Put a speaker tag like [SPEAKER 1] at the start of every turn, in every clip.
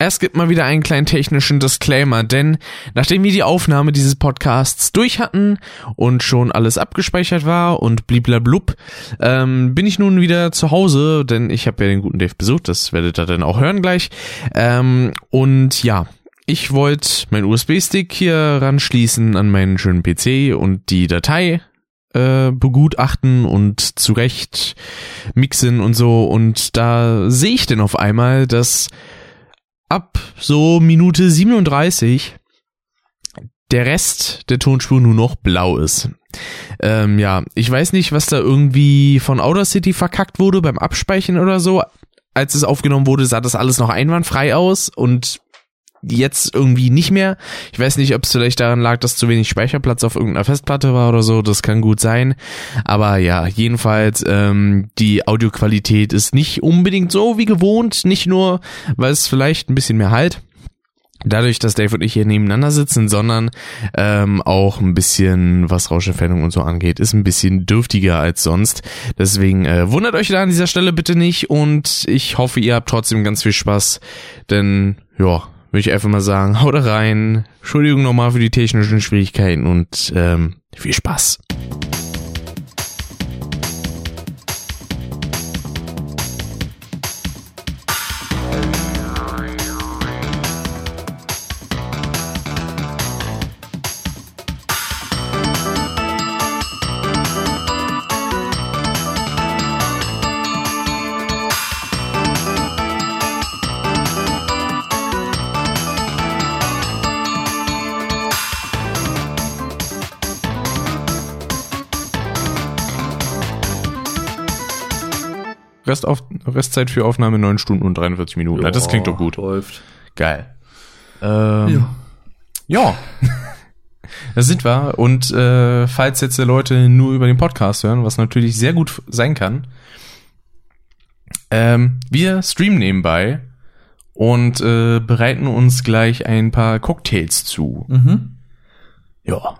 [SPEAKER 1] Es gibt mal wieder einen kleinen technischen Disclaimer, denn nachdem wir die Aufnahme dieses Podcasts durch hatten und schon alles abgespeichert war und bliblablub, ähm, bin ich nun wieder zu Hause, denn ich habe ja den guten Dave besucht, das werdet ihr dann auch hören gleich. Ähm, und ja, ich wollte meinen USB-Stick hier ranschließen an meinen schönen PC und die Datei äh, begutachten und zurecht mixen und so. Und da sehe ich denn auf einmal, dass ab so Minute 37 der Rest der Tonspur nur noch blau ist. Ähm, ja, ich weiß nicht, was da irgendwie von Outer City verkackt wurde beim Abspeichern oder so. Als es aufgenommen wurde, sah das alles noch einwandfrei aus und jetzt irgendwie nicht mehr. Ich weiß nicht, ob es vielleicht daran lag, dass zu wenig Speicherplatz auf irgendeiner Festplatte war oder so. Das kann gut sein. Aber ja, jedenfalls, ähm, die Audioqualität ist nicht unbedingt so wie gewohnt. Nicht nur, weil es vielleicht ein bisschen mehr halt. Dadurch, dass Dave und ich hier nebeneinander sitzen, sondern ähm, auch ein bisschen, was Rauschentfernung und so angeht, ist ein bisschen dürftiger als sonst. Deswegen äh, wundert euch da an dieser Stelle bitte nicht und ich hoffe, ihr habt trotzdem ganz viel Spaß, denn ja, würde ich einfach mal sagen, haut rein. Entschuldigung nochmal für die technischen Schwierigkeiten und ähm, viel Spaß. Restauf Restzeit für Aufnahme 9 Stunden und 43 Minuten. Ja, das klingt doch gut.
[SPEAKER 2] Läuft.
[SPEAKER 1] Geil. Ähm, ja. da sind wir. Und äh, falls jetzt die Leute nur über den Podcast hören, was natürlich sehr gut f- sein kann, ähm, wir streamen nebenbei und äh, bereiten uns gleich ein paar Cocktails zu.
[SPEAKER 2] Mhm.
[SPEAKER 1] Ja.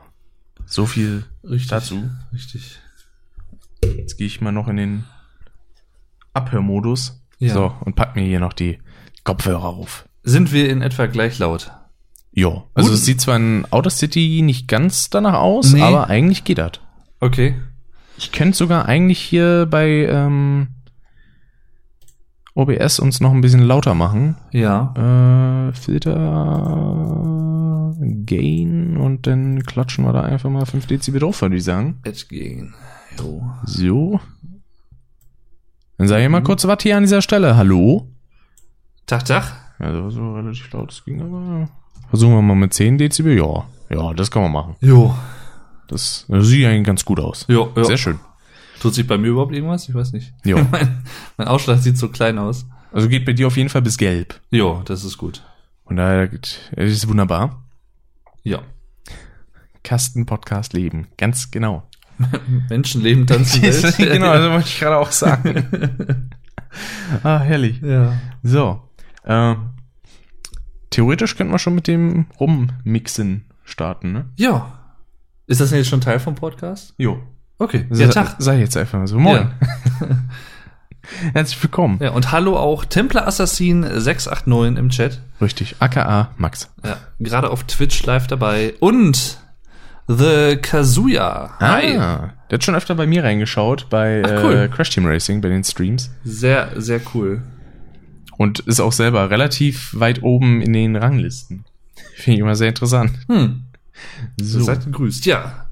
[SPEAKER 1] So viel
[SPEAKER 2] Richtig.
[SPEAKER 1] dazu.
[SPEAKER 2] Richtig.
[SPEAKER 1] Jetzt gehe ich mal noch in den Abhörmodus.
[SPEAKER 2] Ja.
[SPEAKER 1] So, und pack mir hier noch die Kopfhörer auf.
[SPEAKER 2] Sind wir in etwa gleich laut?
[SPEAKER 1] Jo. Also
[SPEAKER 2] Gut.
[SPEAKER 1] es sieht zwar in Outer City nicht ganz danach aus,
[SPEAKER 2] Nee.
[SPEAKER 1] aber eigentlich geht das.
[SPEAKER 2] Okay.
[SPEAKER 1] Ich könnte sogar eigentlich hier bei ähm, OBS uns noch ein bisschen lauter machen.
[SPEAKER 2] Ja.
[SPEAKER 1] Äh, Filter, Gain und dann klatschen wir da einfach mal 5 Dezibel drauf, würde ich sagen.
[SPEAKER 2] Entgegen. Jo.
[SPEAKER 1] So. Dann sage ich mal kurz was hier an dieser Stelle. Hallo?
[SPEAKER 2] Tach, Tach.
[SPEAKER 1] Also so relativ laut, das ging aber. Versuchen wir mal mit 10 Dezibel, ja. Ja, das kann man machen.
[SPEAKER 2] Jo.
[SPEAKER 1] Das, das sieht eigentlich ganz gut aus.
[SPEAKER 2] Jo, jo.
[SPEAKER 1] Sehr schön.
[SPEAKER 2] Tut sich bei mir überhaupt irgendwas? Ich weiß nicht.
[SPEAKER 1] Jo.
[SPEAKER 2] mein, mein Ausschlag sieht so klein aus.
[SPEAKER 1] Also geht bei dir auf jeden Fall bis gelb.
[SPEAKER 2] Jo, das ist gut.
[SPEAKER 1] Und daher geht- es ist wunderbar.
[SPEAKER 2] Ja.
[SPEAKER 1] Kasten Podcast Leben. Ganz genau.
[SPEAKER 2] Menschenleben tanzen Welt.
[SPEAKER 1] wollte ich gerade auch sagen. ah, herrlich.
[SPEAKER 2] ja.
[SPEAKER 1] So. Ähm, theoretisch könnten wir schon mit dem Rummixen starten, ne?
[SPEAKER 2] Ja. Ist das denn jetzt schon Teil vom Podcast?
[SPEAKER 1] Jo.
[SPEAKER 2] Okay.
[SPEAKER 1] Ja, Sag ich jetzt einfach mal so. Moin.
[SPEAKER 2] Ja.
[SPEAKER 1] Herzlich willkommen.
[SPEAKER 2] ja, und hallo auch Templar Assassin 689 im Chat.
[SPEAKER 1] Richtig. AKA Max.
[SPEAKER 2] Ja, gerade auf Twitch live dabei. Und The Kazuya.
[SPEAKER 1] Ah, der hat schon öfter bei mir reingeschaut, bei
[SPEAKER 2] Ach, cool.
[SPEAKER 1] äh, Crash Team Racing, bei den Streams.
[SPEAKER 2] Sehr, sehr cool.
[SPEAKER 1] Und ist auch selber relativ weit oben in den Ranglisten. Finde ich immer sehr interessant.
[SPEAKER 2] Hm,
[SPEAKER 1] So.
[SPEAKER 2] seid gegrüßt. Ja.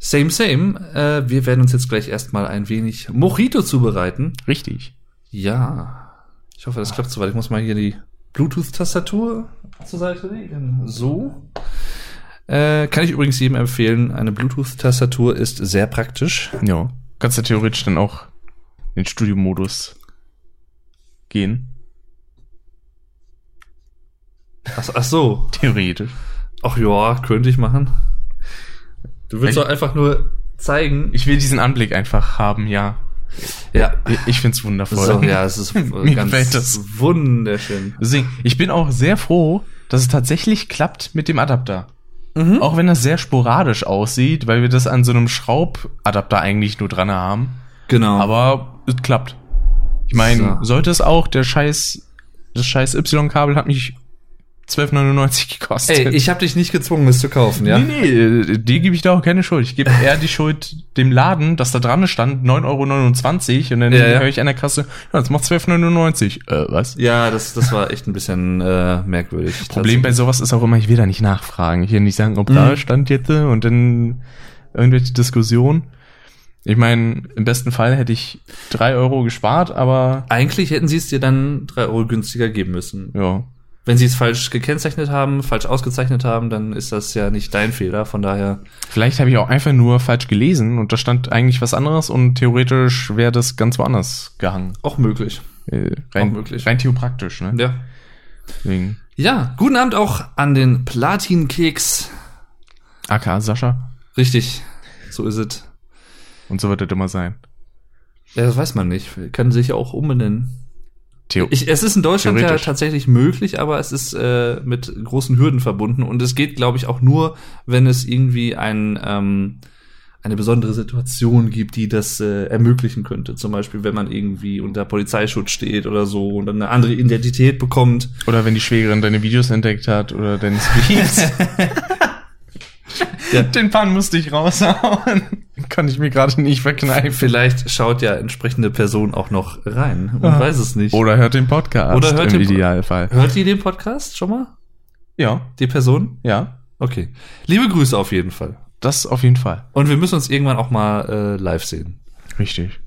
[SPEAKER 2] Same, same. Äh, wir werden uns jetzt gleich erstmal ein wenig Mojito zubereiten.
[SPEAKER 1] Richtig.
[SPEAKER 2] Ja. Ich hoffe, das klappt soweit. Ich muss mal hier die Bluetooth-Tastatur zur Seite legen. So. Äh, kann ich übrigens jedem empfehlen. Eine Bluetooth-Tastatur ist sehr praktisch.
[SPEAKER 1] Ja. Kannst du theoretisch dann auch in den Studiomodus gehen.
[SPEAKER 2] Ach, ach so.
[SPEAKER 1] Theoretisch.
[SPEAKER 2] Ach ja, könnte ich machen. Du willst
[SPEAKER 1] Ich-
[SPEAKER 2] doch einfach nur zeigen.
[SPEAKER 1] Ich will diesen Anblick einfach haben, ja.
[SPEAKER 2] ja.
[SPEAKER 1] Ich- Ich find's wundervoll.
[SPEAKER 2] So, ja, es ist
[SPEAKER 1] Mir
[SPEAKER 2] ganz
[SPEAKER 1] gefällt das.
[SPEAKER 2] wunderschön.
[SPEAKER 1] Deswegen, ich bin auch sehr froh, dass es tatsächlich klappt mit dem Adapter.
[SPEAKER 2] Mhm.
[SPEAKER 1] Auch wenn das sehr sporadisch aussieht, weil wir das an so einem Schraubadapter eigentlich nur dran haben.
[SPEAKER 2] Genau.
[SPEAKER 1] Aber es klappt. Ich meine,
[SPEAKER 2] So.
[SPEAKER 1] sollte es auch der scheiß Das scheiß Y-Kabel hat mich 12,99 gekostet.
[SPEAKER 2] Ey, ich habe dich nicht gezwungen, es zu kaufen, ja?
[SPEAKER 1] Nee, nee, die gebe ich da auch keine Schuld. Ich gebe eher die Schuld dem Laden, dass da dran stand, 9,29 Euro. Und dann
[SPEAKER 2] Ja, ja.
[SPEAKER 1] höre ich an der Kasse, ja, das macht 12,99 Euro. Äh, was?
[SPEAKER 2] Ja, das, das war echt ein bisschen äh, merkwürdig.
[SPEAKER 1] Problem bei sowas ist auch immer, ich will da nicht nachfragen. Ich will nicht sagen, ob
[SPEAKER 2] Mhm.
[SPEAKER 1] da stand jetzt äh, und dann irgendwelche Diskussionen. Ich meine, im besten Fall hätte ich 3 Euro gespart, aber
[SPEAKER 2] Eigentlich hätten sie es dir dann drei Euro günstiger geben müssen.
[SPEAKER 1] ja.
[SPEAKER 2] Wenn sie es falsch gekennzeichnet haben, falsch ausgezeichnet haben, dann ist das ja nicht dein Fehler. Von daher,
[SPEAKER 1] Vielleicht habe ich auch einfach nur falsch gelesen und da stand eigentlich was anderes und theoretisch wäre das ganz woanders gehangen.
[SPEAKER 2] auch möglich.
[SPEAKER 1] Äh, rein,
[SPEAKER 2] Auch möglich.
[SPEAKER 1] rein theopraktisch, ne?
[SPEAKER 2] Ja.
[SPEAKER 1] Deswegen.
[SPEAKER 2] Ja, guten Abend auch an den Platinkeks.
[SPEAKER 1] AK Sascha.
[SPEAKER 2] Richtig, so ist es.
[SPEAKER 1] Und so wird das immer sein.
[SPEAKER 2] Ja, das weiß man nicht. Kann sich ja auch umbenennen.
[SPEAKER 1] Theo.
[SPEAKER 2] Ich, es ist in Deutschland ja
[SPEAKER 1] Theoretisch.
[SPEAKER 2] tatsächlich möglich, aber es ist äh, mit großen Hürden verbunden. Und es geht, glaube ich, auch nur, wenn es irgendwie ein, ähm, eine besondere Situation gibt, die das äh, ermöglichen könnte. Zum Beispiel, wenn man irgendwie unter Polizeischutz steht oder so und dann eine andere Identität bekommt.
[SPEAKER 1] oder wenn die Schwägerin deine Videos entdeckt hat oder deine Streams.
[SPEAKER 2] Ja.
[SPEAKER 1] Den Pan musste ich raushauen. Kann ich mir gerade nicht verkneifen.
[SPEAKER 2] Vielleicht schaut ja entsprechende Person auch noch rein und
[SPEAKER 1] Ah.
[SPEAKER 2] weiß es nicht.
[SPEAKER 1] Oder hört den Podcast
[SPEAKER 2] Oder hört
[SPEAKER 1] im
[SPEAKER 2] den-
[SPEAKER 1] Idealfall.
[SPEAKER 2] Hört die den Podcast schon mal?
[SPEAKER 1] Ja,
[SPEAKER 2] Die Person?
[SPEAKER 1] ja.
[SPEAKER 2] Okay. Liebe Grüße auf jeden Fall.
[SPEAKER 1] Das auf jeden Fall.
[SPEAKER 2] Und wir müssen uns irgendwann auch mal äh, live sehen.
[SPEAKER 1] Richtig.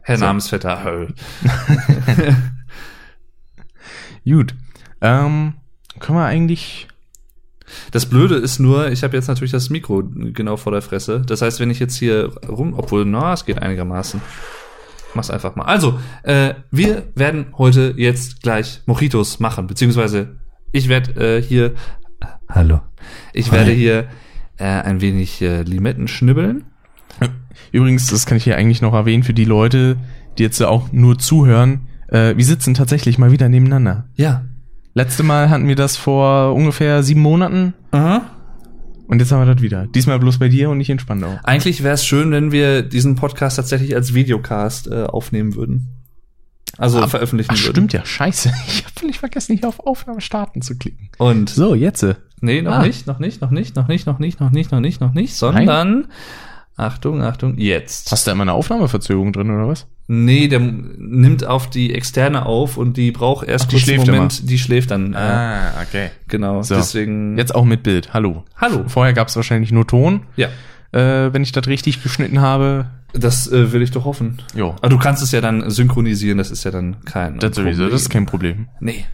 [SPEAKER 2] Herr
[SPEAKER 1] So.
[SPEAKER 2] Namensvetter Höll.
[SPEAKER 1] Gut. Ähm, können wir eigentlich.
[SPEAKER 2] Das Blöde ist nur, ich habe jetzt natürlich das Mikro genau vor der Fresse. Das heißt, wenn ich jetzt hier rum, obwohl, na, es geht einigermaßen. Mach's einfach mal. Also, äh, wir werden heute jetzt gleich Mojitos machen, beziehungsweise ich werde äh, hier. Hallo. Ich werde
[SPEAKER 1] Hi.
[SPEAKER 2] hier äh, ein wenig äh, Limetten schnibbeln.
[SPEAKER 1] Übrigens, das kann ich hier eigentlich noch erwähnen für die Leute, die jetzt auch nur zuhören. Äh, wir sitzen tatsächlich mal wieder nebeneinander.
[SPEAKER 2] Ja.
[SPEAKER 1] Letzte Mal hatten wir das vor ungefähr sieben Monaten
[SPEAKER 2] Aha.
[SPEAKER 1] und jetzt haben wir das wieder. Diesmal bloß bei dir und nicht in Spandau.
[SPEAKER 2] Eigentlich wäre es schön, wenn wir diesen Podcast tatsächlich als Videocast äh, aufnehmen würden. Also
[SPEAKER 1] Ab-
[SPEAKER 2] veröffentlichen
[SPEAKER 1] Ach,
[SPEAKER 2] würden.
[SPEAKER 1] stimmt ja, scheiße. Ich habe völlig vergessen, hier auf Aufnahme starten zu klicken.
[SPEAKER 2] Und
[SPEAKER 1] So, jetzt. äh.
[SPEAKER 2] nee, noch
[SPEAKER 1] Ah.
[SPEAKER 2] nicht, noch nicht, noch nicht, noch nicht, noch nicht, noch nicht, noch nicht, noch nicht, sondern Achtung, Achtung, jetzt.
[SPEAKER 1] Hast du da immer eine Aufnahmeverzögerung drin oder was?
[SPEAKER 2] Nee, der m- nimmt auf die externe auf und die braucht erst
[SPEAKER 1] Ach, die
[SPEAKER 2] kurz einen
[SPEAKER 1] schläft
[SPEAKER 2] Moment, die schläft dann. Äh,
[SPEAKER 1] Ah, okay.
[SPEAKER 2] genau,
[SPEAKER 1] So.
[SPEAKER 2] deswegen
[SPEAKER 1] Jetzt auch mit Bild. Hallo.
[SPEAKER 2] Hallo.
[SPEAKER 1] Vorher gab es wahrscheinlich nur Ton,
[SPEAKER 2] Ja,
[SPEAKER 1] äh, wenn ich das richtig geschnitten habe.
[SPEAKER 2] das äh, will ich doch hoffen.
[SPEAKER 1] Jo.
[SPEAKER 2] Aber du kannst es ja dann synchronisieren, das ist ja dann kein
[SPEAKER 1] Das sowieso, das ist kein Problem.
[SPEAKER 2] Nee.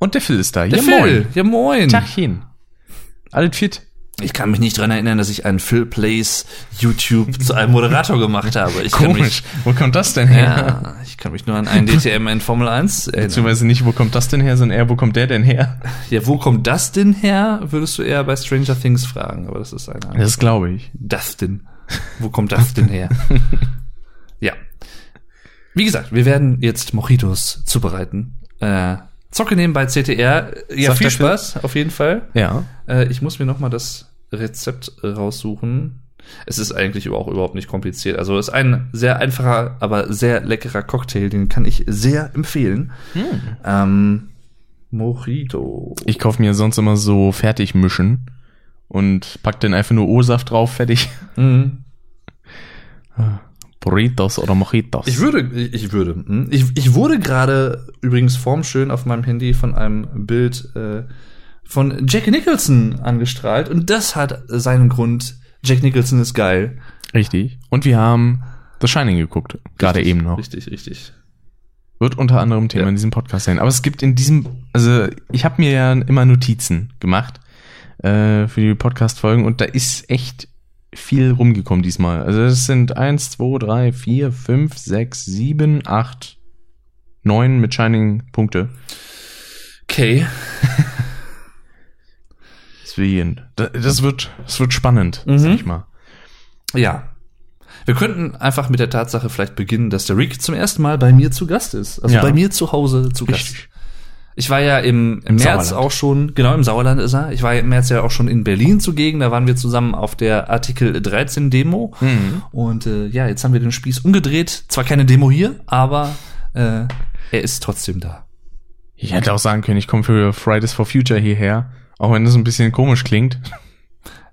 [SPEAKER 1] Und der Phil ist da.
[SPEAKER 2] Der Phil, ja
[SPEAKER 1] Hm.
[SPEAKER 2] moin.
[SPEAKER 1] Tachchen. Alles fit.
[SPEAKER 2] Ich kann mich nicht dran erinnern, dass ich einen Phil Plays YouTube zu einem Moderator gemacht habe. Ich kann mich,
[SPEAKER 1] Komisch. Wo kommt das denn her?
[SPEAKER 2] ja, ich kann mich nur an einen DTM in Formel 1 erinnern.
[SPEAKER 1] Beziehungsweise nicht, wo kommt das denn her, sondern eher, wo kommt der denn her?
[SPEAKER 2] Ja, wo kommt das denn her? Würdest du eher bei Stranger Things fragen, aber das ist eine.
[SPEAKER 1] Das glaube ich.
[SPEAKER 2] Das denn? Wo kommt das denn her? ja. Wie gesagt, wir werden jetzt Mojitos zubereiten. Äh, zocke nebenbei CTR. Ja,
[SPEAKER 1] Sagt
[SPEAKER 2] viel
[SPEAKER 1] der Phil-
[SPEAKER 2] Spaß, auf jeden Fall.
[SPEAKER 1] Ja.
[SPEAKER 2] Äh, ich muss mir noch mal das Rezept äh, raussuchen. Es ist eigentlich auch überhaupt nicht kompliziert. Also es ist ein sehr einfacher, aber sehr leckerer Cocktail, den kann ich sehr empfehlen.
[SPEAKER 1] Hm.
[SPEAKER 2] Ähm, Mojito.
[SPEAKER 1] Ich kaufe mir sonst immer so Fertigmischen und pack dann einfach nur O-Saft drauf, fertig.
[SPEAKER 2] Mhm.
[SPEAKER 1] Burritos oder Mojitos.
[SPEAKER 2] Ich würde, ich ich würde, hm? ich, ich wurde gerade übrigens formschön auf meinem Handy von einem Bild äh, von Jack Nicholson angestrahlt und das hat seinen Grund. Jack Nicholson ist geil.
[SPEAKER 1] Richtig. Und wir haben The Shining geguckt, gerade eben noch.
[SPEAKER 2] Richtig, richtig.
[SPEAKER 1] Wird unter anderem Thema
[SPEAKER 2] Ja.
[SPEAKER 1] in diesem Podcast sein. Aber es gibt in diesem, also ich habe mir ja immer Notizen gemacht äh, für die Podcast-Folgen und da ist echt viel rumgekommen diesmal. Also es sind eins, zwei, drei, vier, fünf, sechs, sieben, acht, neun mit Shining Punkte.
[SPEAKER 2] Okay.
[SPEAKER 1] Deswegen, da- das wird, das wird spannend,
[SPEAKER 2] Mhm.
[SPEAKER 1] sag ich mal.
[SPEAKER 2] Ja. Wir könnten einfach mit der Tatsache vielleicht beginnen, dass der Rick zum ersten Mal bei mir zu Gast ist. Also
[SPEAKER 1] Ja.
[SPEAKER 2] bei mir zu Hause zu Gast.
[SPEAKER 1] Richtig.
[SPEAKER 2] Ich war ja im, im März
[SPEAKER 1] Sauerland.
[SPEAKER 2] auch schon, genau im Sauerland ist er. Ich war im März ja auch schon in Berlin zugegen. Da waren wir zusammen auf der Artikel 13 Demo.
[SPEAKER 1] Mhm.
[SPEAKER 2] Und äh, ja, jetzt haben wir den Spieß umgedreht. Zwar keine Demo hier, aber äh, er ist trotzdem da.
[SPEAKER 1] Ich hätte auch sagen können, ich komme für Fridays for Future hierher. Auch wenn das ein bisschen komisch klingt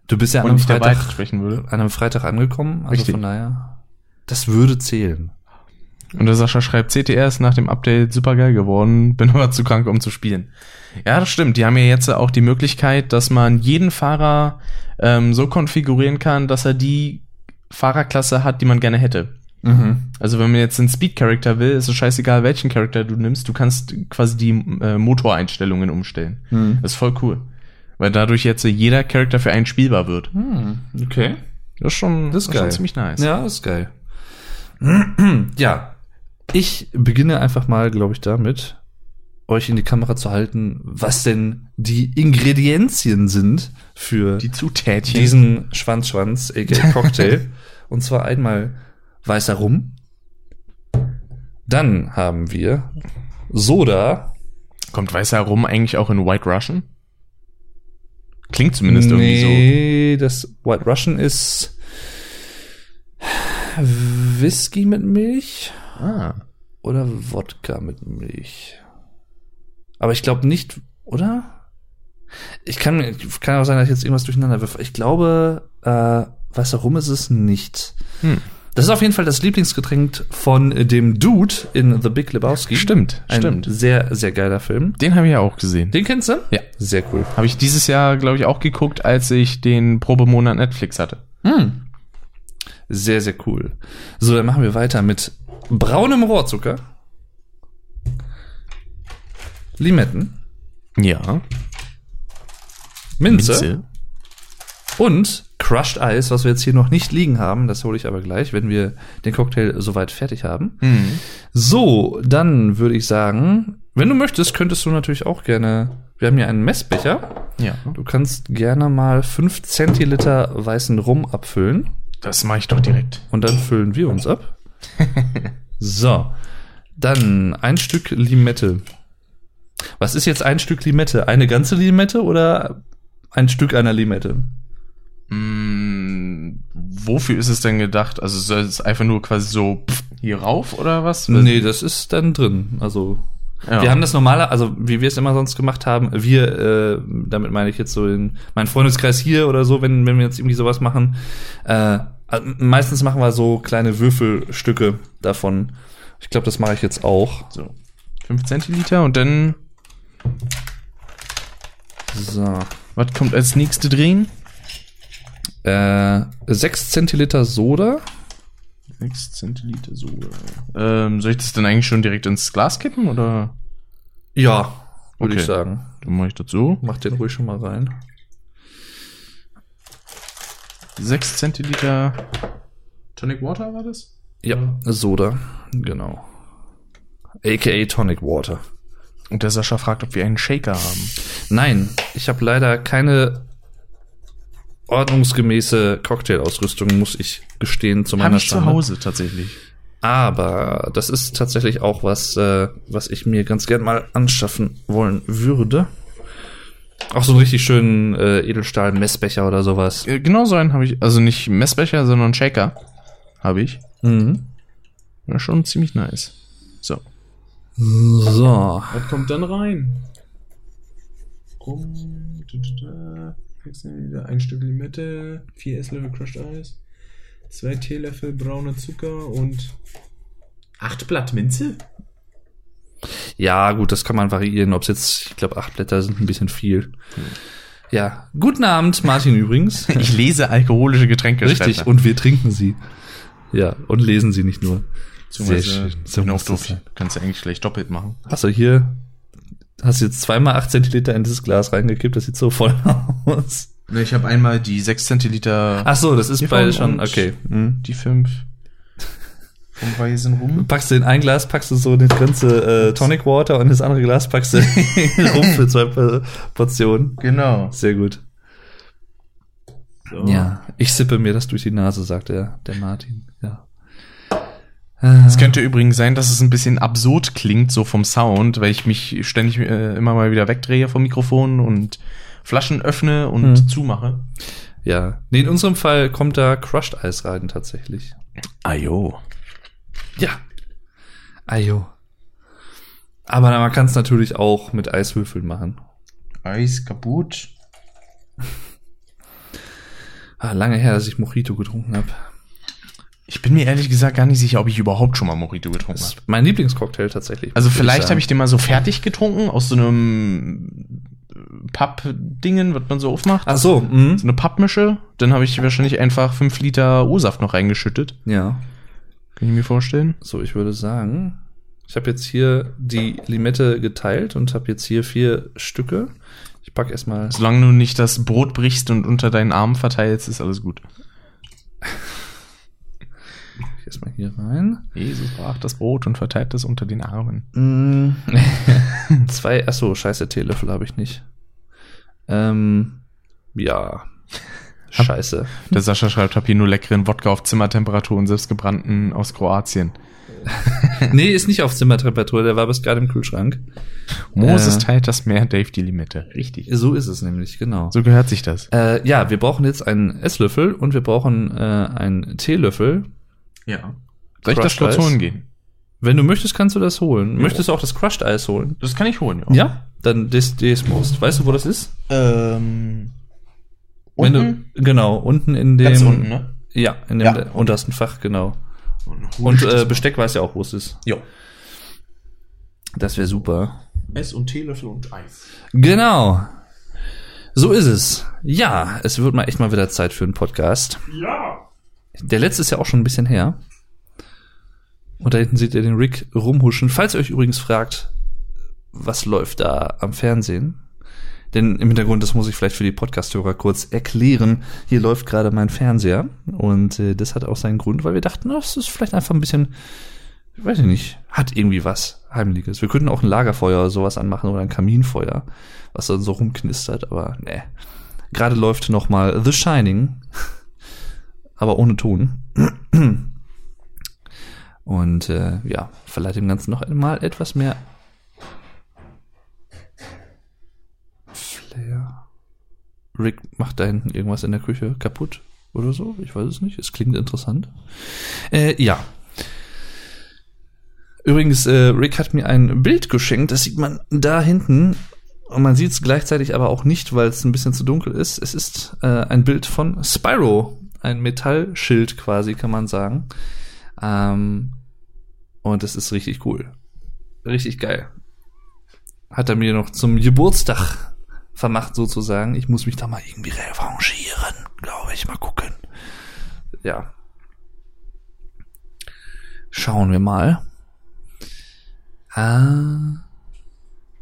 [SPEAKER 2] Du bist ja an
[SPEAKER 1] und
[SPEAKER 2] einem,
[SPEAKER 1] ich dabei
[SPEAKER 2] Freitag,
[SPEAKER 1] sprechen würde.
[SPEAKER 2] an einem Freitag angekommen, also
[SPEAKER 1] Richtig.
[SPEAKER 2] von daher. Das würde zählen.
[SPEAKER 1] Und der Sascha schreibt, CTR ist nach dem Update super geil geworden, bin aber zu krank, um zu spielen. Ja, das stimmt. Die haben ja jetzt auch die Möglichkeit, dass man jeden Fahrer ähm, so konfigurieren kann, dass er die Fahrerklasse hat, die man gerne hätte.
[SPEAKER 2] Mhm.
[SPEAKER 1] Also wenn man jetzt einen Speed-Charakter will, ist es scheißegal, welchen Charakter du nimmst. Du kannst quasi die äh, Motoreinstellungen umstellen.
[SPEAKER 2] Mhm.
[SPEAKER 1] Das ist voll cool. Weil dadurch jetzt jeder Charakter für einen spielbar wird.
[SPEAKER 2] Hm. Okay.
[SPEAKER 1] Das ist schon,
[SPEAKER 2] Das ist
[SPEAKER 1] schon
[SPEAKER 2] geil.
[SPEAKER 1] ziemlich nice.
[SPEAKER 2] Ja, ist geil. ja, ich beginne einfach mal, glaube ich, damit, euch in die Kamera zu halten, was denn die Ingredienzien sind für
[SPEAKER 1] Die Zutätchen.
[SPEAKER 2] diesen Schwanzschwanz, aka Cocktail. Und zwar einmal weißer Rum. Dann haben wir Soda.
[SPEAKER 1] Kommt weißer Rum eigentlich auch in White Russian? Klingt zumindest irgendwie
[SPEAKER 2] nee, das White Russian ist Whisky mit Milch.
[SPEAKER 1] so. Ah.
[SPEAKER 2] Oder Wodka mit Milch. Aber ich glaube nicht, oder? Ich kann, mir- kann auch sein, dass ich jetzt irgendwas durcheinander wirf. Ich glaube, äh, was herum ist es nicht.
[SPEAKER 1] Hm.
[SPEAKER 2] Das ist auf jeden Fall das Lieblingsgetränk von dem Dude in The Big Lebowski.
[SPEAKER 1] Stimmt,
[SPEAKER 2] Ein
[SPEAKER 1] stimmt.
[SPEAKER 2] sehr, sehr geiler Film.
[SPEAKER 1] Den habe ich ja auch gesehen.
[SPEAKER 2] Den kennst du?
[SPEAKER 1] Ja.
[SPEAKER 2] Sehr cool.
[SPEAKER 1] Habe ich dieses Jahr, glaube ich, auch geguckt, als ich den Probemonat Netflix hatte.
[SPEAKER 2] Sehr, sehr cool. So, dann machen wir weiter mit braunem Rohrzucker. Limetten.
[SPEAKER 1] Ja.
[SPEAKER 2] Minze.
[SPEAKER 1] Minze.
[SPEAKER 2] Und Crushed Ice, was wir jetzt hier noch nicht liegen haben, das hole ich aber gleich, wenn wir den Cocktail soweit fertig haben.
[SPEAKER 1] Hm.
[SPEAKER 2] So, dann würde ich sagen, wenn du möchtest, könntest du natürlich auch gerne, wir haben hier einen Messbecher,
[SPEAKER 1] Ja.
[SPEAKER 2] du kannst gerne mal 5 Zentiliter weißen Rum abfüllen
[SPEAKER 1] Das mache ich doch direkt.
[SPEAKER 2] und dann füllen wir uns ab. so, dann ein Stück Limette. Was ist jetzt ein Stück Limette? Eine ganze Limette oder ein Stück einer Limette?
[SPEAKER 1] Hm, wofür ist es denn gedacht? Also soll es einfach nur quasi so pff, hier rauf oder was?
[SPEAKER 2] Nee, das ist dann drin. Also
[SPEAKER 1] Ja.
[SPEAKER 2] wir haben das normale, also wie wir es immer sonst gemacht haben, wir, äh, damit meine ich jetzt so in meinen Freundeskreis hier oder so, wenn, wenn wir jetzt irgendwie sowas machen, äh, also meistens machen wir so kleine Würfelstücke davon. Ich glaube, das mache ich jetzt auch.
[SPEAKER 1] so 5 Zentiliter und dann,
[SPEAKER 2] So.
[SPEAKER 1] was kommt als nächste drehen?
[SPEAKER 2] Äh, 6 Zentiliter Soda.
[SPEAKER 1] 6 Zentiliter so. Ähm, soll ich das denn eigentlich schon direkt ins Glas kippen oder?
[SPEAKER 2] Ja, würde
[SPEAKER 1] Okay.
[SPEAKER 2] ich sagen.
[SPEAKER 1] Dann mache ich das so.
[SPEAKER 2] Mach den ruhig schon mal rein.
[SPEAKER 1] 6 Zentiliter Tonic Water war das?
[SPEAKER 2] Ja, Soda. Genau. AKA Tonic Water.
[SPEAKER 1] Und der Sascha fragt, ob wir einen Shaker haben.
[SPEAKER 2] Nein, ich habe leider keine ordnungsgemäße Cocktail-Ausrüstung, muss ich gestehen, zu meiner
[SPEAKER 1] Hab ich zu
[SPEAKER 2] Schande.
[SPEAKER 1] Hause tatsächlich.
[SPEAKER 2] Aber das ist tatsächlich auch was, äh, was ich mir ganz gern mal anschaffen wollen würde. Auch so einen richtig schönen äh, Edelstahl-Messbecher oder sowas.
[SPEAKER 1] Äh, Genau so einen habe ich, also nicht Messbecher, sondern Shaker habe ich.
[SPEAKER 2] Mhm.
[SPEAKER 1] War schon ziemlich nice. So.
[SPEAKER 2] So.
[SPEAKER 1] Was kommt dann rein? Rum, da, da, da, sechs Zentiliter, ein Stück Limette, vier Esslöffel Crushed Eis, zwei Teelöffel brauner Zucker und acht Blatt Minze?
[SPEAKER 2] Ja, gut, das kann man variieren. Ob es jetzt, ich glaube, acht Blätter sind ein bisschen viel. Ja. Guten Abend, Martin übrigens.
[SPEAKER 1] Ich lese alkoholische Getränke.
[SPEAKER 2] Richtig, und wir trinken sie. Ja, und lesen sie nicht nur.
[SPEAKER 1] Sehr
[SPEAKER 2] So muss das sein.
[SPEAKER 1] Kannst du eigentlich schlecht doppelt machen.
[SPEAKER 2] Hast du hier, hast du jetzt zweimal 8 Zentiliter in dieses Glas reingekippt, das sieht so voll aus.
[SPEAKER 1] Ne, ich habe einmal die 6 Zentiliter,
[SPEAKER 2] Ach so, das ist
[SPEAKER 1] Hiervon
[SPEAKER 2] beide
[SPEAKER 1] und-
[SPEAKER 2] schon,
[SPEAKER 1] hm,
[SPEAKER 2] okay.
[SPEAKER 1] die 5 vom Weißen rum.
[SPEAKER 2] Packst du in ein Glas, packst du so das ganze äh, Tonic Water und in das andere Glas packst du rum für zwei äh, Portionen.
[SPEAKER 1] Genau.
[SPEAKER 2] Sehr gut.
[SPEAKER 1] So.
[SPEAKER 2] Ja, ich sippe mir das durch die Nase, sagt der, der Martin. Ja. Äh,
[SPEAKER 1] Es könnte übrigens sein, dass es ein bisschen absurd klingt, so vom Sound, weil ich mich ständig äh, immer mal wieder wegdrehe vom Mikrofon und Flaschen öffne und
[SPEAKER 2] Hm.
[SPEAKER 1] zumache.
[SPEAKER 2] Ja. Nee, in unserem Fall kommt da Crushed Eis rein tatsächlich.
[SPEAKER 1] Ajo.
[SPEAKER 2] Ja. Ajo. Aber man kann es natürlich auch mit Eiswürfeln machen.
[SPEAKER 1] Eis kaputt.
[SPEAKER 2] Ah, lange her, dass ich Mojito getrunken habe.
[SPEAKER 1] Ich bin mir ehrlich gesagt gar nicht sicher, ob ich überhaupt schon mal Mojito getrunken
[SPEAKER 2] Das
[SPEAKER 1] habe.
[SPEAKER 2] ist mein Lieblingscocktail tatsächlich.
[SPEAKER 1] Also
[SPEAKER 2] muss
[SPEAKER 1] vielleicht habe
[SPEAKER 2] sagen.
[SPEAKER 1] ich den mal so fertig getrunken aus so einem äh, Pappdingen, was man so aufmacht.
[SPEAKER 2] Ach so, mhm.
[SPEAKER 1] So eine Pappmische. Dann habe ich wahrscheinlich einfach 5 Liter O-Saft noch reingeschüttet.
[SPEAKER 2] Ja.
[SPEAKER 1] Kann ich mir vorstellen.
[SPEAKER 2] So, ich würde sagen, ich habe jetzt hier die Limette geteilt und habe jetzt hier vier Stücke. Ich packe erstmal.
[SPEAKER 1] Solange du nicht das Brot brichst und unter deinen Armen verteilst, ist alles gut.
[SPEAKER 2] ich erstmal hier rein.
[SPEAKER 1] Jesus brach das Brot und verteilt es unter den Armen. Mhm.
[SPEAKER 2] Zwei, achso, scheiße, Teelöffel habe ich nicht. Ähm, ja. Scheiße.
[SPEAKER 1] Der Sascha schreibt, hab hier nur leckeren Wodka auf Zimmertemperatur und selbstgebrannten aus Kroatien.
[SPEAKER 2] nee, ist nicht auf Zimmertemperatur, der war bis gerade im Kühlschrank.
[SPEAKER 1] Moses
[SPEAKER 2] Äh.
[SPEAKER 1] teilt das Meer, Dave die Limette. Richtig.
[SPEAKER 2] So ist es nämlich, genau.
[SPEAKER 1] So gehört sich das.
[SPEAKER 2] Äh, ja, wir brauchen jetzt einen Esslöffel und wir brauchen äh, einen Teelöffel.
[SPEAKER 1] Ja. Soll ich das
[SPEAKER 2] Crushed
[SPEAKER 1] kurz
[SPEAKER 2] Eis?
[SPEAKER 1] holen gehen?
[SPEAKER 2] Wenn du möchtest, kannst du das holen. Möchtest du auch das Crushed Eis holen?
[SPEAKER 1] Das kann ich holen,
[SPEAKER 2] Ja, dann des, des Most. Weißt du, wo das ist?
[SPEAKER 1] Ähm,
[SPEAKER 2] Wenn
[SPEAKER 1] unten?
[SPEAKER 2] du, genau, unten in dem.
[SPEAKER 1] Ganz unten, ne?
[SPEAKER 2] Ja, in dem
[SPEAKER 1] Ja.
[SPEAKER 2] der- untersten Fach, genau. Und äh, Besteck weiß ja auch, wo es ist.
[SPEAKER 1] ja.
[SPEAKER 2] Das wäre super.
[SPEAKER 1] Ess und Teelöffel und Eis.
[SPEAKER 2] Genau. So ist es. Ja, es wird mal echt mal wieder Zeit für einen Podcast. Ja. Der letzte ist ja auch schon ein bisschen her. Und da hinten seht ihr den Rick rumhuschen. Falls ihr euch übrigens fragt, was läuft da am Fernsehen? Denn im Hintergrund, das muss ich vielleicht für die Podcasthörer kurz erklären, hier läuft gerade mein Fernseher. Und äh, das hat auch seinen Grund, weil wir dachten, na, das ist vielleicht einfach ein bisschen, ich weiß ich nicht, hat irgendwie was Heimliches. Wir könnten auch ein Lagerfeuer oder sowas anmachen oder ein Kaminfeuer, was dann so rumknistert, aber nee. Gerade läuft nochmal The Shining, aber ohne Ton. Und äh, ja, verleiht dem Ganzen noch einmal etwas mehr Flair. Rick macht da hinten irgendwas in der Küche kaputt oder so. Ich weiß es nicht. Es klingt interessant. Äh, ja. Übrigens, äh, Rick hat mir ein Bild geschenkt. Das sieht man da hinten. Und man sieht es gleichzeitig aber auch nicht, weil es ein bisschen zu dunkel ist. Es ist äh, ein Bild von Spyro. Ein Metallschild quasi, kann man sagen. Ähm, und es ist richtig cool. Richtig geil. Hat er mir noch zum Geburtstag vermacht sozusagen. Ich muss mich da mal irgendwie revanchieren, glaube ich. Mal gucken. Ja. Schauen wir mal. Ah.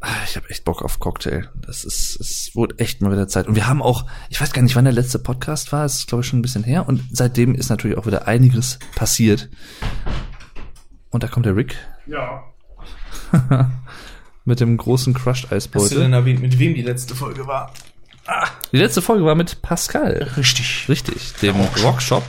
[SPEAKER 2] Ah, Ich habe echt Bock auf Cocktail. Das ist, es wurde echt mal wieder Zeit. Und wir haben auch, ich weiß gar nicht, wann der letzte Podcast war. Es ist, glaube ich, schon ein bisschen her. Und seitdem ist natürlich auch wieder einiges passiert. Und da kommt der Rick
[SPEAKER 3] Ja.
[SPEAKER 2] mit dem großen Crushed
[SPEAKER 1] Hast du
[SPEAKER 2] Eisbeutel.
[SPEAKER 1] denn erwähnt, mit wem die letzte Folge war?
[SPEAKER 2] Die letzte Folge war mit Pascal.
[SPEAKER 1] Richtig.
[SPEAKER 2] Richtig, dem Rockshop.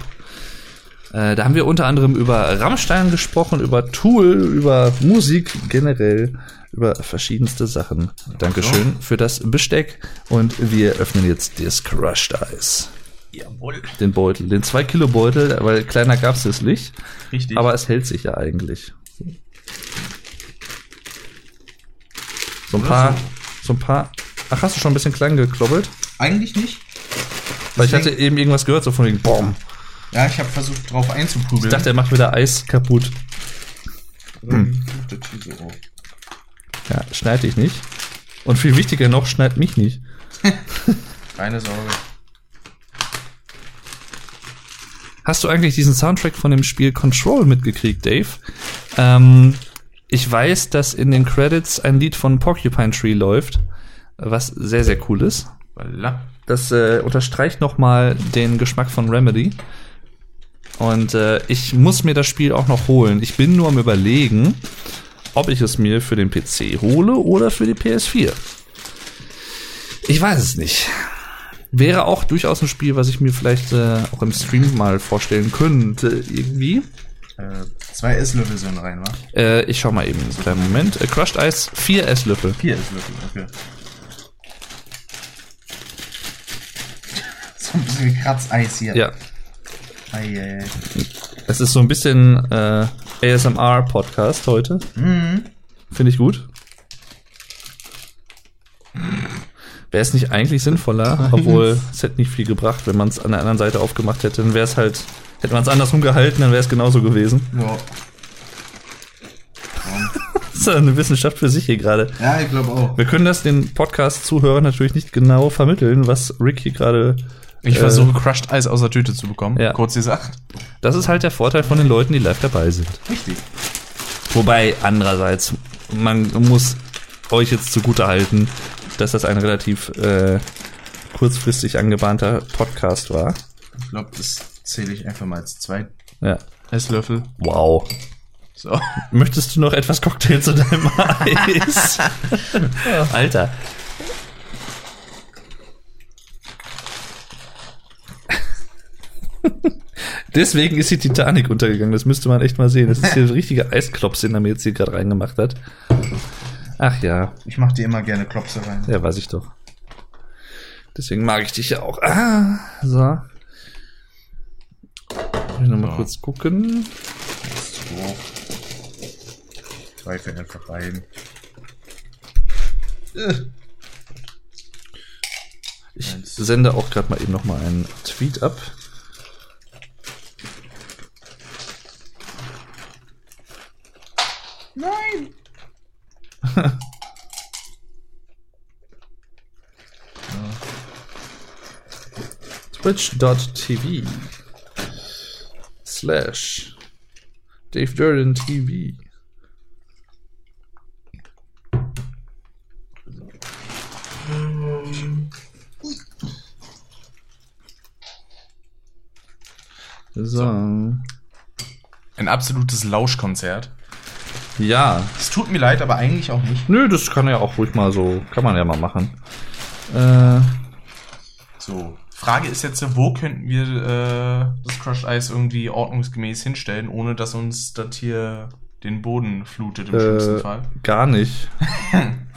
[SPEAKER 2] Äh, da haben wir unter anderem über Rammstein gesprochen, über Tool, über Musik generell, über verschiedenste Sachen. Dankeschön für das Besteck. Und wir öffnen jetzt das Crushed Eis.
[SPEAKER 1] Jawohl.
[SPEAKER 2] Den Beutel, den 2-Kilo-Beutel, weil kleiner gab es das nicht.
[SPEAKER 1] Richtig.
[SPEAKER 2] Aber es hält sich ja eigentlich. So ein paar, so ein paar. Ach, hast du schon ein bisschen klein gekloppelt?
[SPEAKER 1] eigentlich nicht.
[SPEAKER 2] Weil ich hatte
[SPEAKER 1] Deswegen-
[SPEAKER 2] eben irgendwas gehört, so von wegen, BOM!
[SPEAKER 1] Ja, ich habe versucht, drauf einzuprügeln.
[SPEAKER 2] Ich dachte, er macht wieder Eis kaputt.
[SPEAKER 1] Hm.
[SPEAKER 4] Hm. oh.
[SPEAKER 2] Ja, schneid dich nicht. Und viel wichtiger noch, schneid mich nicht.
[SPEAKER 1] Keine Sorge.
[SPEAKER 2] Hast du eigentlich diesen Soundtrack von dem Spiel Control mitgekriegt, Dave? Ähm, ich weiß, dass in den Credits ein Lied von Porcupine Tree läuft, was sehr, sehr cool ist.
[SPEAKER 1] Voilà.
[SPEAKER 2] Das äh, unterstreicht nochmal den Geschmack von Remedy. Und äh, ich muss mir das Spiel auch noch holen. Ich bin nur am Überlegen, ob ich es mir für den PC hole oder für die PS4. Ich weiß es nicht. Wäre auch durchaus ein Spiel, was ich mir vielleicht äh, auch im Stream mal vorstellen könnte, irgendwie.
[SPEAKER 1] Äh, zwei Esslöffel sind rein, wa?
[SPEAKER 2] Äh, ich schau mal eben einen kleinen Moment. Äh, Crushed Ice, 4 Esslöffel.
[SPEAKER 1] Vier Esslöffel, okay. So ein bisschen wie Kratzeis hier.
[SPEAKER 2] Ja,
[SPEAKER 1] Ei, ei, ei.
[SPEAKER 2] es ist so ein bisschen äh, ASMR-Podcast heute. Finde ich gut. Wäre es nicht eigentlich sinnvoller, obwohl es hätte nicht viel gebracht, wenn man es an der anderen Seite aufgemacht hätte, dann wäre es halt, hätte man es andersrum gehalten, dann wäre es genauso gewesen.
[SPEAKER 4] Ja,
[SPEAKER 2] Das ist ja eine Wissenschaft für sich hier gerade.
[SPEAKER 4] ja ich glaube auch.
[SPEAKER 2] Wir können das den Podcast-Zuhörern natürlich nicht genau vermitteln, was Rick hier gerade.
[SPEAKER 1] Ich
[SPEAKER 2] äh,
[SPEAKER 1] versuche Crushed Eis aus der Tüte zu bekommen.
[SPEAKER 2] Ja.
[SPEAKER 1] Kurz gesagt.
[SPEAKER 2] Das ist halt der Vorteil von den Leuten, die live dabei sind.
[SPEAKER 4] Richtig.
[SPEAKER 2] Wobei, andererseits, man muss euch jetzt zugute halten, dass das ein relativ äh, kurzfristig angebahnter Podcast war.
[SPEAKER 4] Ich glaube, das zähle ich einfach mal als zwei.
[SPEAKER 2] Ja.
[SPEAKER 1] Esslöffel.
[SPEAKER 2] Wow.
[SPEAKER 1] So.
[SPEAKER 2] Möchtest du noch etwas Cocktail zu deinem Eis? Alter. Deswegen ist die Titanic untergegangen. Das müsste man echt mal sehen. Das ist hier ein richtiger Eisklops, den er mir jetzt hier gerade reingemacht hat. Ach ja,
[SPEAKER 4] Ich mache dir immer gerne Klopse rein.
[SPEAKER 2] ja, weiß ich doch. Deswegen mag ich dich ja auch. Ah, so. Ich noch mal kurz gucken.
[SPEAKER 4] So. Zwei fällt einfach rein.
[SPEAKER 2] Ich sende auch gerade mal eben noch mal einen Tweet ab. Nein! Twitch.tv slash Dave Durden TV. So.
[SPEAKER 1] Ein absolutes Lauschkonzert.
[SPEAKER 2] Ja,
[SPEAKER 4] Es tut mir leid, aber eigentlich auch nicht.
[SPEAKER 2] Nö, das kann ja auch ruhig mal so, kann man ja mal machen. Äh,
[SPEAKER 1] So. Frage ist jetzt, wo könnten wir äh, das Crushed Eis irgendwie ordnungsgemäß hinstellen, ohne dass uns das hier den Boden flutet im schlimmsten
[SPEAKER 2] äh,
[SPEAKER 1] Fall?
[SPEAKER 2] gar nicht.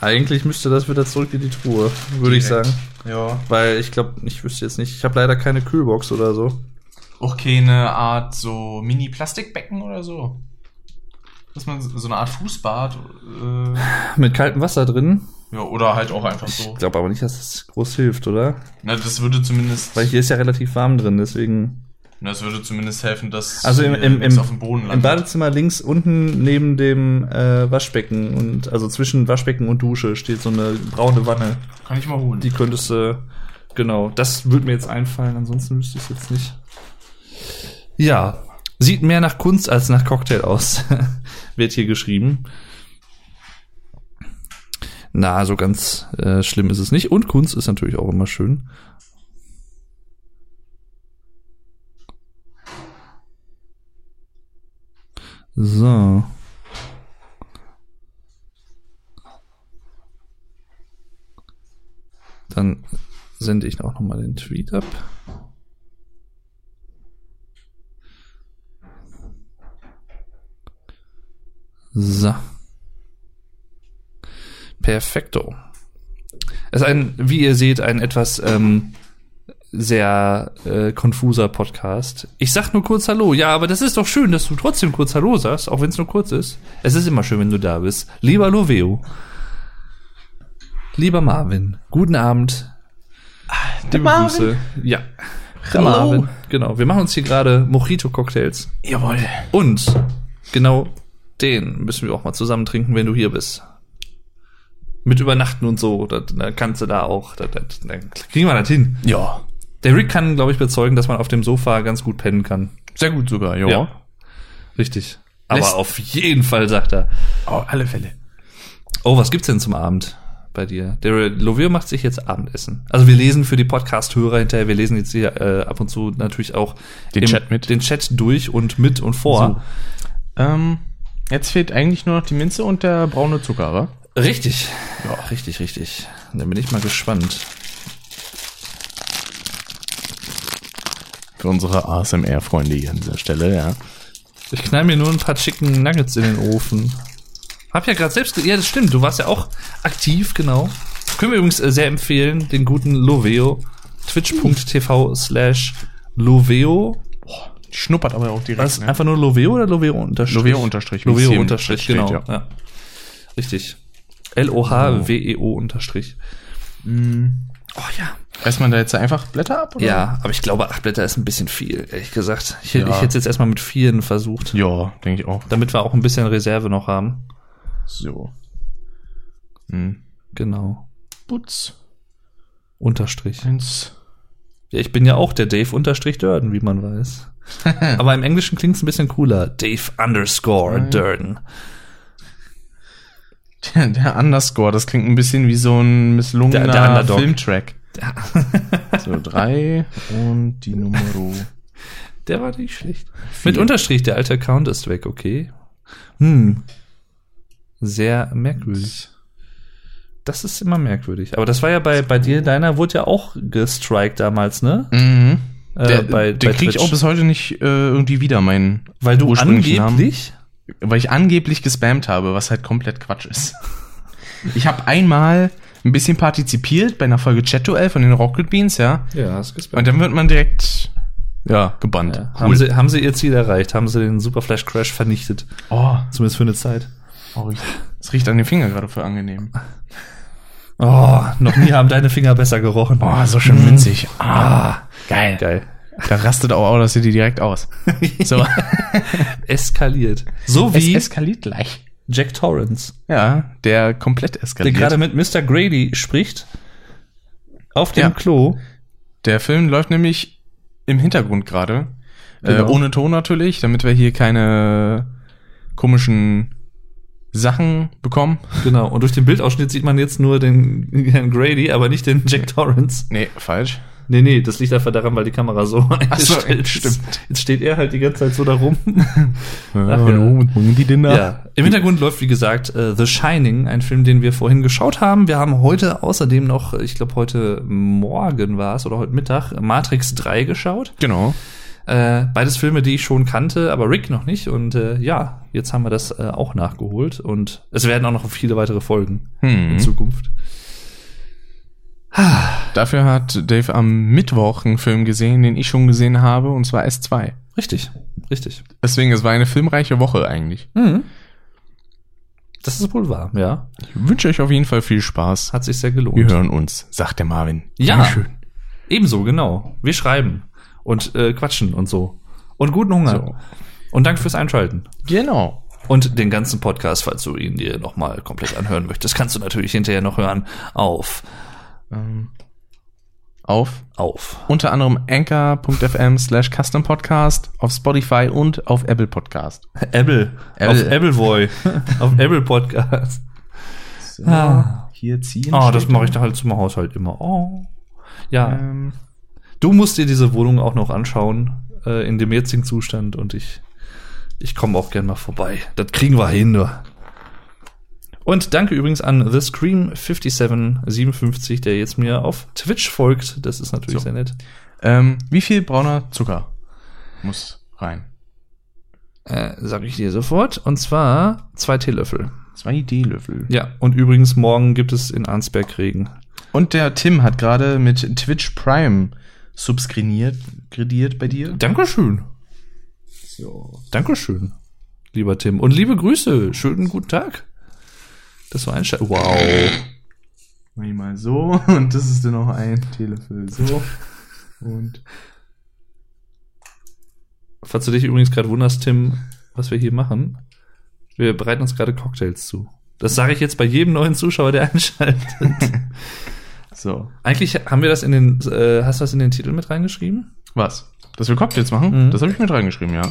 [SPEAKER 2] Eigentlich müsste das wieder zurück in die Truhe, würde ich
[SPEAKER 4] Direkt.
[SPEAKER 2] sagen.
[SPEAKER 1] Ja.
[SPEAKER 2] Weil ich glaube, ich wüsste jetzt nicht, ich habe leider keine Kühlbox oder so.
[SPEAKER 1] Auch keine Art so Mini-Plastikbecken oder so. Dass man so eine Art Fußbad. Äh,
[SPEAKER 2] Mit kaltem Wasser drin.
[SPEAKER 1] ja, oder halt auch einfach
[SPEAKER 2] Ich
[SPEAKER 1] so.
[SPEAKER 2] glaube aber nicht, dass das groß hilft, oder?
[SPEAKER 1] Na, das würde zumindest.
[SPEAKER 2] Weil hier ist ja relativ warm drin, deswegen.
[SPEAKER 1] na, das würde zumindest helfen, dass
[SPEAKER 2] Also im,
[SPEAKER 1] hier
[SPEAKER 2] im,
[SPEAKER 1] nichts
[SPEAKER 2] im,
[SPEAKER 1] auf dem Boden
[SPEAKER 2] im
[SPEAKER 1] landet.
[SPEAKER 2] Badezimmer links unten neben dem äh, Waschbecken und also zwischen Waschbecken und Dusche steht so eine braune Wanne.
[SPEAKER 1] Kann ich mal holen.
[SPEAKER 2] Die könntest du, genau, das würde mir jetzt einfallen, ansonsten wüsste ich es jetzt nicht. Ja, sieht mehr nach Kunst als nach Cocktail aus, wird hier geschrieben. Na, so ganz äh, schlimm ist es nicht. Und Kunst ist natürlich auch immer schön. So. Dann sende ich auch nochmal den Tweet ab. So. Perfekto. Es ist ein, wie ihr seht, ein etwas ähm, sehr äh, konfuser Podcast. Ich sag nur kurz Hallo. Ja, aber das ist doch schön, dass du trotzdem kurz Hallo sagst, auch wenn es nur kurz ist. Es ist immer schön, wenn du da bist. Lieber Loveo. Lieber Marvin, guten Abend. Liebe
[SPEAKER 1] Ah, Marvin.
[SPEAKER 2] Grüße. Ja.
[SPEAKER 1] Hallo.
[SPEAKER 2] Marvin. Genau. Wir machen uns hier gerade Mojito-Cocktails.
[SPEAKER 1] Jawohl.
[SPEAKER 2] Und genau den müssen wir auch mal zusammen trinken, wenn du hier bist. Mit Übernachten und so, da, da kannst du da auch, da, da, da kriegen wir das hin.
[SPEAKER 1] Ja.
[SPEAKER 2] Der Rick kann, glaube ich, bezeugen, dass man auf dem Sofa ganz gut pennen kann.
[SPEAKER 1] Sehr gut sogar, ja.
[SPEAKER 2] Richtig. Aber
[SPEAKER 1] Lässt-
[SPEAKER 2] auf jeden Fall, sagt er.
[SPEAKER 1] Auf alle Fälle.
[SPEAKER 2] Oh, was gibt's denn zum Abend bei dir? Der Lovier macht sich jetzt Abendessen. Also wir lesen für die Podcast-Hörer hinterher, wir lesen jetzt hier äh, ab und zu natürlich auch
[SPEAKER 1] Den Chat mit.
[SPEAKER 2] den Chat durch und mit und vor.
[SPEAKER 1] So. Ähm, jetzt fehlt eigentlich nur noch die Minze und der braune Zucker, wa?
[SPEAKER 2] Richtig. Ja, richtig, richtig. Dann bin ich mal gespannt.
[SPEAKER 5] Für unsere ASMR-Freunde hier an dieser Stelle, ja.
[SPEAKER 2] Ich knall mir nur ein paar Chicken Nuggets in den Ofen. Hab ja gerade selbst. ge- Ja, das stimmt. Du warst ja auch aktiv, genau. Können wir übrigens äh, sehr empfehlen, den guten Loveo. Twitch.tv slash Loveo.
[SPEAKER 1] Die schnuppert aber auch direkt. ne?
[SPEAKER 2] Was? Einfach nur Loveo oder Loveo unterstrich?
[SPEAKER 1] Loveo unterstrich, wie es
[SPEAKER 2] Loveo
[SPEAKER 1] hier im
[SPEAKER 2] unterstrich,
[SPEAKER 1] Chat steht,
[SPEAKER 2] genau.
[SPEAKER 1] ja.
[SPEAKER 2] Ja. Richtig. L-O-H-W-E-O E unterstrich. Oh ja.
[SPEAKER 1] Reißt man da jetzt einfach Blätter ab? Oder?
[SPEAKER 2] Ja, aber ich glaube, acht Blätter ist ein bisschen viel, ehrlich gesagt. Ich, hätte-
[SPEAKER 1] Ja.
[SPEAKER 2] ich hätte es jetzt erstmal mit vieren versucht,
[SPEAKER 1] Ja, denke ich auch.
[SPEAKER 2] damit wir auch ein bisschen Reserve noch haben.
[SPEAKER 1] So. Hm.
[SPEAKER 2] Genau.
[SPEAKER 1] Butz.
[SPEAKER 2] Unterstrich.
[SPEAKER 1] Eins.
[SPEAKER 2] Ja, ich bin ja auch der Dave Unterstrich Durden, wie man weiß. aber im Englischen klingt es ein bisschen cooler. Dave Underscore Durden.
[SPEAKER 1] Der, der Underscore, das klingt ein bisschen wie so ein misslungener
[SPEAKER 2] Der- der Underdog.
[SPEAKER 1] Filmtrack. so, drei und die Numero.
[SPEAKER 2] Der war nicht schlecht. Mit Unterstrich, der alte Account ist weg, okay. Hm. Sehr merkwürdig. Das ist immer merkwürdig. Aber das war ja bei, bei dir, deiner wurde ja auch gestrikt damals, ne?
[SPEAKER 1] Mhm.
[SPEAKER 2] Äh,
[SPEAKER 1] Der,
[SPEAKER 2] bei,
[SPEAKER 1] den
[SPEAKER 2] bei
[SPEAKER 1] krieg ich
[SPEAKER 2] Twitch.
[SPEAKER 1] auch bis heute nicht äh, irgendwie wieder, meinen.
[SPEAKER 2] Weil du
[SPEAKER 1] ursprünglichen Namen.
[SPEAKER 2] angeblich.
[SPEAKER 1] Weil ich angeblich gespammt habe, was halt komplett Quatsch ist. Ich habe einmal ein bisschen partizipiert bei einer Folge Chat Duell von den Rocket Beans, ja.
[SPEAKER 2] Ja, hast
[SPEAKER 1] Und dann wird man direkt ja, gebannt.
[SPEAKER 2] ja. haben, sie, haben sie ihr Ziel erreicht? Haben sie den Superflash Crash vernichtet?
[SPEAKER 1] oh,
[SPEAKER 2] Zumindest für eine Zeit.
[SPEAKER 1] oh, ich- es riecht an den Finger gerade voll angenehm.
[SPEAKER 2] Oh, noch nie haben deine Finger besser gerochen.
[SPEAKER 1] Oh, so schön winzig.
[SPEAKER 2] Ah,
[SPEAKER 1] Geil.
[SPEAKER 2] geil.
[SPEAKER 1] Da rastet auch Outer City direkt aus. So,
[SPEAKER 2] Eskaliert. So
[SPEAKER 1] es
[SPEAKER 2] wie
[SPEAKER 1] eskaliert gleich.
[SPEAKER 2] Jack Torrance.
[SPEAKER 1] Ja, der komplett
[SPEAKER 2] der
[SPEAKER 1] eskaliert.
[SPEAKER 2] gerade mit Mr. Grady spricht. Auf dem
[SPEAKER 1] Ja.
[SPEAKER 2] Klo.
[SPEAKER 1] Der Film läuft nämlich im Hintergrund gerade.
[SPEAKER 2] Genau.
[SPEAKER 1] Äh, ohne Ton natürlich, damit wir hier keine komischen Sachen bekommen.
[SPEAKER 2] Genau. Und durch den Bildausschnitt sieht man jetzt nur den Herrn Grady, aber nicht den Jack Torrance.
[SPEAKER 1] Nee, falsch.
[SPEAKER 2] Nee, nee, das liegt einfach daran, weil die Kamera so
[SPEAKER 1] so,
[SPEAKER 2] eingestellt ist.
[SPEAKER 1] stimmt.
[SPEAKER 2] Jetzt steht er halt die ganze Zeit so da rum.
[SPEAKER 1] Ach,
[SPEAKER 2] ja. genau,
[SPEAKER 1] die denn da?
[SPEAKER 2] Ja. Im Hintergrund läuft, wie gesagt, äh, The Shining, ein Film, den wir vorhin geschaut haben. Wir haben heute außerdem noch, ich glaube heute Morgen war es oder heute Mittag, Matrix 3 geschaut.
[SPEAKER 1] Genau.
[SPEAKER 2] Äh, beides Filme, die ich schon kannte, aber Rick noch nicht. Und äh, ja, jetzt haben wir das äh, auch nachgeholt. Und es werden auch noch viele weitere Folgen in
[SPEAKER 1] Hm.
[SPEAKER 2] Zukunft.
[SPEAKER 1] Dafür hat Dave am Mittwoch einen Film gesehen, den ich schon gesehen habe, und zwar S2.
[SPEAKER 2] Richtig, richtig. Mhm.
[SPEAKER 1] Deswegen, es war eine filmreiche Woche eigentlich.
[SPEAKER 2] Das ist wohl wahr, ja.
[SPEAKER 1] Ich wünsche euch auf jeden Fall viel Spaß.
[SPEAKER 2] Hat sich sehr
[SPEAKER 1] Wir
[SPEAKER 2] gelohnt.
[SPEAKER 1] hören uns, sagt der Marvin.
[SPEAKER 2] Ja.
[SPEAKER 1] Dankeschön.
[SPEAKER 2] Ebenso, genau. Wir schreiben und äh, quatschen und so. Und guten Hunger.
[SPEAKER 1] So.
[SPEAKER 2] Und danke fürs Einschalten.
[SPEAKER 1] Genau.
[SPEAKER 2] Und den ganzen Podcast, falls du ihn dir nochmal komplett anhören möchtest, kannst du natürlich hinterher noch hören. Auf,
[SPEAKER 1] Ähm, auf
[SPEAKER 2] auf.
[SPEAKER 1] unter anderem anchor.fm slash custom podcast auf Spotify und auf Apple Podcast.
[SPEAKER 2] Apple. Auf
[SPEAKER 1] Apple.
[SPEAKER 2] Appleboy. auf Apple Podcast.
[SPEAKER 6] So,
[SPEAKER 2] Ah.
[SPEAKER 6] Hier ziehen.
[SPEAKER 2] Ah, das
[SPEAKER 6] steht
[SPEAKER 2] mache ich da halt zum Haushalt immer. Oh. Ja,
[SPEAKER 1] Ähm,
[SPEAKER 2] du musst dir diese Wohnung auch noch anschauen äh, in dem jetzigen Zustand und ich, ich komme auch gern mal vorbei. Das kriegen wir hin. Du. Und danke übrigens an The Scream 5757, der jetzt mir auf Twitch folgt. Das ist natürlich
[SPEAKER 1] So.
[SPEAKER 2] sehr nett.
[SPEAKER 1] ähm, wie viel brauner Zucker muss rein?
[SPEAKER 2] Äh, sag ich dir sofort. Und zwar zwei Teelöffel.
[SPEAKER 1] Zwei Teelöffel.
[SPEAKER 2] Ja, und übrigens morgen gibt es in Arnsberg Regen.
[SPEAKER 1] Und der Tim hat gerade mit Twitch Prime subskriniert, gradiert bei dir.
[SPEAKER 2] Dankeschön.
[SPEAKER 6] So.
[SPEAKER 2] Dankeschön, lieber Tim. Und liebe Grüße. Schönen guten Tag. Das war ein Sche Wow.
[SPEAKER 1] Mach ich mal so und das ist dann noch ein Teelöffel so und
[SPEAKER 2] Falls du dich übrigens gerade wunderst, Tim, was wir hier machen, wir bereiten uns gerade Cocktails zu. Das sage ich jetzt bei jedem neuen Zuschauer, der einschaltet.
[SPEAKER 1] so.
[SPEAKER 2] Eigentlich haben wir das in den, äh, hast du das in den Titel mit reingeschrieben?
[SPEAKER 1] Was? Dass wir Cocktails machen?
[SPEAKER 2] Mhm.
[SPEAKER 1] Das habe ich mit reingeschrieben, ja.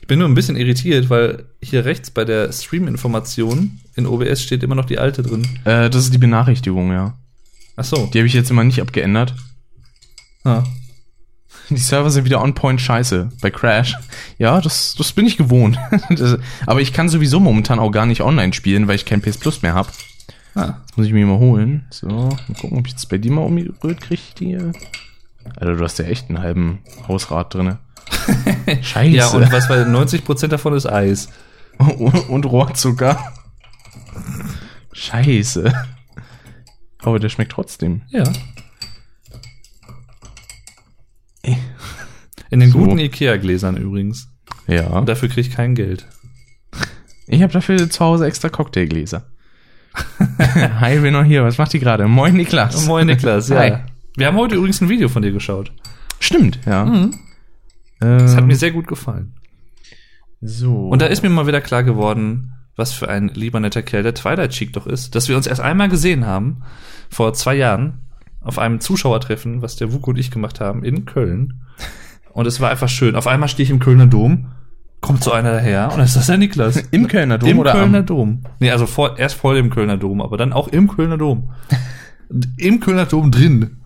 [SPEAKER 2] Ich bin nur ein bisschen irritiert, weil hier rechts bei der Stream-Information in OBS steht immer noch die alte drin.
[SPEAKER 1] Äh, das ist die Benachrichtigung, ja.
[SPEAKER 2] Ach so.
[SPEAKER 1] Die habe ich jetzt immer nicht abgeändert.
[SPEAKER 2] Ah.
[SPEAKER 1] Die Server sind wieder on point scheiße bei Crash. Ja, das, das bin ich gewohnt. das, aber ich kann sowieso momentan auch gar nicht online spielen, weil ich kein PS Plus mehr habe.
[SPEAKER 2] Ah.
[SPEAKER 1] Das muss ich mir mal holen. So, mal gucken, ob ich jetzt bei dir mal umgerührt kriege. Dir. Alter, du hast ja echt einen halben Hausrat drinne. Scheiße.
[SPEAKER 2] Ja, und was war 90% davon ist Eis.
[SPEAKER 1] und, und Rohrzucker. Scheiße. Aber der schmeckt trotzdem.
[SPEAKER 2] Ja. In den
[SPEAKER 1] Eh. So.
[SPEAKER 2] guten Ikea-Gläsern übrigens.
[SPEAKER 1] Ja.
[SPEAKER 2] Und dafür krieg ich kein Geld.
[SPEAKER 1] Ich habe dafür zu Hause extra Cocktailgläser. Hi, bin noch hier. Was macht die gerade? Moin, Niklas.
[SPEAKER 2] Moin, Niklas. Ja.
[SPEAKER 1] Hi.
[SPEAKER 2] Wir haben heute übrigens ein Video von dir geschaut.
[SPEAKER 1] Stimmt, ja.
[SPEAKER 2] Mhm. Das hat
[SPEAKER 1] Ähm,
[SPEAKER 2] mir sehr gut gefallen.
[SPEAKER 1] so.
[SPEAKER 2] Und da ist mir mal wieder klar geworden, was für ein lieber netter Kerl der Twilight Cheek doch ist, dass wir uns erst einmal gesehen haben, vor zwei Jahren, auf einem Zuschauertreffen, was der Wuko und ich gemacht haben, in Köln. Und es war einfach schön. Auf einmal stehe ich im Kölner Dom, kommt so einer daher und dann ist das der Niklas.
[SPEAKER 1] im Kölner Dom
[SPEAKER 2] Im
[SPEAKER 1] oder
[SPEAKER 2] Kölner
[SPEAKER 1] am?
[SPEAKER 2] Dom. Nee, also vor, erst vor dem Kölner Dom, aber dann auch im Kölner Dom. Im Kölner Dom drin.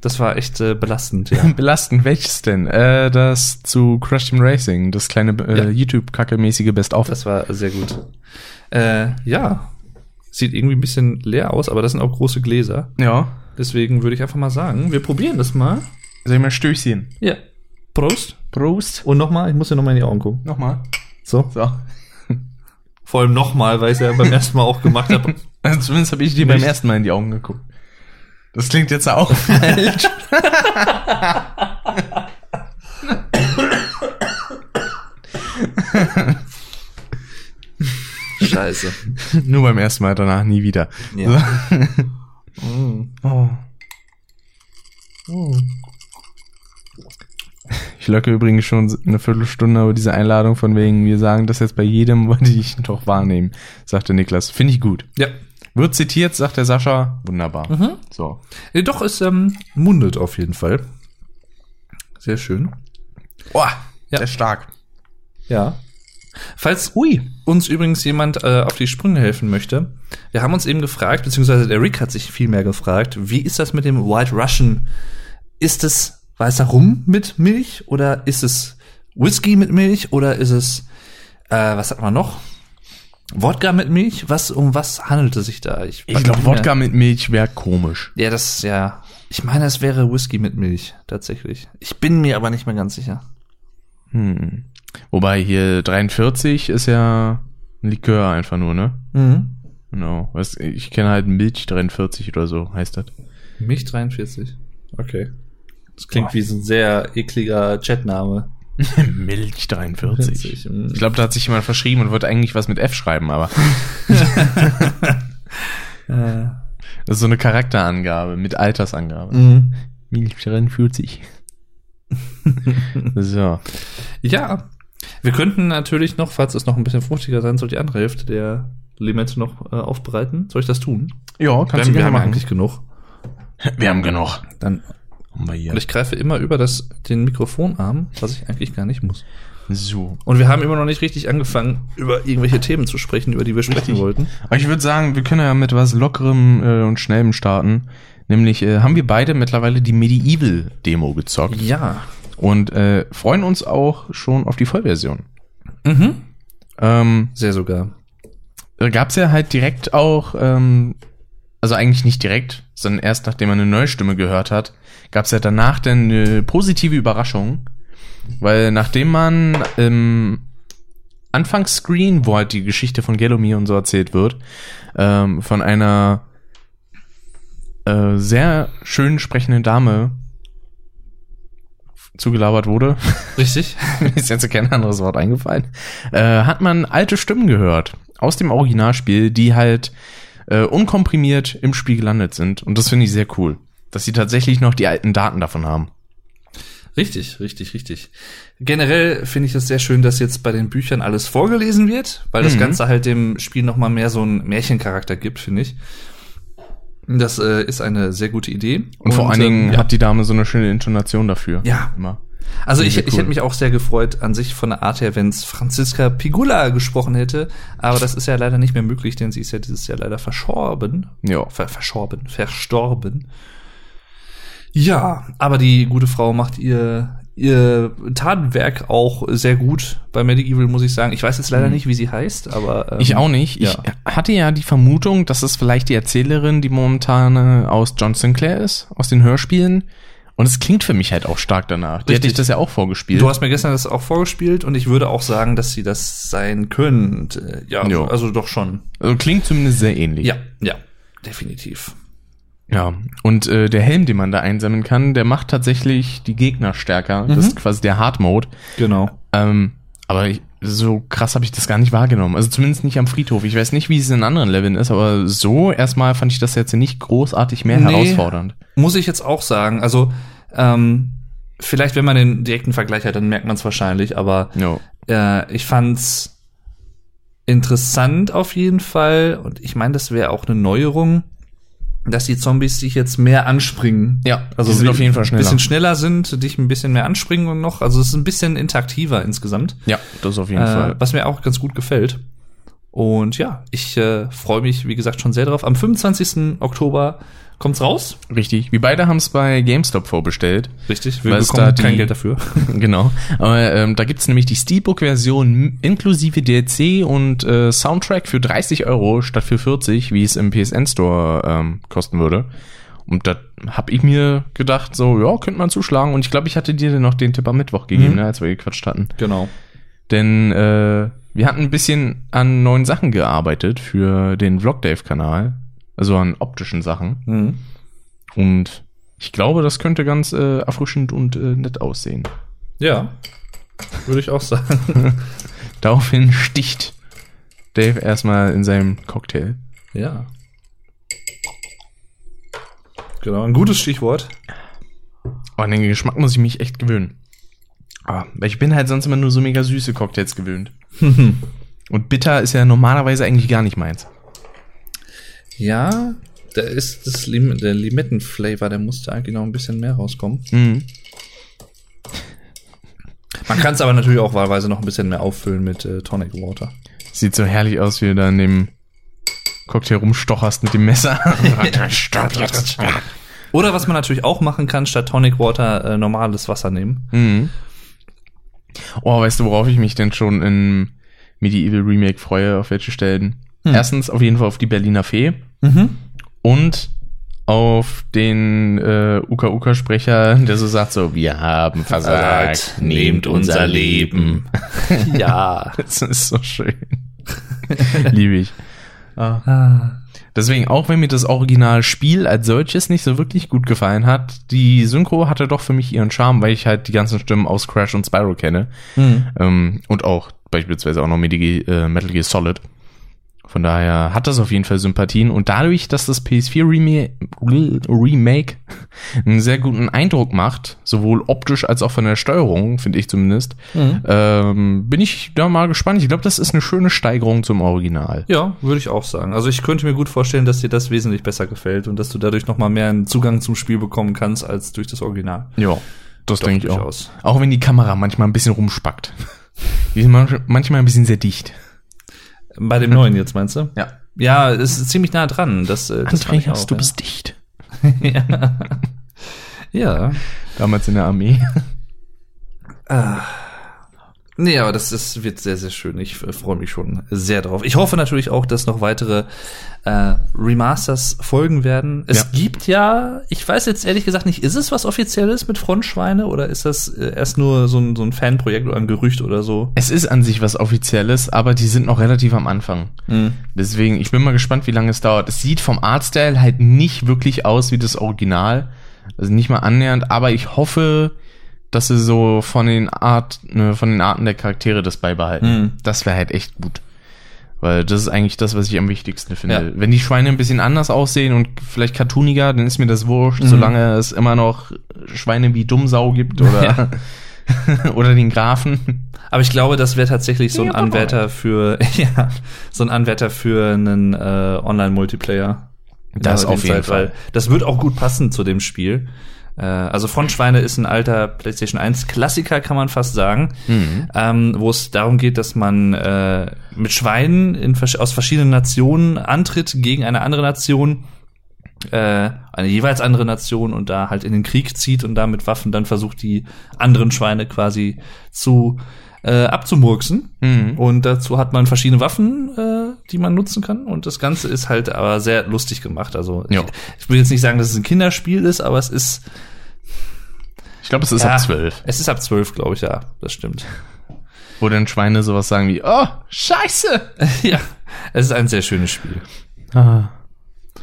[SPEAKER 2] Das war echt äh, belastend, ja.
[SPEAKER 1] Belastend, welches denn? Äh, das zu Crash Team Racing, das kleine äh,
[SPEAKER 2] Ja.
[SPEAKER 1] YouTube-Kacke-mäßige Best-of.
[SPEAKER 2] Das war sehr gut. Äh, ja. Sieht irgendwie ein bisschen leer aus, aber das sind auch große Gläser.
[SPEAKER 1] Ja.
[SPEAKER 2] Deswegen würde ich einfach mal sagen, wir probieren das mal.
[SPEAKER 1] Soll ich mal Stößchen?
[SPEAKER 2] Ja. Prost.
[SPEAKER 1] Prost.
[SPEAKER 2] Und nochmal, ich muss dir nochmal in die Augen gucken.
[SPEAKER 7] Nochmal.
[SPEAKER 2] So.
[SPEAKER 7] So.
[SPEAKER 2] Vor allem nochmal, weil ich es ja beim ersten Mal auch gemacht habe.
[SPEAKER 1] Also zumindest habe ich dir beim ersten Mal in die Augen geguckt.
[SPEAKER 7] Das klingt jetzt auch falsch.
[SPEAKER 2] Scheiße.
[SPEAKER 1] Nur beim ersten Mal, danach nie wieder.
[SPEAKER 2] Ja. Mm.
[SPEAKER 1] Oh. Ich locke übrigens schon eine Viertelstunde über diese Einladung von wegen, wir sagen das jetzt bei jedem, wollte ich doch wahrnehmen, sagte Niklas. Finde ich gut.
[SPEAKER 2] ja.
[SPEAKER 1] Wird zitiert, sagt der Sascha. Wunderbar. So.
[SPEAKER 2] Äh, Doch, es ähm, mundet auf jeden Fall. Sehr schön.
[SPEAKER 1] Boah,
[SPEAKER 2] Ja.
[SPEAKER 1] sehr stark.
[SPEAKER 2] Ja. Falls uns übrigens jemand äh, auf die Sprünge helfen möchte, wir haben uns eben gefragt, beziehungsweise der Rick hat sich viel mehr gefragt, wie ist das mit dem White Russian? Ist es weißer Rum mit Milch oder ist es Whisky mit Milch oder ist es, äh, was hat man noch? Wodka mit Milch? Was, um was handelte sich da?
[SPEAKER 1] Ich glaube, Wodka mit Milch wäre komisch.
[SPEAKER 2] Ja, das, ja. Ich meine, es wäre Whisky mit Milch, tatsächlich. Ich bin mir aber nicht mehr ganz sicher.
[SPEAKER 1] Hm. Wobei hier 43 ist ja ein Likör einfach nur, ne?
[SPEAKER 2] Mhm.
[SPEAKER 1] Genau. Weißt, ich kenne halt Milch 43 oder so, heißt das.
[SPEAKER 2] Mich 43. Okay. Das klingt wie so ein sehr ekliger Chatname.
[SPEAKER 1] Milch 43.
[SPEAKER 2] 40, mm.
[SPEAKER 1] Ich glaube, da hat sich jemand verschrieben und wollte eigentlich was mit F schreiben, aber
[SPEAKER 2] Äh,
[SPEAKER 1] das ist so eine Charakterangabe mit Altersangabe.
[SPEAKER 2] mhm.
[SPEAKER 1] Milch 43. so.
[SPEAKER 2] Ja. Wir könnten natürlich noch, falls es noch ein bisschen fruchtiger sein soll, die andere Hälfte der Limette noch äh, aufbereiten. Soll ich das tun?
[SPEAKER 1] Ja,
[SPEAKER 2] Dann- wir haben eigentlich genug.
[SPEAKER 1] Wir haben genug.
[SPEAKER 2] Dann,
[SPEAKER 1] Haben wir
[SPEAKER 2] Und
[SPEAKER 1] hier.
[SPEAKER 2] ich greife immer über das, den Mikrofonarm, was ich eigentlich gar nicht muss.
[SPEAKER 1] So.
[SPEAKER 2] Und wir haben immer noch nicht richtig angefangen, über irgendwelche Themen zu sprechen, über die wir sprechen wollten.
[SPEAKER 1] Aber ich würde sagen, wir können ja mit was Lockerem äh, und Schnellem starten. Nämlich äh, haben wir beide mittlerweile die Medieval-Demo gezockt
[SPEAKER 2] Ja.
[SPEAKER 1] und äh, freuen uns auch schon auf die Vollversion.
[SPEAKER 2] Mhm.
[SPEAKER 1] Ähm,
[SPEAKER 2] Sehr sogar.
[SPEAKER 1] da gab's ja halt direkt auch, ähm, also eigentlich nicht direkt, sondern erst nachdem man eine neue Stimme gehört hat, gab's ja danach dann eine positive Überraschung, weil nachdem man im Anfangsscreen, wo halt die Geschichte von Gelomir und so erzählt wird, ähm, von einer äh, sehr schön sprechenden Dame zugelabert wurde,
[SPEAKER 2] Richtig?
[SPEAKER 1] mir ist jetzt kein anderes Wort eingefallen, äh, hat man alte Stimmen gehört aus dem Originalspiel, die halt äh, unkomprimiert im Spiel gelandet sind. Und das finde ich sehr cool, dass sie tatsächlich noch die alten Daten davon haben.
[SPEAKER 2] Richtig, richtig, richtig. Generell finde ich es sehr schön, dass jetzt bei den Büchern alles vorgelesen wird, weil das
[SPEAKER 1] Mhm.
[SPEAKER 2] Ganze halt dem Spiel nochmal mehr so einen Märchencharakter gibt, finde ich. Das äh, ist eine sehr gute Idee.
[SPEAKER 1] Und, vor allen
[SPEAKER 2] ähm,
[SPEAKER 1] Dingen
[SPEAKER 2] ja.
[SPEAKER 1] hat die Dame so eine schöne Intonation dafür.
[SPEAKER 2] Ja.
[SPEAKER 1] Immer.
[SPEAKER 2] Also ich,
[SPEAKER 1] sehr
[SPEAKER 2] ich
[SPEAKER 1] cool.
[SPEAKER 2] hätte mich auch sehr gefreut an sich von der Art her, wenn es Franziska Pigula gesprochen hätte, aber das ist ja leider nicht mehr möglich, denn sie ist ja dieses Jahr leider verschorben.
[SPEAKER 1] Ja.
[SPEAKER 2] Ver verschorben, verstorben. Ja, aber die gute Frau macht ihr, ihr Tatenwerk auch sehr gut bei Medieval, muss ich sagen. Ich weiß jetzt leider nicht, wie sie heißt, aber. ähm,
[SPEAKER 1] Mhm. Ich auch nicht. Ich
[SPEAKER 2] ja.
[SPEAKER 1] hatte ja die Vermutung, dass es vielleicht die Erzählerin, die momentane aus John Sinclair ist, aus den Hörspielen. Und es klingt für mich halt auch stark danach. Die hätte
[SPEAKER 2] Richtig.
[SPEAKER 1] ich das ja auch vorgespielt.
[SPEAKER 2] Du hast mir gestern das auch vorgespielt und ich würde auch sagen, dass sie das sein könnte. Ja,
[SPEAKER 1] Jo.
[SPEAKER 2] also doch schon.
[SPEAKER 1] also klingt zumindest sehr ähnlich.
[SPEAKER 2] Ja, ja, definitiv.
[SPEAKER 1] Ja, und äh, der Helm, den man da einsammeln
[SPEAKER 2] Mhm.
[SPEAKER 1] kann, der macht tatsächlich die Gegner stärker. Das ist quasi der Hard Mode.
[SPEAKER 2] Genau.
[SPEAKER 1] Ähm, Aber ich, so krass habe ich das gar nicht wahrgenommen. Also zumindest nicht am Friedhof. Ich weiß nicht, wie es in anderen Leveln ist, aber so erstmal fand ich das jetzt nicht großartig mehr
[SPEAKER 2] Nee.
[SPEAKER 1] herausfordernd.
[SPEAKER 2] Muss ich jetzt auch sagen. Also, ähm, vielleicht, wenn man den direkten Vergleich hat, dann merkt man es wahrscheinlich, aber
[SPEAKER 1] No.
[SPEAKER 2] äh, ich fand's interessant auf jeden Fall. Und ich meine, das wäre auch eine Neuerung, dass die Zombies sich jetzt mehr anspringen.
[SPEAKER 1] Ja, also die sind
[SPEAKER 2] wie-
[SPEAKER 1] auf jeden Fall schneller.
[SPEAKER 2] bisschen schneller sind, dich ein bisschen mehr anspringen noch. Also es ist ein bisschen interaktiver insgesamt.
[SPEAKER 1] ja, das auf jeden
[SPEAKER 2] Äh,
[SPEAKER 1] Fall.
[SPEAKER 2] was mir auch ganz gut gefällt. Und ja, ich äh, freue mich, wie gesagt, schon sehr drauf. Am 25. Oktober kommt's raus.
[SPEAKER 1] Richtig. Wir beide haben es bei GameStop vorbestellt.
[SPEAKER 2] Richtig, wir
[SPEAKER 1] Weil es
[SPEAKER 2] bekommen
[SPEAKER 1] da die-
[SPEAKER 2] kein Geld dafür.
[SPEAKER 1] genau. Aber ähm, da gibt's nämlich die Steelbook-Version m- inklusive DLC und äh, Soundtrack für 30 Euro statt für 40, wie es im PSN-Store ähm, kosten würde. Und da hab ich mir gedacht, so, ja, könnte man zuschlagen. Und ich glaube, ich hatte dir dann noch den Tipp am Mittwoch gegeben, ne, als wir gequatscht hatten.
[SPEAKER 2] Genau.
[SPEAKER 1] Denn äh, wir hatten ein bisschen an neuen Sachen gearbeitet für den Vlogdave-Kanal. Also an optischen Sachen.
[SPEAKER 2] Mhm.
[SPEAKER 1] Und ich glaube, das könnte ganz äh, erfrischend und äh, nett aussehen.
[SPEAKER 2] Ja, würde ich auch sagen.
[SPEAKER 1] Daraufhin sticht Dave erstmal in seinem Cocktail.
[SPEAKER 2] Ja. Genau, ein gutes Stichwort.
[SPEAKER 1] Oh, an den Geschmack muss ich mich echt gewöhnen. Ah, weil ich bin halt sonst immer nur so mega süße Cocktails gewöhnt. Und bitter ist ja normalerweise eigentlich gar nicht meins.
[SPEAKER 2] Ja, da ist das Lim der Limettenflavor, der musste eigentlich noch ein bisschen mehr rauskommen.
[SPEAKER 1] Mhm.
[SPEAKER 2] Man kann es aber natürlich auch wahlweise noch ein bisschen mehr auffüllen mit äh, Tonic Water.
[SPEAKER 1] Sieht so herrlich aus, wie du da in dem Cocktail rumstocherst mit dem Messer. Stopp jetzt.
[SPEAKER 2] Oder was man natürlich auch machen kann, statt Tonic Water äh, normales Wasser nehmen.
[SPEAKER 1] Mhm. Oh, weißt du, worauf ich mich denn schon im Medieval Remake freue, auf welche Stellen?
[SPEAKER 2] Hm.
[SPEAKER 1] Erstens auf jeden Fall auf die Berliner Fee
[SPEAKER 2] Mhm.
[SPEAKER 1] und auf den äh, Uka-Uka-Sprecher, der so sagt so, wir haben versagt, nehmt unser Leben.
[SPEAKER 2] ja.
[SPEAKER 1] Das ist so schön. Liebe ich.
[SPEAKER 2] Ah.
[SPEAKER 1] Deswegen, auch wenn mir das Originalspiel als solches nicht so wirklich gut gefallen hat, die Synchro hatte doch für mich ihren Charme, weil ich halt die ganzen Stimmen aus Crash und Spyro kenne.
[SPEAKER 2] Hm.
[SPEAKER 1] Ähm, und auch beispielsweise auch noch Metal Gear, äh, Metal Gear Solid. Von daher hat das auf jeden Fall Sympathien. Und dadurch, dass das PS4 Remake, Remake einen sehr guten Eindruck macht, sowohl optisch als auch von der Steuerung, finde ich zumindest, ähm, bin ich da mal gespannt. Ich glaube, das ist eine schöne Steigerung zum Original.
[SPEAKER 2] Ja, würde ich auch sagen. Also ich könnte mir gut vorstellen, dass dir das wesentlich besser gefällt und dass du dadurch noch mal mehr einen Zugang zum Spiel bekommen kannst als durch das Original.
[SPEAKER 1] Ja, das
[SPEAKER 2] Doch,
[SPEAKER 1] denke ich auch.
[SPEAKER 2] durchaus.
[SPEAKER 1] Auch wenn die Kamera manchmal ein bisschen rumspackt. Die ist manch- manchmal ein bisschen sehr dicht.
[SPEAKER 2] Bei dem neuen jetzt meinst du?
[SPEAKER 1] Ja.
[SPEAKER 2] Ja, es ist ziemlich nah dran. Das, äh, das fand ich
[SPEAKER 1] Andreas,
[SPEAKER 2] auch,
[SPEAKER 1] du
[SPEAKER 2] ja.
[SPEAKER 1] bist dicht.
[SPEAKER 2] ja. ja.
[SPEAKER 1] Damals in der Armee.
[SPEAKER 2] Nee, aber das ist, wird sehr, sehr schön. Ich äh, freue mich schon sehr drauf. Ich hoffe natürlich auch, dass noch weitere äh, Remasters folgen werden. Es
[SPEAKER 1] Ja.
[SPEAKER 2] gibt ja, ich weiß jetzt ehrlich gesagt nicht, ist es was Offizielles mit Frontschweine oder ist das äh, erst nur so ein, so ein Fanprojekt oder ein Gerücht oder so?
[SPEAKER 1] Es ist an sich was Offizielles, aber die sind noch relativ am Anfang.
[SPEAKER 2] Hm.
[SPEAKER 1] Deswegen, ich bin mal gespannt, wie lange es dauert. Es sieht vom Artstyle halt nicht wirklich aus wie das Original. Also nicht mal annähernd, aber ich hoffe, dass sie so von den Art, ne, von den Arten der Charaktere das beibehalten.
[SPEAKER 2] Mhm.
[SPEAKER 1] Das wäre halt echt gut. Weil das ist eigentlich das, was ich am wichtigsten finde.
[SPEAKER 2] Ja.
[SPEAKER 1] Wenn die Schweine ein bisschen anders aussehen und vielleicht cartooniger, dann ist mir das wurscht,
[SPEAKER 2] Mhm.
[SPEAKER 1] solange es immer noch Schweine wie Dummsau gibt oder, oder den Grafen.
[SPEAKER 2] Aber ich glaube, das wäre tatsächlich so ein Anwärter für, ja, so ein Anwärter für einen äh, Online-Multiplayer.
[SPEAKER 1] Das
[SPEAKER 2] Genau,
[SPEAKER 1] auf
[SPEAKER 2] die
[SPEAKER 1] jeden Fall.
[SPEAKER 2] das wird auch gut passen zu dem Spiel. Äh, also Frontschweine ist ein alter PlayStation 1 Klassiker, kann man fast sagen,
[SPEAKER 1] Hm.
[SPEAKER 2] ähm, wo es darum geht, dass man äh, mit Schweinen in, versch- aus verschiedenen Nationen antritt gegen eine andere Nation äh, eine jeweils andere Nation und da halt in den Krieg zieht und da mit Waffen dann versucht, die anderen Schweine quasi zu äh, abzumurksen.
[SPEAKER 1] Mhm.
[SPEAKER 2] Und dazu hat man verschiedene Waffen, äh, die man nutzen kann. Und das Ganze ist halt aber sehr lustig gemacht. Also
[SPEAKER 1] Ja.
[SPEAKER 2] ich, ich will jetzt nicht sagen, dass es ein Kinderspiel ist, aber es ist.
[SPEAKER 1] Ich glaube, es ist
[SPEAKER 2] ja,
[SPEAKER 1] ab zwölf.
[SPEAKER 2] Es ist ab zwölf, glaube ich, ja. Das stimmt.
[SPEAKER 1] Wo dann Schweine sowas sagen wie, oh, scheiße.
[SPEAKER 2] ja, es ist ein sehr schönes Spiel.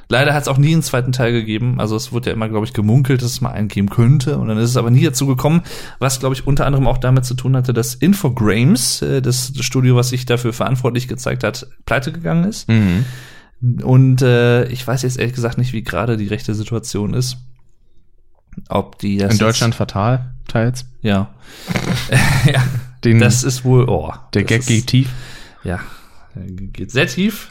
[SPEAKER 2] Leider hat es auch nie einen zweiten Teil gegeben. Also es wurde ja immer, glaube ich, gemunkelt, dass es mal einen geben könnte. Und dann ist es aber nie dazu gekommen, was, glaube ich, unter anderem auch damit zu tun hatte, dass Infogrames, äh, das Studio, was sich dafür verantwortlich gezeigt hat, pleite gegangen ist.
[SPEAKER 1] Mhm.
[SPEAKER 2] Und äh, ich weiß jetzt ehrlich gesagt nicht, wie gerade die rechte Situation ist. Ob die das
[SPEAKER 1] In
[SPEAKER 2] jetzt-
[SPEAKER 1] Deutschland fatal, teils.
[SPEAKER 2] ja. ja.
[SPEAKER 1] Den,
[SPEAKER 2] Das ist wohl, oh.
[SPEAKER 1] Hm. der
[SPEAKER 2] das
[SPEAKER 1] Gag
[SPEAKER 2] ist-
[SPEAKER 1] geht tief.
[SPEAKER 2] Ja, äh, geht sehr tief.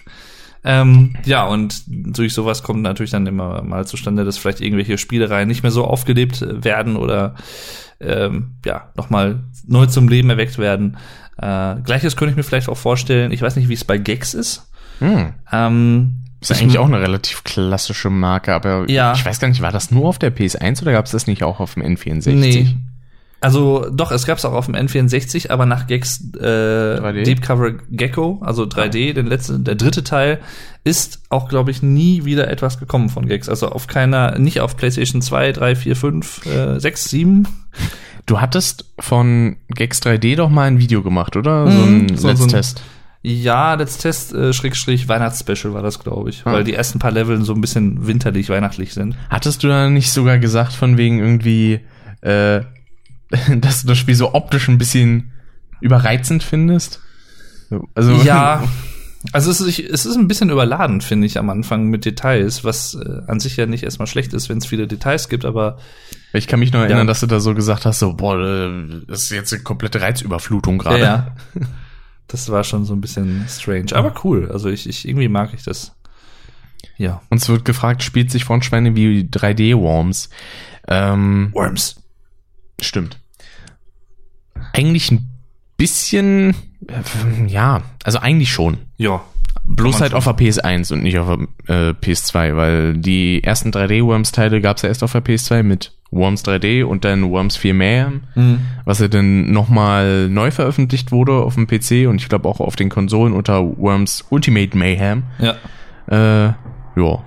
[SPEAKER 2] Ähm, ja, und durch sowas kommt natürlich dann immer mal zustande, dass vielleicht irgendwelche Spielereien nicht mehr so aufgelebt äh, werden oder ähm, ja, nochmal neu zum Leben erweckt werden. Äh, Gleiches könnte ich mir vielleicht auch vorstellen. Ich weiß nicht, wie es bei Gags ist.
[SPEAKER 1] Hm.
[SPEAKER 2] Ähm,
[SPEAKER 1] Ist ja
[SPEAKER 2] ich-
[SPEAKER 1] eigentlich auch eine relativ klassische Marke, aber
[SPEAKER 2] Ja.
[SPEAKER 1] ich weiß gar nicht, war das nur auf der PS1 oder gab es das nicht auch auf dem N64?
[SPEAKER 2] Nee. Also doch, es gab's auch auf dem N64, aber nach Gags äh,
[SPEAKER 1] 3D?
[SPEAKER 2] Deep Cover Gecko, also
[SPEAKER 1] Ah.
[SPEAKER 2] 3D, den letzten, der dritte Teil, ist auch, glaube ich, nie wieder etwas gekommen von Gags. Also auf keiner, nicht auf PlayStation 2, 3, 4, 5, äh, 6, 7.
[SPEAKER 1] Du hattest von Gags 3D doch mal ein Video gemacht, oder?
[SPEAKER 2] Mhm,
[SPEAKER 1] so
[SPEAKER 2] so-
[SPEAKER 1] ein
[SPEAKER 2] so ein-
[SPEAKER 1] Letztest.
[SPEAKER 2] Ja, Letztest, äh, Schrägstrich, Weihnachtsspecial war das, glaube ich.
[SPEAKER 1] Ah.
[SPEAKER 2] Weil die ersten paar Leveln so ein bisschen winterlich, weihnachtlich sind.
[SPEAKER 1] Hattest du da nicht sogar gesagt, von wegen irgendwie, äh, dass du das Spiel so optisch ein bisschen überreizend findest? So, Also,
[SPEAKER 2] Ja. Also es ist, es ist ein bisschen überladen, finde ich, am Anfang mit Details, was äh, an sich ja nicht erstmal schlecht ist, wenn es viele Details gibt, aber
[SPEAKER 1] Ich kann mich noch erinnern,
[SPEAKER 2] Ja.
[SPEAKER 1] dass du da so gesagt hast, so, boah, äh, das ist jetzt eine komplette Reizüberflutung gerade.
[SPEAKER 2] Ja, ja. Das war schon so ein bisschen strange, aber cool. Also ich, ich irgendwie mag ich das. Ja.
[SPEAKER 1] Uns wird gefragt, spielt sich Frontschweine wie 3D-Worms? Ähm,
[SPEAKER 2] Worms.
[SPEAKER 1] Stimmt. Eigentlich ein bisschen, äh, ja, also eigentlich schon.
[SPEAKER 2] Ja.
[SPEAKER 1] Bloß
[SPEAKER 2] man
[SPEAKER 1] halt
[SPEAKER 2] schon.
[SPEAKER 1] auf der PS1 und nicht auf der äh, PS2, weil die ersten 3D-Worms-Teile gab es ja erst auf der PS2 mit Worms 3D und dann Worms 4 mehr,
[SPEAKER 2] Mhm.
[SPEAKER 1] was ja dann nochmal neu veröffentlicht wurde auf dem PC und ich glaube auch auf den Konsolen unter Worms Ultimate Mayhem.
[SPEAKER 2] Ja.
[SPEAKER 1] Äh, ja,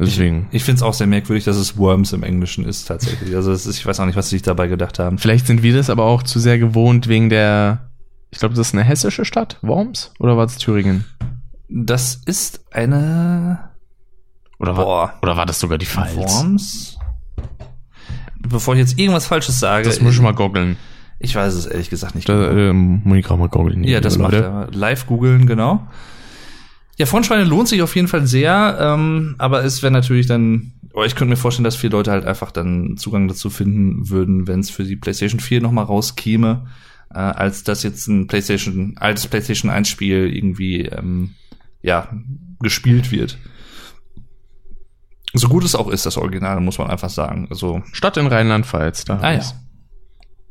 [SPEAKER 1] deswegen.
[SPEAKER 2] Ich finde es auch sehr merkwürdig, dass es Worms im Englischen ist tatsächlich. Also es ist, ich weiß auch nicht, was sie sich dabei gedacht haben.
[SPEAKER 1] Vielleicht sind wir das aber auch zu sehr gewohnt wegen der, ich glaube, das ist eine hessische Stadt, Worms? Oder war es Thüringen?
[SPEAKER 2] Das ist eine
[SPEAKER 1] Oder war,
[SPEAKER 2] Boah.
[SPEAKER 1] oder war das sogar die Pfalz?
[SPEAKER 2] Worms. Bevor ich jetzt irgendwas Falsches sage,
[SPEAKER 1] Das muss ich mal goggeln.
[SPEAKER 2] ich weiß es ehrlich gesagt nicht.
[SPEAKER 1] Da, ähm, muss ich gerade mal goggeln.
[SPEAKER 2] Ja,
[SPEAKER 1] liebe
[SPEAKER 2] das macht er. Live googeln, genau. Ja, Frontschweine lohnt sich auf jeden Fall sehr, ähm, aber es wäre natürlich dann, aber ich könnte mir vorstellen, dass viele Leute halt einfach dann Zugang dazu finden würden, wenn es für die PlayStation 4 nochmal rauskäme, äh, als dass jetzt ein PlayStation, altes PlayStation 1 Spiel irgendwie, ähm, ja, gespielt wird. So gut es auch ist, das Original, muss man einfach sagen. Also,
[SPEAKER 1] Stadt in Rheinland-Pfalz. Da
[SPEAKER 2] ah ja.
[SPEAKER 1] ist-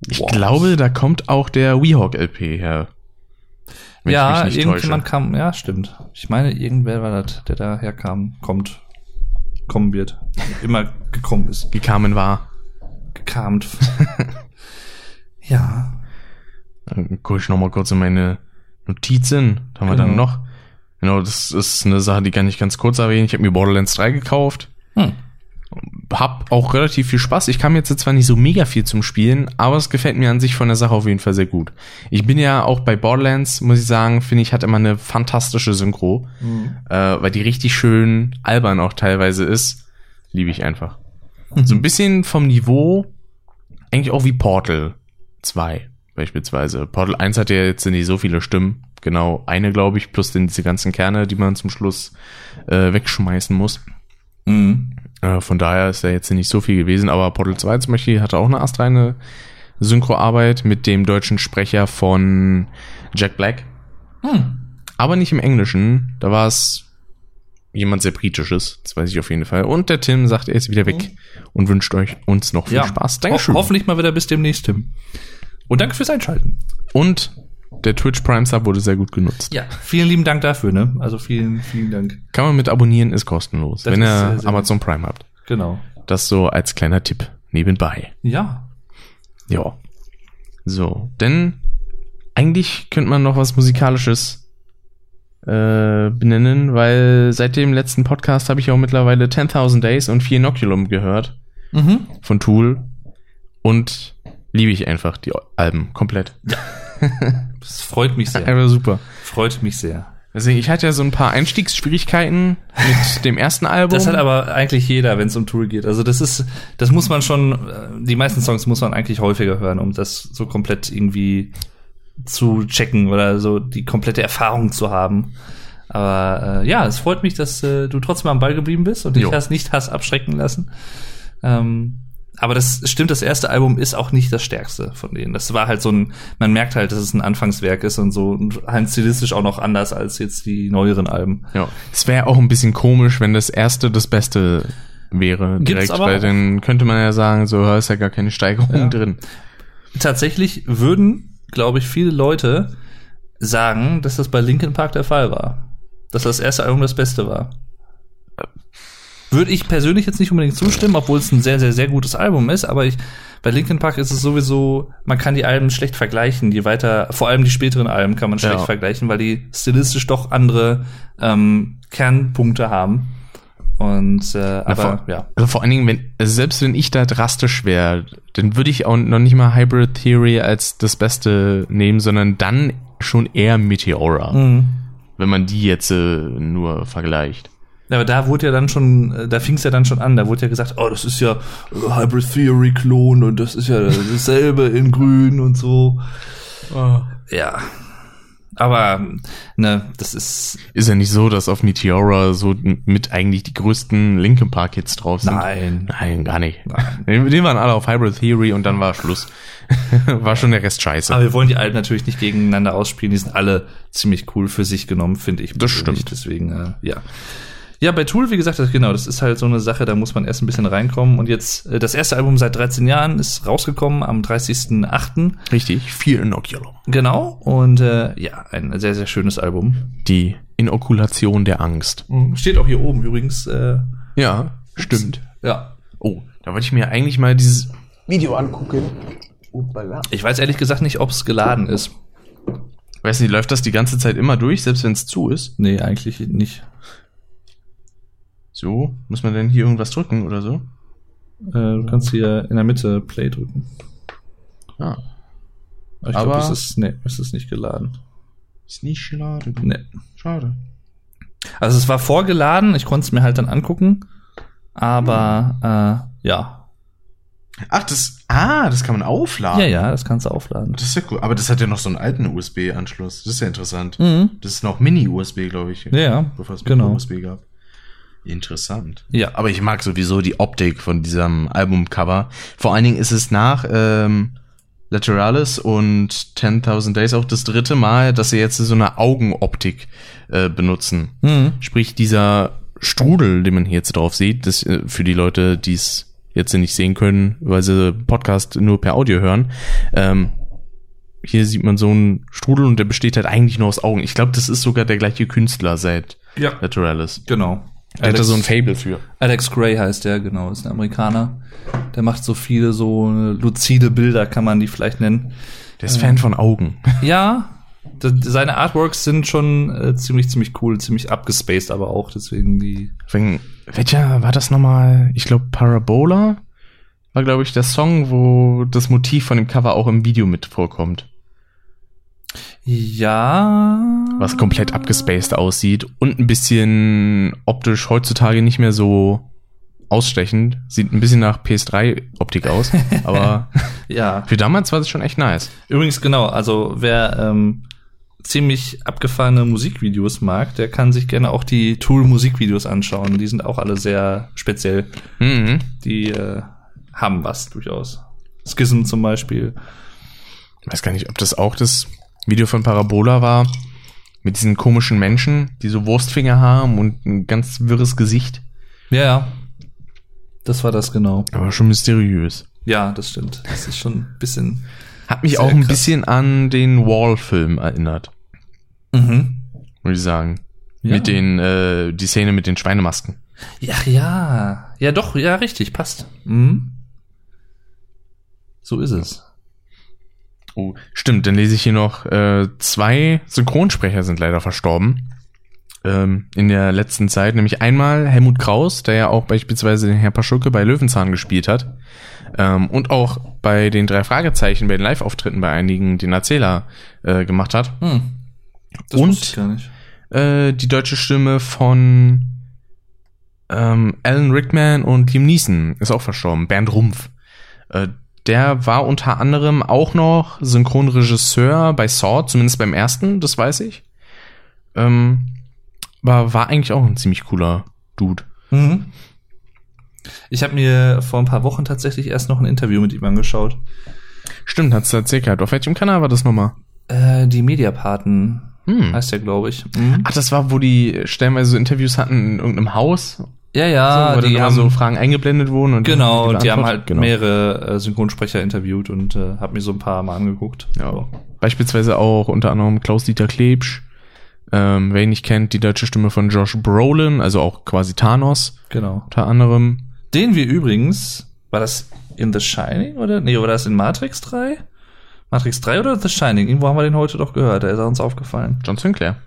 [SPEAKER 1] Ich
[SPEAKER 2] Wow.
[SPEAKER 1] glaube, da kommt auch der Weehawk-LP her. Wenn
[SPEAKER 2] ja,
[SPEAKER 1] ich mich nicht
[SPEAKER 2] irgendjemand
[SPEAKER 1] täusche.
[SPEAKER 2] kam, ja, stimmt. Ich meine, irgendwer war das, der daher kam, kommt, kommen wird, immer gekommen ist,
[SPEAKER 1] Gekamen war.
[SPEAKER 2] gekamt. ja,
[SPEAKER 1] Dann gucke ich noch mal kurz in meine Notizen. Was haben wir dann
[SPEAKER 2] Genau.
[SPEAKER 1] noch? Genau, das ist eine Sache, die kann ich ganz kurz erwähnen. Ich habe mir Borderlands 3 gekauft.
[SPEAKER 2] hm.
[SPEAKER 1] Hab auch relativ viel Spaß. Ich kam jetzt zwar nicht so mega viel zum Spielen, aber es gefällt mir an sich von der Sache auf jeden Fall sehr gut. Ich bin ja auch bei Borderlands, muss ich sagen, finde ich, hat immer eine fantastische Synchro, äh, weil die richtig schön albern auch teilweise ist. Liebe ich einfach. So ein bisschen vom Niveau eigentlich auch wie Portal 2 beispielsweise. Portal 1 hat ja jetzt nicht so viele Stimmen. Genau eine, glaube ich, plus den, diese ganzen Kerne, die man zum Schluss äh, wegschmeißen muss.
[SPEAKER 2] Mhm.
[SPEAKER 1] Äh, von daher ist da jetzt nicht so viel gewesen, aber Portal 2 zum Beispiel hatte auch eine astreine Synchroarbeit mit dem deutschen Sprecher von Jack Black.
[SPEAKER 2] Hm.
[SPEAKER 1] Aber nicht im Englischen. Da war es jemand sehr britisches. Das weiß ich auf jeden Fall. Und der Tim sagt, er ist wieder weg und wünscht euch uns noch viel
[SPEAKER 2] Hm. ja.
[SPEAKER 1] Spaß.
[SPEAKER 2] Ho hoffentlich mal wieder bis demnächst, Tim. Und danke fürs Einschalten.
[SPEAKER 1] Und der Twitch Prime Sub wurde sehr gut genutzt.
[SPEAKER 2] Ja, vielen lieben Dank dafür, ne? Also vielen, vielen Dank.
[SPEAKER 1] Kann man mit abonnieren, ist kostenlos,
[SPEAKER 2] Das
[SPEAKER 1] wenn
[SPEAKER 2] ist
[SPEAKER 1] ihr
[SPEAKER 2] sehr, sehr
[SPEAKER 1] Amazon Prime habt.
[SPEAKER 2] Genau.
[SPEAKER 1] Das so als kleiner Tipp nebenbei.
[SPEAKER 2] Ja.
[SPEAKER 1] Ja. So, denn eigentlich könnte man noch was Musikalisches äh, benennen, weil seit dem letzten Podcast habe ich auch mittlerweile 10.000 Days und 4 Inoculum gehört
[SPEAKER 2] Mhm.
[SPEAKER 1] von Tool und liebe ich einfach die Alben komplett.
[SPEAKER 2] Das freut mich sehr.
[SPEAKER 1] Einfach super.
[SPEAKER 2] Freut mich sehr.
[SPEAKER 1] Deswegen, ich hatte ja so ein paar Einstiegsschwierigkeiten mit dem ersten Album.
[SPEAKER 2] Das hat aber eigentlich jeder, wenn es um Tool geht. Also das ist, das muss man schon, äh, die meisten Songs muss man eigentlich häufiger hören, um das so komplett irgendwie zu checken oder so die komplette Erfahrung zu haben. Aber äh, ja, es freut mich, dass äh, du trotzdem am Ball geblieben bist und dich
[SPEAKER 1] Jo.
[SPEAKER 2] hast nicht hast abschrecken lassen. Ähm, aber das stimmt, das erste Album ist auch nicht das stärkste von denen. Das war halt so ein, man merkt halt, dass es ein Anfangswerk ist und so und halt stilistisch auch noch anders als jetzt die neueren Alben.
[SPEAKER 1] ja. Es wäre auch ein bisschen komisch, wenn das erste das Beste wäre direkt,
[SPEAKER 2] aber
[SPEAKER 1] weil
[SPEAKER 2] auch.
[SPEAKER 1] dann könnte man ja sagen, so da ist ja gar keine Steigerung
[SPEAKER 2] Ja.
[SPEAKER 1] drin.
[SPEAKER 2] tatsächlich würden, glaube ich, viele Leute sagen, dass das bei Linkin Park der Fall war. Dass das erste Album das Beste war. Würde ich persönlich jetzt nicht unbedingt zustimmen, obwohl es ein sehr, sehr, sehr gutes Album ist, aber ich, bei Linkin Park ist es sowieso, man kann die Alben schlecht vergleichen, je weiter, vor allem die späteren Alben kann man schlecht
[SPEAKER 1] Ja.
[SPEAKER 2] vergleichen, weil die stilistisch doch andere ähm, Kernpunkte haben. Und äh, aber
[SPEAKER 1] vor,
[SPEAKER 2] ja.
[SPEAKER 1] Also vor allen Dingen, wenn, also selbst wenn ich da drastisch wäre, dann würde ich auch noch nicht mal Hybrid Theory als das Beste nehmen, sondern dann schon eher Meteora,
[SPEAKER 2] Mhm.
[SPEAKER 1] wenn man die jetzt äh, nur vergleicht.
[SPEAKER 2] Ja, aber da wurde ja dann schon, äh, da fing es ja dann schon an, da wurde ja gesagt, oh, das ist ja äh, Hybrid Theory Klon und das ist ja dasselbe in grün und so. Ja. Aber ähm, ne, das ist
[SPEAKER 1] Ist ja nicht so, dass auf Meteora so mit eigentlich die größten Linkin Park Hits drauf sind.
[SPEAKER 2] nein.
[SPEAKER 1] Nein, gar nicht. Die die waren alle auf Hybrid Theory und dann war Schluss. war schon der Rest scheiße.
[SPEAKER 2] Aber wir wollen die Alben natürlich nicht gegeneinander ausspielen, die sind alle ziemlich cool für sich genommen, finde ich.
[SPEAKER 1] Das
[SPEAKER 2] persönlich.
[SPEAKER 1] stimmt.
[SPEAKER 2] Deswegen äh, ja. Ja, bei Tool, wie gesagt, das, genau, das ist halt so eine Sache, da muss man erst ein bisschen reinkommen. Und jetzt, äh, das erste Album seit 13 Jahren ist rausgekommen am 30.08.
[SPEAKER 1] Richtig, viel Inoculum.
[SPEAKER 2] Genau, und äh, ja, ein sehr, sehr schönes Album.
[SPEAKER 1] Die Inokulation der Angst.
[SPEAKER 2] Steht auch hier oben übrigens. Äh,
[SPEAKER 1] Ja, stimmt.
[SPEAKER 2] ja.
[SPEAKER 1] Oh, da wollte ich mir eigentlich mal dieses
[SPEAKER 6] Video angucken. Upala.
[SPEAKER 2] Ich weiß ehrlich gesagt nicht, ob es geladen ist.
[SPEAKER 1] Weiß nicht, läuft das die ganze Zeit immer durch, selbst wenn es zu ist?
[SPEAKER 2] Nee, eigentlich nicht.
[SPEAKER 1] So, muss man denn hier irgendwas drücken oder so?
[SPEAKER 2] Äh, du kannst hier in der Mitte Play drücken.
[SPEAKER 1] Ja.
[SPEAKER 2] Aber ich
[SPEAKER 1] Aber-
[SPEAKER 2] glaube, es ist, nee, es ist nicht geladen.
[SPEAKER 1] Ist nicht schade.
[SPEAKER 2] Nee.
[SPEAKER 1] Schade.
[SPEAKER 2] Also es war vorgeladen, ich konnte es mir halt dann angucken. Aber äh, ja.
[SPEAKER 7] Ach, das. Ah, das kann man aufladen.
[SPEAKER 2] Ja, ja, das kannst du aufladen.
[SPEAKER 7] Das ist ja cool. Aber das hat ja noch so einen alten USB-Anschluss. Das ist ja interessant.
[SPEAKER 2] Mhm.
[SPEAKER 7] Das ist noch Mini-USB, glaube ich.
[SPEAKER 2] Ja, ja.
[SPEAKER 7] Bevor es
[SPEAKER 2] Genau.
[SPEAKER 7] USB gab. Interessant.
[SPEAKER 2] Ja.
[SPEAKER 1] Aber ich mag sowieso die Optik von diesem Albumcover. Vor allen Dingen ist es nach ähm, Lateralis und 10.000 Days auch das dritte Mal, dass sie jetzt so eine Augenoptik äh, benutzen.
[SPEAKER 2] Mhm.
[SPEAKER 1] Sprich, dieser Strudel, den man hier jetzt drauf sieht, das äh, für die Leute, die es jetzt nicht sehen können, weil sie Podcast nur per Audio hören, ähm, hier sieht man so einen Strudel und der besteht halt eigentlich nur aus Augen. Ich glaube, das ist sogar der gleiche Künstler seit
[SPEAKER 2] Ja.
[SPEAKER 1] Lateralis.
[SPEAKER 2] Genau.
[SPEAKER 1] Er hat da so ein Fable für.
[SPEAKER 2] Alex Gray heißt der, genau, ist ein Amerikaner. Der macht so viele so äh, luzide Bilder, kann man die vielleicht nennen.
[SPEAKER 1] Der ist Fan von Augen.
[SPEAKER 2] Ja, d- d- seine Artworks sind schon äh, ziemlich, ziemlich cool, ziemlich abgespaced, aber auch deswegen die.
[SPEAKER 1] Wegen, welcher war das nochmal? Ich glaube, Parabola war, glaube ich, der Song, wo das Motiv von dem Cover auch im Video mit vorkommt.
[SPEAKER 2] Ja.
[SPEAKER 1] Was komplett abgespaced aussieht und ein bisschen optisch heutzutage nicht mehr so ausstechend. Sieht ein bisschen nach PS3-Optik aus, aber
[SPEAKER 2] Ja.
[SPEAKER 1] für damals war das schon echt nice.
[SPEAKER 2] Übrigens, genau, also wer ähm, ziemlich abgefahrene Musikvideos mag, der kann sich gerne auch die Tool-Musikvideos anschauen. Die sind auch alle sehr speziell.
[SPEAKER 1] Mhm.
[SPEAKER 2] Die äh, haben was durchaus. Schism zum Beispiel.
[SPEAKER 1] Ich weiß gar nicht, ob das auch das Video von Parabola war. Mit diesen komischen Menschen, die so Wurstfinger haben und ein ganz wirres Gesicht.
[SPEAKER 2] Ja, ja. Das war das genau.
[SPEAKER 1] Aber schon mysteriös.
[SPEAKER 2] Ja, das stimmt. Das ist schon ein bisschen.
[SPEAKER 1] Hat mich
[SPEAKER 2] Sehr
[SPEAKER 1] auch ein
[SPEAKER 2] krass.
[SPEAKER 1] bisschen an den Wall-Film erinnert,
[SPEAKER 2] Mhm.
[SPEAKER 1] würde ich sagen.
[SPEAKER 2] Ja.
[SPEAKER 1] Mit den, äh, die Szene mit den Schweinemasken.
[SPEAKER 2] Ja, ja. Ja, doch, ja, richtig, passt. Mhm. So ist es.
[SPEAKER 1] Oh, stimmt, dann lese ich hier noch, äh, zwei Synchronsprecher sind leider verstorben. Ähm, in der letzten Zeit, nämlich einmal Helmut Kraus, der ja auch beispielsweise den Herr Paschulke bei Löwenzahn gespielt hat. Ähm, und auch bei den drei Fragezeichen, bei den Live-Auftritten bei einigen den Erzähler äh, gemacht hat.
[SPEAKER 2] Hm.
[SPEAKER 1] Und-
[SPEAKER 2] wusste ich gar nicht.
[SPEAKER 1] Äh, äh, die deutsche Stimme von ähm, Alan Rickman und Liam Neeson ist auch verstorben. Bernd Rumpf. Äh, der war unter anderem auch noch Synchronregisseur bei Saw, zumindest beim ersten, das weiß ich. Ähm, aber war eigentlich auch ein ziemlich cooler Dude.
[SPEAKER 2] Mhm. Ich habe mir vor ein paar Wochen tatsächlich erst noch ein Interview mit ihm angeschaut.
[SPEAKER 1] Stimmt, hat's erzählt gehabt. Auf welchem Kanal war das nochmal?
[SPEAKER 2] Äh, die Mediapaten
[SPEAKER 1] Hm.
[SPEAKER 2] heißt der, glaube ich. Mhm.
[SPEAKER 1] Ach, das war, wo die stellenweise so Interviews hatten in irgendeinem Haus.
[SPEAKER 2] Ja, ja,
[SPEAKER 1] so,
[SPEAKER 2] die
[SPEAKER 1] immer
[SPEAKER 2] haben
[SPEAKER 1] so Fragen eingeblendet wurden. Und
[SPEAKER 2] Genau, die, haben
[SPEAKER 1] beantwortet.
[SPEAKER 2] halt mehrere äh, Synchronsprecher interviewt und äh, hab mir so ein paar Mal angeguckt.
[SPEAKER 1] Ja. Beispielsweise auch unter anderem Klaus-Dieter Klebsch. Ähm, wer ihn nicht kennt, die deutsche Stimme von Josh Brolin, also auch quasi Thanos
[SPEAKER 2] Genau.
[SPEAKER 1] unter anderem.
[SPEAKER 2] Den wir übrigens, war das in The Shining oder? Nee, war das in Matrix 3? Matrix 3 oder The Shining? Irgendwo haben wir den heute doch gehört, da ist er uns aufgefallen.
[SPEAKER 1] John Sinclair.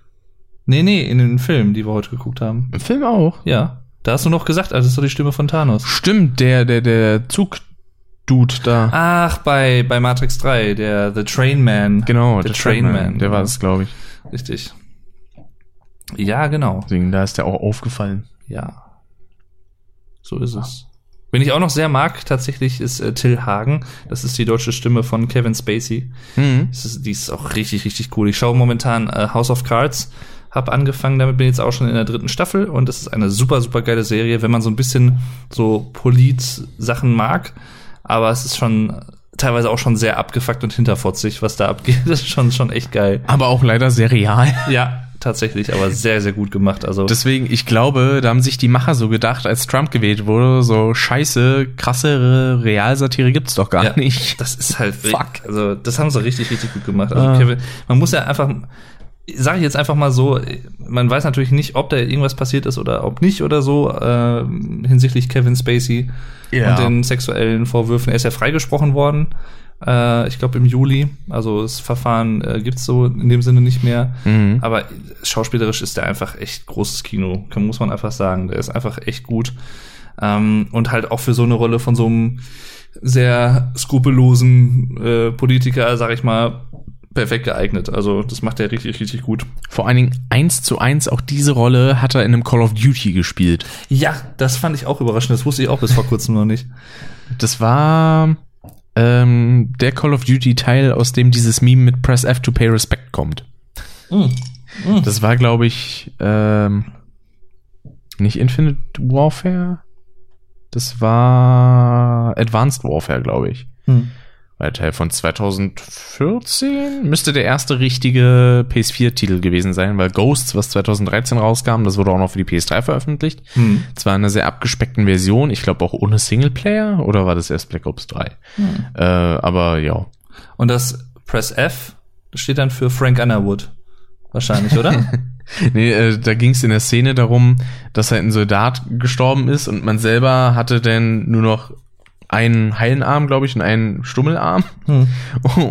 [SPEAKER 2] Nee, nee, in den Film, die wir heute geguckt haben.
[SPEAKER 1] Im Film auch.
[SPEAKER 2] Ja. Da hast du noch gesagt, also das ist doch die Stimme von Thanos.
[SPEAKER 1] Stimmt, der, der, der Zug-Dude da.
[SPEAKER 2] Ach, bei, bei Matrix 3, der The Train Man.
[SPEAKER 1] genau,
[SPEAKER 2] der Trainman.
[SPEAKER 1] Der war es, glaube ich.
[SPEAKER 2] Richtig. Ja, genau.
[SPEAKER 1] Deswegen, da ist der auch aufgefallen.
[SPEAKER 2] Ja. So ist es. Wen ich auch noch sehr mag, tatsächlich, ist äh, Till Hagen. Das ist die deutsche Stimme von Kevin Spacey.
[SPEAKER 1] Mhm.
[SPEAKER 2] Das ist, die ist auch richtig, richtig cool. Ich schaue momentan äh, House of Cards, hab angefangen, damit bin jetzt auch schon in der dritten Staffel und das ist eine super, super geile Serie, wenn man so ein bisschen so Polit-Sachen mag. Aber es ist schon teilweise auch schon sehr abgefuckt und hinterfotzig, was da abgeht. Das ist schon, schon echt geil.
[SPEAKER 1] Aber auch leider sehr real.
[SPEAKER 2] Ja, tatsächlich, aber sehr, sehr gut gemacht. Also
[SPEAKER 1] Deswegen, ich glaube, da haben sich die Macher so gedacht, als Trump gewählt wurde, so scheiße, krassere Realsatire gibt's doch gar
[SPEAKER 2] Ja.
[SPEAKER 1] nicht.
[SPEAKER 2] Das ist halt
[SPEAKER 1] Fuck.
[SPEAKER 2] Also, das haben sie richtig, richtig gut gemacht. Also,
[SPEAKER 1] Ah.
[SPEAKER 2] Kevin, man muss ja einfach, sage ich jetzt einfach mal so, man weiß natürlich nicht, ob da irgendwas passiert ist oder ob nicht oder so, äh, hinsichtlich Kevin Spacey und den sexuellen Vorwürfen. Er ist ja freigesprochen worden. Äh, ich glaube im Juli. Also das Verfahren äh, gibt's so in dem Sinne nicht mehr.
[SPEAKER 1] Mhm.
[SPEAKER 2] Aber schauspielerisch ist der einfach echt großes Kino, kann, muss man einfach sagen. Der ist einfach echt gut. Ähm, und halt auch für so eine Rolle von so einem sehr skrupellosen äh, Politiker, sag ich mal, perfekt geeignet. Also das macht er richtig, richtig gut.
[SPEAKER 1] Vor allen Dingen eins zu eins, auch diese Rolle hat er in einem Call of Duty gespielt.
[SPEAKER 2] Ja, das fand ich auch überraschend. Das wusste ich auch bis vor kurzem noch nicht.
[SPEAKER 1] Das war ähm, der Call of Duty Teil, aus dem dieses Meme mit Press F to pay respect kommt.
[SPEAKER 2] Mm.
[SPEAKER 1] Das war, glaube ich, ähm, nicht Infinite Warfare. Das war Advanced Warfare, glaube ich.
[SPEAKER 2] Hm.
[SPEAKER 1] War Teil von 2014 müsste der erste richtige PS4-Titel gewesen sein, weil Ghosts, was 2013 rauskam, das wurde auch noch für die PS3 veröffentlicht.
[SPEAKER 2] Hm.
[SPEAKER 1] Zwar in einer sehr abgespeckten Version, ich glaube auch ohne Singleplayer, oder war das erst Black Ops 3? Äh, aber ja.
[SPEAKER 2] Und das Press F steht dann für Frank Underwood. Wahrscheinlich, oder?
[SPEAKER 1] Nee, äh, da ging es in der Szene darum, dass halt ein Soldat gestorben ist und man selber hatte dann nur noch einen heilen Arm, glaube ich, und einen Stummelarm.
[SPEAKER 2] Hm.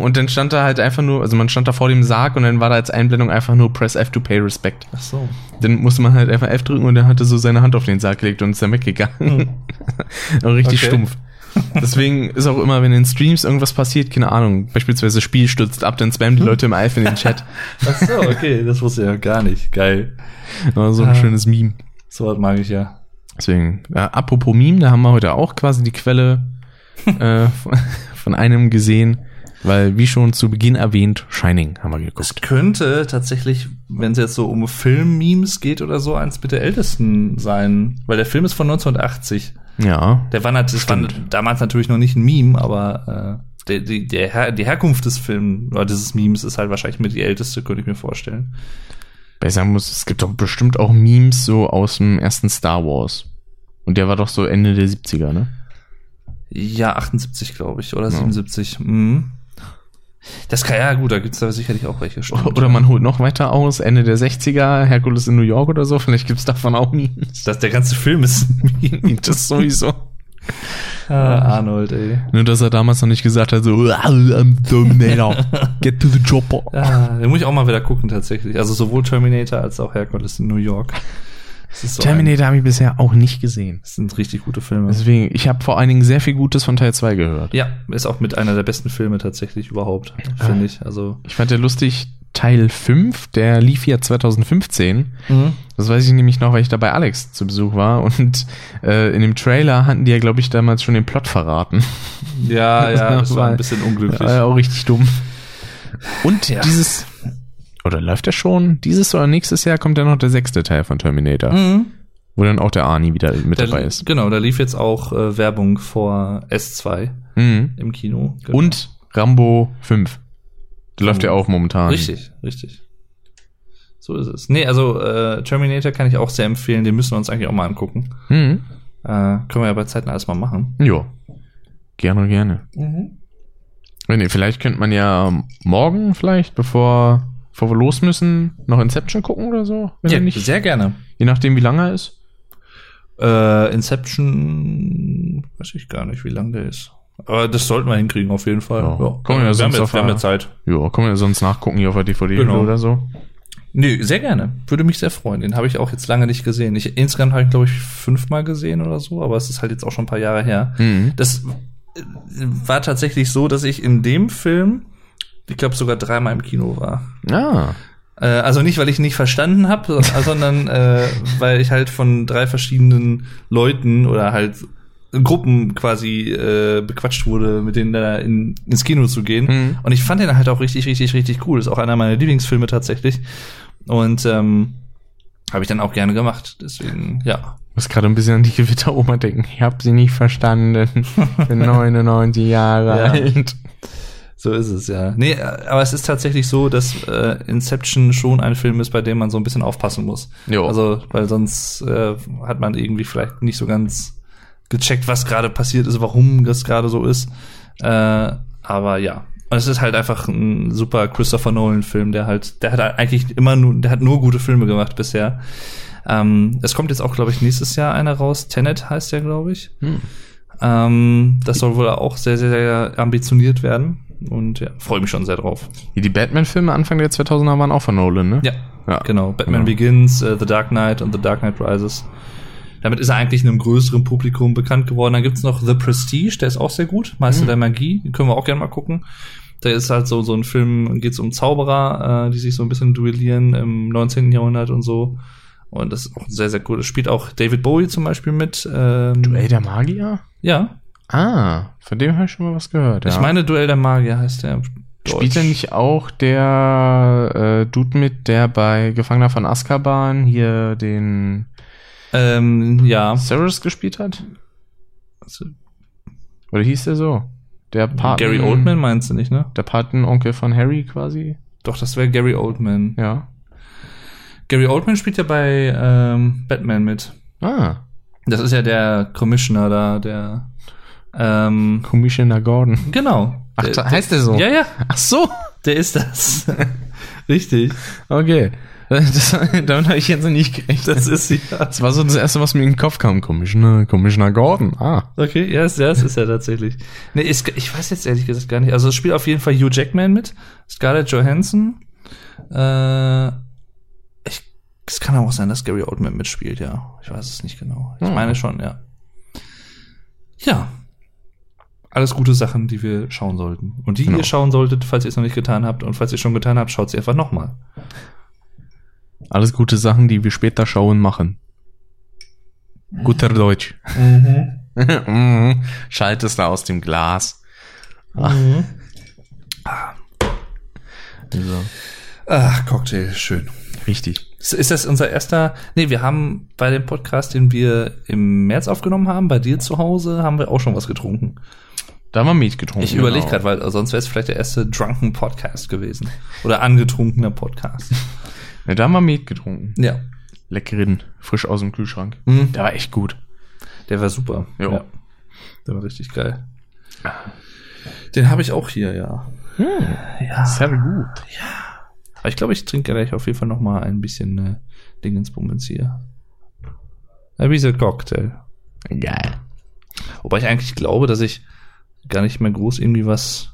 [SPEAKER 1] Und dann stand da halt einfach nur, also man stand da vor dem Sarg und dann war da als Einblendung einfach nur Press F to pay respect.
[SPEAKER 2] Ach so.
[SPEAKER 1] Dann musste man halt einfach F drücken und er hatte so seine Hand auf den Sarg gelegt und ist dann weggegangen. Aber richtig
[SPEAKER 2] Hm. Okay.
[SPEAKER 1] stumpf. Deswegen ist auch immer, wenn in Streams irgendwas passiert, keine Ahnung, beispielsweise Spiel stürzt ab, dann spammen die
[SPEAKER 2] Hm.
[SPEAKER 1] Leute im Alpha in den Chat.
[SPEAKER 2] Ach so, okay, das wusste ich ja gar nicht. Geil.
[SPEAKER 1] Aber so ein
[SPEAKER 2] Ah.
[SPEAKER 1] schönes Meme.
[SPEAKER 2] So was mag ich ja.
[SPEAKER 1] Deswegen, äh, apropos Meme, da haben wir heute auch quasi die Quelle äh, von- von einem gesehen, weil, wie schon zu Beginn erwähnt, Shining haben wir geguckt.
[SPEAKER 2] Es könnte tatsächlich, wenn es jetzt so um Film-Memes geht oder so, eins mit der ältesten sein. Weil der Film ist von 1980.
[SPEAKER 1] Ja.
[SPEAKER 2] Der war, nat das war damals natürlich noch nicht ein Meme, aber äh, der, die, der Her die Herkunft des Films oder dieses Memes ist halt wahrscheinlich mit die älteste, könnte ich mir vorstellen.
[SPEAKER 1] Weil ich sagen muss, es gibt doch bestimmt auch Memes so aus dem ersten Star Wars. Und der war doch so Ende der 70er, ne?
[SPEAKER 2] Ja, 78, glaube ich, oder 77. Mhm. Das kann ja gut, da gibt's da sicherlich auch welche. stimmt.
[SPEAKER 1] Oder man holt noch weiter aus, Ende der 60er, Herkules in New York oder so, vielleicht gibt's davon auch Memes.
[SPEAKER 2] Das, der ganze Film ist ein Meme.
[SPEAKER 1] Das sowieso.
[SPEAKER 2] Ah, Arnold, ey.
[SPEAKER 1] Nur, dass er damals noch nicht gesagt hat, so, "Ah, I'm Terminator, get to the chopper.
[SPEAKER 2] Ah, den muss ich auch mal wieder gucken, tatsächlich. Also sowohl Terminator als auch Hercules in New York. Das ist so Ein,
[SPEAKER 1] Terminator habe ich bisher auch nicht gesehen.
[SPEAKER 2] das sind richtig gute Filme.
[SPEAKER 1] Deswegen, ich habe vor allen Dingen sehr viel Gutes von Teil 2 gehört.
[SPEAKER 2] Ja, ist auch mit einer der besten Filme tatsächlich überhaupt, finde ich. Also,
[SPEAKER 1] Ich fand ja lustig, Teil 5, der lief ja 2015. Das weiß ich nämlich noch, weil ich da bei Alex zu Besuch war und äh, in dem Trailer hatten die ja, glaube ich, damals schon den Plot verraten.
[SPEAKER 2] Ja,
[SPEAKER 1] Das
[SPEAKER 2] ja, das war
[SPEAKER 1] war-
[SPEAKER 2] ein bisschen unglücklich.
[SPEAKER 1] War ja auch richtig dumm. Und
[SPEAKER 2] Ja.
[SPEAKER 1] dieses, oder läuft der schon? Dieses oder nächstes Jahr kommt dann noch der sechste Teil von Terminator,
[SPEAKER 2] Mhm.
[SPEAKER 1] wo dann auch der Arnie wieder mit
[SPEAKER 2] Da-
[SPEAKER 1] dabei ist.
[SPEAKER 2] Genau, da lief jetzt auch äh, Werbung vor S2
[SPEAKER 1] Mhm.
[SPEAKER 2] im Kino. Genau.
[SPEAKER 1] Und Rambo 5. Der läuft ja auch momentan.
[SPEAKER 2] Richtig, richtig. So ist es. Nee, also äh, Terminator kann ich auch sehr empfehlen. Den müssen wir uns eigentlich auch mal angucken.
[SPEAKER 1] Mhm.
[SPEAKER 2] Äh, können wir ja bei Zeiten alles mal machen.
[SPEAKER 1] Jo. Gerne, gerne. Wenn ihr- Vielleicht könnte man ja ähm, morgen, vielleicht, bevor, bevor wir los müssen, noch Inception gucken oder so. Wenn ihr nicht,
[SPEAKER 2] sehr gerne.
[SPEAKER 1] je nachdem, wie lange er ist.
[SPEAKER 2] Äh, Inception, weiß ich gar nicht, wie lang der ist. Aber das sollten wir hinkriegen, auf jeden Fall.
[SPEAKER 1] Ja. Komm, ja,
[SPEAKER 2] wir, haben
[SPEAKER 1] sonst
[SPEAKER 2] jetzt,
[SPEAKER 1] auf
[SPEAKER 2] wir haben
[SPEAKER 1] der-
[SPEAKER 2] ja Zeit.
[SPEAKER 1] Ja, können wir sonst nachgucken hier auf der DVD
[SPEAKER 2] Genau.
[SPEAKER 1] oder so.
[SPEAKER 2] Nee, sehr gerne. Würde mich sehr freuen. Den habe ich auch jetzt lange nicht gesehen. Ich, insgesamt habe ich, glaube ich, fünfmal gesehen oder so, aber es ist halt jetzt auch schon ein paar Jahre her.
[SPEAKER 1] Mhm.
[SPEAKER 2] Das äh, war tatsächlich so, dass ich in dem Film, ich glaube, sogar dreimal im Kino war.
[SPEAKER 1] Ah.
[SPEAKER 2] Äh, also nicht, weil ich nicht verstanden habe, sondern äh, weil ich halt von drei verschiedenen Leuten oder halt Gruppen quasi äh, bequatscht wurde, mit denen da in, ins Kino zu gehen.
[SPEAKER 1] Mhm.
[SPEAKER 2] Und ich fand den halt auch richtig, richtig, richtig cool. Ist auch einer meiner Lieblingsfilme tatsächlich. Und ähm, habe ich dann auch gerne gemacht. Deswegen, ja.
[SPEAKER 1] Ich muss gerade ein bisschen an die Gewitteroma denken. Ich hab sie nicht verstanden. Ich bin 99 Jahre
[SPEAKER 2] Ja.
[SPEAKER 1] alt.
[SPEAKER 2] So ist es, ja. Nee, äh, aber es ist tatsächlich so, dass äh, Inception schon ein Film ist, bei dem man so ein bisschen aufpassen muss.
[SPEAKER 1] Jo.
[SPEAKER 2] Also, weil sonst äh, hat man irgendwie vielleicht nicht so ganz gecheckt, was gerade passiert ist, warum das gerade so ist. Äh, aber ja. Und es ist halt einfach ein super Christopher Nolan-Film, der halt, der hat halt eigentlich immer nur, der hat nur gute Filme gemacht bisher. Ähm, es kommt jetzt auch, glaube ich, nächstes Jahr einer raus. Tenet heißt der, glaube ich.
[SPEAKER 1] Hm.
[SPEAKER 2] Ähm, das soll wohl auch sehr, sehr, sehr ambitioniert werden. Und ja, freue mich schon sehr drauf.
[SPEAKER 1] Die Batman-Filme Anfang der 2000er waren auch von Nolan, ne?
[SPEAKER 2] Ja,
[SPEAKER 1] Ja.
[SPEAKER 2] genau. Batman
[SPEAKER 1] Genau.
[SPEAKER 2] Begins, äh, The Dark Knight und The Dark Knight Rises. Damit ist er eigentlich einem größeren Publikum bekannt geworden. Dann gibt's noch The Prestige, der ist auch sehr gut. Meister
[SPEAKER 1] Mhm.
[SPEAKER 2] der Magie, den können wir auch gerne mal gucken. Da ist halt so, so ein Film, geht's um Zauberer, äh, die sich so ein bisschen duellieren im 19. Jahrhundert und so. Und das ist auch sehr, sehr cool. Das spielt auch David Bowie zum Beispiel mit. Ähm,
[SPEAKER 1] Duell der Magier?
[SPEAKER 2] Ja,
[SPEAKER 1] Ah, von dem habe ich schon mal was gehört. Ja.
[SPEAKER 2] ich meine Duell der Magier heißt der. im
[SPEAKER 1] Spielt
[SPEAKER 2] Deutsch.
[SPEAKER 1] denn nicht auch der äh, Dude mit, der bei Gefangener von Azkaban hier den
[SPEAKER 2] Ähm, ja.
[SPEAKER 1] Cyrus gespielt hat? Oder hieß der so? Der Paten,
[SPEAKER 2] Gary Oldman meinst du nicht, ne?
[SPEAKER 1] Der Patenonkel von Harry quasi?
[SPEAKER 2] Doch, das wäre Gary Oldman.
[SPEAKER 1] Ja.
[SPEAKER 2] Gary Oldman spielt ja bei ähm, Batman mit.
[SPEAKER 1] Ah,
[SPEAKER 2] Das ist ja der Commissioner da, der. Ähm,
[SPEAKER 1] Commissioner Gordon.
[SPEAKER 2] genau.
[SPEAKER 1] Ach,
[SPEAKER 2] der,
[SPEAKER 1] da heißt der so?
[SPEAKER 2] ja, ja,
[SPEAKER 1] Äh, Ach so.
[SPEAKER 2] der ist das. Richtig.
[SPEAKER 1] Okay. Das, damit habe ich jetzt noch nicht gerechnet.
[SPEAKER 2] Das ist ja.
[SPEAKER 1] Das war so das Erste, was mir in den Kopf kam. Commissioner, Commissioner Gordon. Ah.
[SPEAKER 2] Okay, ja, yes, das ist ja tatsächlich. Nee, ist, ich weiß jetzt ehrlich gesagt gar nicht. Also es spielt auf jeden Fall Hugh Jackman mit, Scarlett Johansson. Äh, ich, es kann auch sein, dass Gary Oldman mitspielt, ja. Ich weiß es nicht genau. Ich
[SPEAKER 1] Hm.
[SPEAKER 2] meine schon, ja. Ja. Alles gute Sachen, die wir schauen sollten. Und die
[SPEAKER 1] Genau.
[SPEAKER 2] ihr schauen solltet, falls ihr es noch nicht getan habt. Und falls ihr es schon getan habt, schaut sie einfach nochmal.
[SPEAKER 1] Alles gute Sachen, die wir später schauen machen. Guter Deutsch. Mhm. Schalt es da aus dem Glas.
[SPEAKER 2] Ah.
[SPEAKER 1] Mhm. So.
[SPEAKER 2] Ach, Cocktail, schön.
[SPEAKER 1] Richtig.
[SPEAKER 2] Ist- Ist das unser erster? Nee, wir haben bei dem Podcast, den wir im März aufgenommen haben, bei dir zu Hause, haben wir auch schon was getrunken.
[SPEAKER 1] Da haben wir Milch getrunken.
[SPEAKER 2] Ich überlege
[SPEAKER 1] genau.
[SPEAKER 2] gerade, weil sonst wäre es vielleicht der erste drunken Podcast gewesen. Oder angetrunkener Podcast.
[SPEAKER 1] Ja, da haben wir Milch getrunken.
[SPEAKER 2] ja.
[SPEAKER 1] Leckerin. Frisch aus dem Kühlschrank.
[SPEAKER 2] Mhm.
[SPEAKER 1] Der war echt gut.
[SPEAKER 2] Der war super.
[SPEAKER 1] Hm? Jo.
[SPEAKER 2] Der war richtig geil. Den habe ich auch hier, ja.
[SPEAKER 1] Hm.
[SPEAKER 2] Ja.
[SPEAKER 1] Sehr gut.
[SPEAKER 2] Aber ich glaube, ich trinke gleich auf jeden Fall noch mal ein bisschen äh, Dingensbummens hier. Ein bisschen Cocktail.
[SPEAKER 1] Geil.
[SPEAKER 2] Wobei ich eigentlich glaube, dass ich gar nicht mehr groß irgendwie was.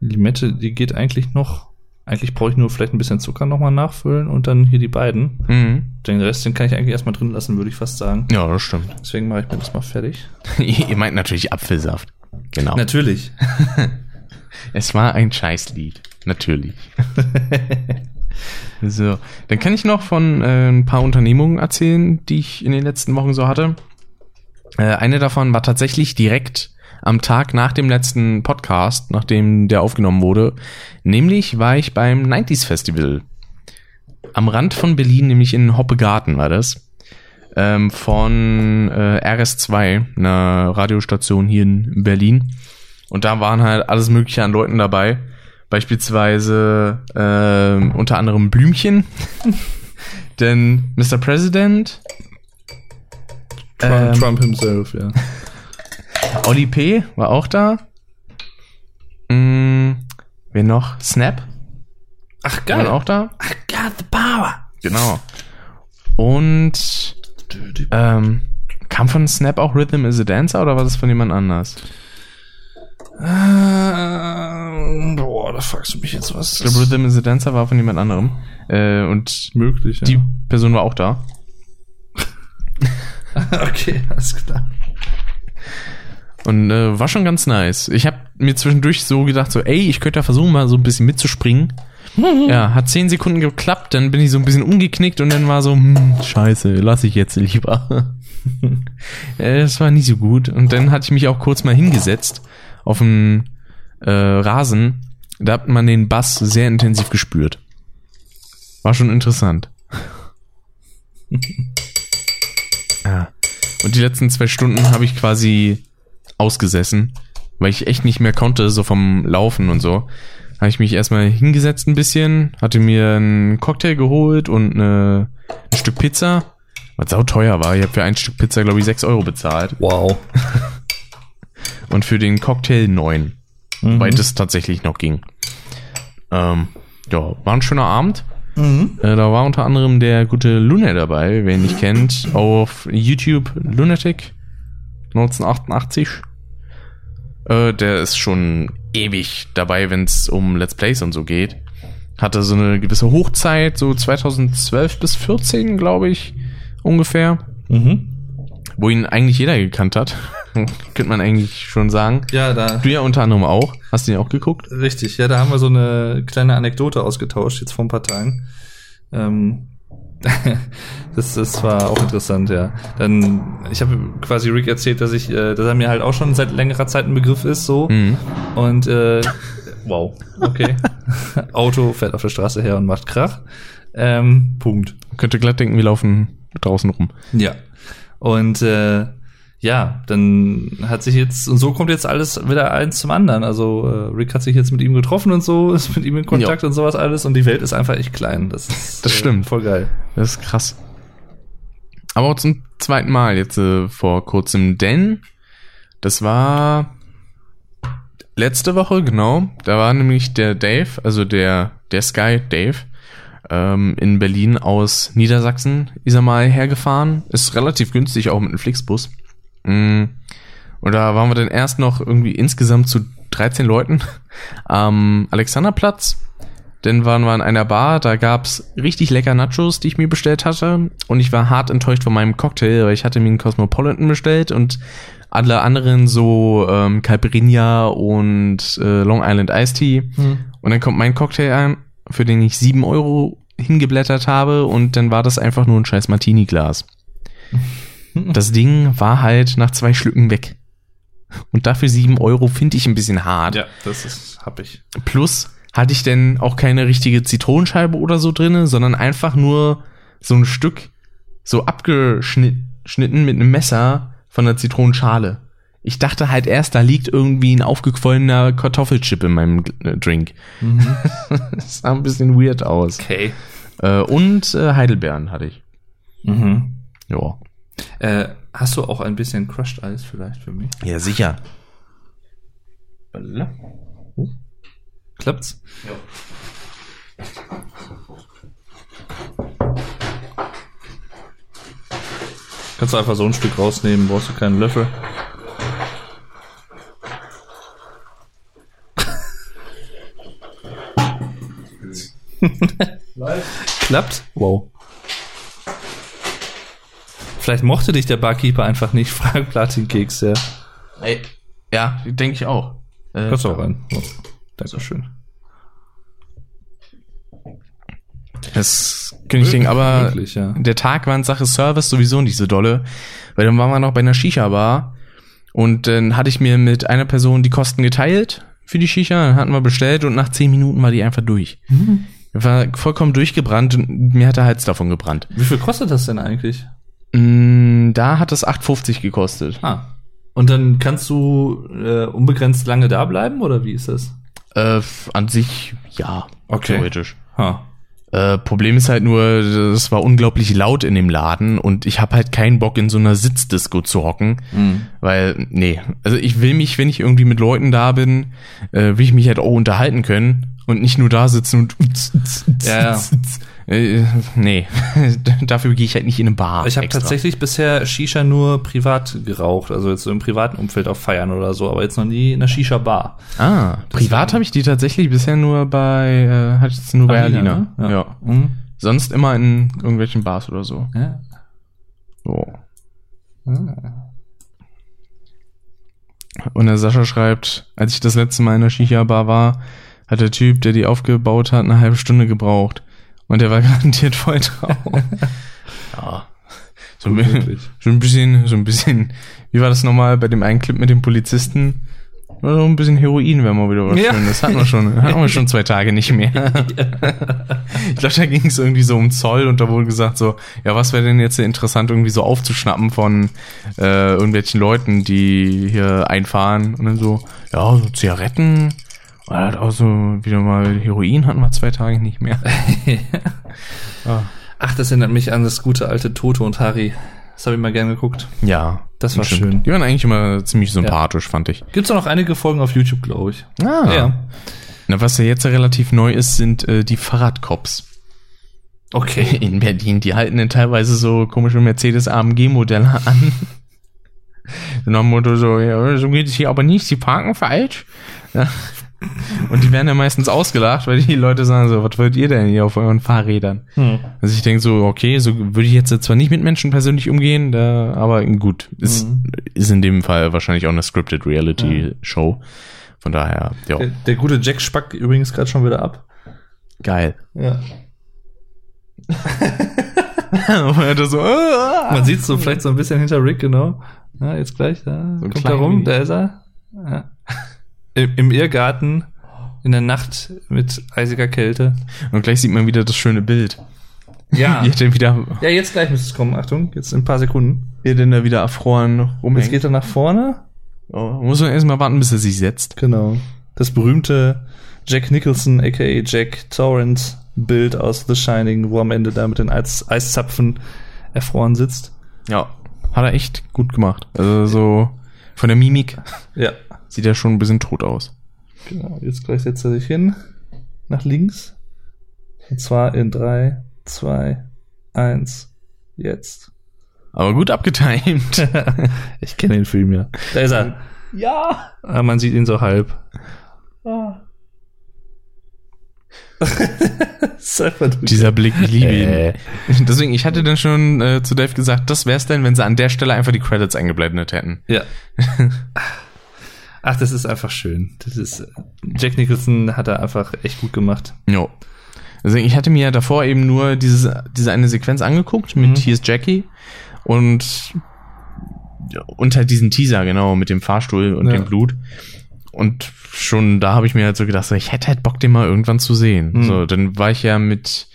[SPEAKER 2] Limette, die geht eigentlich noch. Eigentlich brauche ich nur vielleicht ein bisschen Zucker nochmal nachfüllen und dann hier die beiden.
[SPEAKER 1] Mhm.
[SPEAKER 2] Den Rest, den kann ich eigentlich erstmal drin lassen, würde ich fast sagen.
[SPEAKER 1] Ja, das stimmt.
[SPEAKER 2] Deswegen mache ich mir das mal fertig.
[SPEAKER 1] Ihr meint natürlich Apfelsaft. Genau.
[SPEAKER 2] Natürlich.
[SPEAKER 1] Es war ein Scheißlied, natürlich. so, dann kann ich noch von äh, ein paar Unternehmungen erzählen, die ich in den letzten Wochen so hatte. Äh, eine davon war tatsächlich direkt am Tag nach dem letzten Podcast, nachdem der aufgenommen wurde. Nämlich war ich beim 90s Festival. Am Rand von Berlin, nämlich in Hoppegarten war das ähm, von äh, RS2, einer Radiostation hier in Berlin. Und da waren halt alles Mögliche an Leuten dabei. Beispielsweise ähm, unter anderem Blümchen, denn Mr. President,
[SPEAKER 2] Trump,
[SPEAKER 1] Ähm.
[SPEAKER 2] Trump himself, ja.
[SPEAKER 1] Oli P. war auch da. Mm, wer noch? Snap
[SPEAKER 2] Ach,
[SPEAKER 1] war auch da.
[SPEAKER 2] God, the power.
[SPEAKER 1] Genau. Und ähm, kam von Snap auch Rhythm is a Dancer oder war das von jemand anders?
[SPEAKER 2] Ähm, boah, da fragst du mich jetzt was.
[SPEAKER 1] Ich glaube, Rhythm is a Dancer war von jemand anderem. Äh, und
[SPEAKER 2] möglich, ja.
[SPEAKER 1] die Person war auch da.
[SPEAKER 2] okay, alles klar.
[SPEAKER 1] Und äh, war schon ganz nice. Ich habe mir zwischendurch so gedacht, so, ey, ich könnte ja versuchen, mal so ein bisschen mitzuspringen. ja, hat zehn Sekunden geklappt, dann bin ich so ein bisschen umgeknickt und dann war so, hm, scheiße, lass ich jetzt lieber. äh, das war nicht so gut. Und dann hatte ich mich auch kurz mal hingesetzt auf dem äh, Rasen. Da hat man den Bass sehr intensiv gespürt. War schon interessant. ja. Ah. Und die letzten zwei Stunden habe ich quasi ausgesessen, weil ich echt nicht mehr konnte, so vom Laufen und so. Habe ich mich erstmal hingesetzt ein bisschen, hatte mir einen Cocktail geholt und eine, ein Stück Pizza, was sau teuer war. Ich habe für ein Stück Pizza, glaube ich, 6 Euro bezahlt
[SPEAKER 2] Wow.
[SPEAKER 1] und für den Cocktail 9, weil das tatsächlich noch ging. Ähm, ja, war ein schöner Abend. Äh, da war unter anderem der gute Luna dabei, wer ihn nicht kennt, auf YouTube Lunatic 1988. Äh, der ist schon ewig dabei, wenn es um Let's Plays und so geht. Hatte so eine gewisse Hochzeit, so 2012 bis 14, glaube ich, ungefähr,
[SPEAKER 2] Mhm.
[SPEAKER 1] wo ihn eigentlich jeder gekannt hat. Könnte man eigentlich schon sagen.
[SPEAKER 2] Ja, da.
[SPEAKER 1] Du ja unter anderem auch. Hast du den auch geguckt?
[SPEAKER 2] Richtig, ja, da haben wir so eine kleine Anekdote ausgetauscht, jetzt vor ein paar Tagen. Ähm, das, das war auch interessant, ja. Dann, ich habe quasi Rick erzählt, dass ich, äh, dass er mir halt auch schon seit längerer Zeit ein Begriff ist, so.
[SPEAKER 1] Mhm.
[SPEAKER 2] Und äh, wow, okay. Auto fährt auf der Straße her und macht Krach. Ähm, Punkt.
[SPEAKER 1] Könnte glatt denken, wir laufen draußen rum.
[SPEAKER 2] Ja. Und äh, ja, dann hat sich jetzt, und so kommt jetzt alles wieder eins zum anderen. Also äh, Rick hat sich jetzt mit ihm getroffen und so, ist mit ihm in Kontakt und sowas alles und die Welt ist einfach echt klein. Das, ist,
[SPEAKER 1] Das stimmt.
[SPEAKER 2] Äh, voll geil.
[SPEAKER 1] Das ist krass. Aber auch zum zweiten Mal jetzt äh, vor kurzem, denn das war letzte Woche, genau. Da war nämlich der Dave, also der, der Sky Dave, ähm, in Berlin aus Niedersachsen, ist er mal hergefahren. Ist relativ günstig, auch mit einem Flixbus. Mm. Und da waren wir dann erst noch irgendwie insgesamt zu 13 Leuten am Alexanderplatz. Dann waren wir in einer Bar, da gab's richtig lecker Nachos, die ich mir bestellt hatte. Und ich war hart enttäuscht von meinem Cocktail, weil ich hatte mir einen Cosmopolitan bestellt und alle anderen so ähm, Caipirinha und äh, Long Island Iced Tea. Und dann kommt mein Cocktail an, für den ich 7 Euro hingeblättert habe und dann war das einfach nur ein scheiß Martini-Glas. Das Ding war halt nach zwei Schlücken weg. Und dafür 7 Euro finde ich ein bisschen hart.
[SPEAKER 2] das ist, hab ich.
[SPEAKER 1] Plus hatte ich denn auch keine richtige Zitronenscheibe oder so drinne, sondern einfach nur so ein Stück so abgeschnitten mit einem Messer von der Zitronenschale. Ich dachte halt erst, da liegt irgendwie ein aufgequollener Kartoffelchip in meinem äh, Drink. das sah ein bisschen weird aus.
[SPEAKER 2] Okay.
[SPEAKER 1] Äh, und äh, Heidelbeeren hatte ich.
[SPEAKER 2] Mhm.
[SPEAKER 1] Ja.
[SPEAKER 2] Äh, hast du auch ein bisschen Crushed Eis vielleicht für mich?
[SPEAKER 1] Ja, sicher.
[SPEAKER 2] Klappt's? Kannst du einfach so ein Stück rausnehmen, brauchst du keinen Löffel. Klappt? Wow. Vielleicht mochte dich der Barkeeper einfach nicht, frag Platin-Keks, ja.
[SPEAKER 1] Ey, ja, denke ich auch. Äh,
[SPEAKER 2] Kannst du auch rein. So. Dankeschön.
[SPEAKER 1] Das könnte ich denken, aber
[SPEAKER 2] Wirklich, ja.
[SPEAKER 1] der Tag war in Sache Service sowieso nicht so dolle, weil dann waren wir noch bei einer Shisha-Bar und dann hatte ich mir mit einer Person die Kosten geteilt für die Shisha, dann hatten wir bestellt und nach zehn Minuten war die einfach durch. War vollkommen durchgebrannt und mir hat der Hals davon gebrannt.
[SPEAKER 2] Wie viel kostet das denn eigentlich?
[SPEAKER 1] Mm, Da hat das 8,50 gekostet.
[SPEAKER 2] Ah. Und dann kannst du äh, unbegrenzt lange da bleiben oder wie ist das?
[SPEAKER 1] Äh, an sich ja,
[SPEAKER 2] Okay.
[SPEAKER 1] theoretisch.
[SPEAKER 2] Ha.
[SPEAKER 1] Äh, Problem ist halt nur, es war unglaublich laut in dem Laden und ich habe halt keinen Bock in so einer Sitzdisco zu hocken.
[SPEAKER 2] Hm.
[SPEAKER 1] Weil, nee, also ich will mich, wenn ich irgendwie mit Leuten da bin, äh, will ich mich halt auch unterhalten können und nicht nur da sitzen und
[SPEAKER 2] Ja, ja.
[SPEAKER 1] Äh, nee, dafür gehe ich halt nicht in eine Bar.
[SPEAKER 2] Ich habe
[SPEAKER 1] extra.
[SPEAKER 2] tatsächlich bisher Shisha nur privat geraucht, also jetzt so im privaten Umfeld auf Feiern oder so, aber jetzt noch nie in einer Shisha-Bar.
[SPEAKER 1] Ah, privat habe ich die tatsächlich bisher nur bei, äh, hatte ich jetzt nur bei
[SPEAKER 2] Alina,
[SPEAKER 1] Alina. Ja.
[SPEAKER 2] ne? Ja. Mhm.
[SPEAKER 1] Sonst immer in irgendwelchen Bars oder so.
[SPEAKER 2] Ja.
[SPEAKER 1] So. Und der Sascha schreibt, als ich das letzte Mal in der Shisha-Bar war, hat der Typ, der die aufgebaut hat, eine halbe Stunde gebraucht. Und der war garantiert voll drauf. ja. So ein, bi-
[SPEAKER 2] Wirklich.
[SPEAKER 1] so ein bisschen, so ein bisschen, wie war das nochmal bei dem einen Clip mit dem Polizisten? War so ein bisschen Heroin, wenn man wieder was
[SPEAKER 2] Ja.
[SPEAKER 1] Schönes. Das hatten wir schon, hatten wir schon zwei Tage nicht mehr. Ich glaube, da ging es irgendwie so um Zoll und da wurde gesagt so, ja, was wäre denn jetzt interessant, irgendwie so aufzuschnappen von äh, irgendwelchen Leuten, die hier einfahren und dann so, ja, so Zigaretten, und halt auch so wieder mal Heroin hatten wir zwei Tage nicht mehr.
[SPEAKER 2] Ah. Ach, das erinnert mich an das gute alte Toto und Harry. Das habe ich mal gern geguckt.
[SPEAKER 1] Ja,
[SPEAKER 2] Das war
[SPEAKER 1] stimmt.
[SPEAKER 2] schön.
[SPEAKER 1] Die waren eigentlich immer ziemlich sympathisch, fand ich.
[SPEAKER 2] Gibt's auch noch einige Folgen auf YouTube, glaube ich.
[SPEAKER 1] Ah, Na, was ja jetzt relativ neu ist, sind äh, die Fahrradcops.
[SPEAKER 2] Okay.
[SPEAKER 1] in Berlin. Die halten dann teilweise so komische Mercedes-AMG-Modelle an. So Nach dem Motto so, ja, so geht es hier aber nicht, sie parken falsch. Ja. Und die werden dann meistens ausgelacht, weil die Leute sagen so, was wollt ihr denn hier auf euren Fahrrädern?
[SPEAKER 2] Hm.
[SPEAKER 1] Also ich denke so, okay, so würde ich jetzt zwar nicht mit Menschen persönlich umgehen, da, aber gut, ist, ist in dem Fall wahrscheinlich auch eine Scripted Reality Show. Von daher, ja,
[SPEAKER 2] Der, der gute Jack spackt übrigens gerade schon wieder ab.
[SPEAKER 1] geil.
[SPEAKER 2] Ja.
[SPEAKER 1] Und er so, ah.
[SPEAKER 2] Man sieht so vielleicht so ein bisschen hinter Rick, genau. Ja, jetzt gleich, da
[SPEAKER 1] ein
[SPEAKER 2] kommt er
[SPEAKER 1] klein
[SPEAKER 2] rum,
[SPEAKER 1] wenig.
[SPEAKER 2] da ist er. Ja. Im, Im Irrgarten, in der Nacht mit eisiger Kälte.
[SPEAKER 1] Und gleich sieht man wieder das schöne Bild.
[SPEAKER 2] Ja.
[SPEAKER 1] Hier dann wieder
[SPEAKER 2] ja, jetzt gleich müsste es kommen, Achtung, jetzt in ein paar Sekunden.
[SPEAKER 1] Wer denn da wieder erfroren
[SPEAKER 2] Jetzt
[SPEAKER 1] rumhängt.
[SPEAKER 2] geht er nach vorne.
[SPEAKER 1] oh, muss man erstmal warten, bis er sich setzt.
[SPEAKER 2] Genau. Das berühmte Jack Nicholson, aka Jack Torrance Bild aus The Shining, wo am Ende da mit den Eis Eiszapfen erfroren sitzt.
[SPEAKER 1] Ja. Hat er echt gut gemacht. Also so von der Mimik
[SPEAKER 2] Ja.
[SPEAKER 1] sieht er schon ein bisschen tot aus.
[SPEAKER 2] Genau, jetzt gleich setzt er sich hin. Nach links. Und zwar in 3, 2, 1. Jetzt.
[SPEAKER 1] Aber gut abgetimt.
[SPEAKER 2] Ich kenne den Film ja. Da ist er.
[SPEAKER 6] Ja.
[SPEAKER 2] Aber man sieht ihn so halb. Das ist einfach durch.
[SPEAKER 1] Dieser Blick, ich liebe
[SPEAKER 2] Äh.
[SPEAKER 1] ihn. Deswegen, ich hatte dann schon äh, zu Dave gesagt, das wär's denn, wenn sie an der Stelle einfach die Credits eingeblendet hätten.
[SPEAKER 2] Ja. Ach, das ist einfach schön. Das ist äh, Jack Nicholson hat er einfach echt gut gemacht.
[SPEAKER 1] Jo. Also ich hatte mir ja davor eben nur dieses, diese eine Sequenz angeguckt mit
[SPEAKER 2] Mhm.
[SPEAKER 1] Hier ist Jackie und ja, und halt diesen Teaser, genau, mit dem Fahrstuhl und
[SPEAKER 2] Ja.
[SPEAKER 1] dem Blut. Und schon da habe ich mir halt so gedacht, so, ich hätte halt Bock, den mal irgendwann zu sehen.
[SPEAKER 2] Mhm.
[SPEAKER 1] So, dann war ich ja mit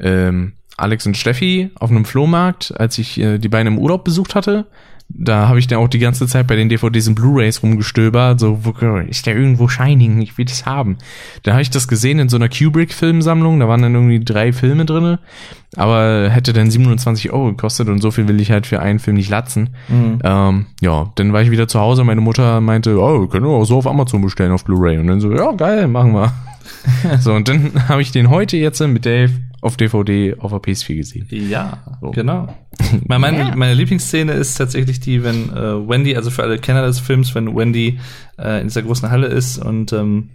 [SPEAKER 1] ähm, Alex und Steffi auf einem Flohmarkt, als ich äh, die beiden im Urlaub besucht hatte. Da habe ich dann auch die ganze Zeit bei den DVDs und Blu-Rays rumgestöbert, so, wo, ist der irgendwo Shining? Ich will das haben. Da habe ich das gesehen in so einer Kubrick-Filmsammlung, da waren dann irgendwie drei Filme drinne, aber hätte dann 27 Euro gekostet und so viel will ich halt für einen Film nicht latzen. Ähm, ja, dann war ich wieder zu Hause, meine Mutter meinte, oh, wir können auch so auf Amazon bestellen, auf Blu-ray. Und dann so, ja, geil, machen wir. so, und dann habe ich den heute jetzt mit Dave auf DVD auf der PS4 gesehen.
[SPEAKER 2] Ja, genau. Meine, meine, meine Lieblingsszene ist tatsächlich die, wenn äh, Wendy, also für alle Kenner des Films, wenn Wendy äh, in dieser großen Halle ist und ähm,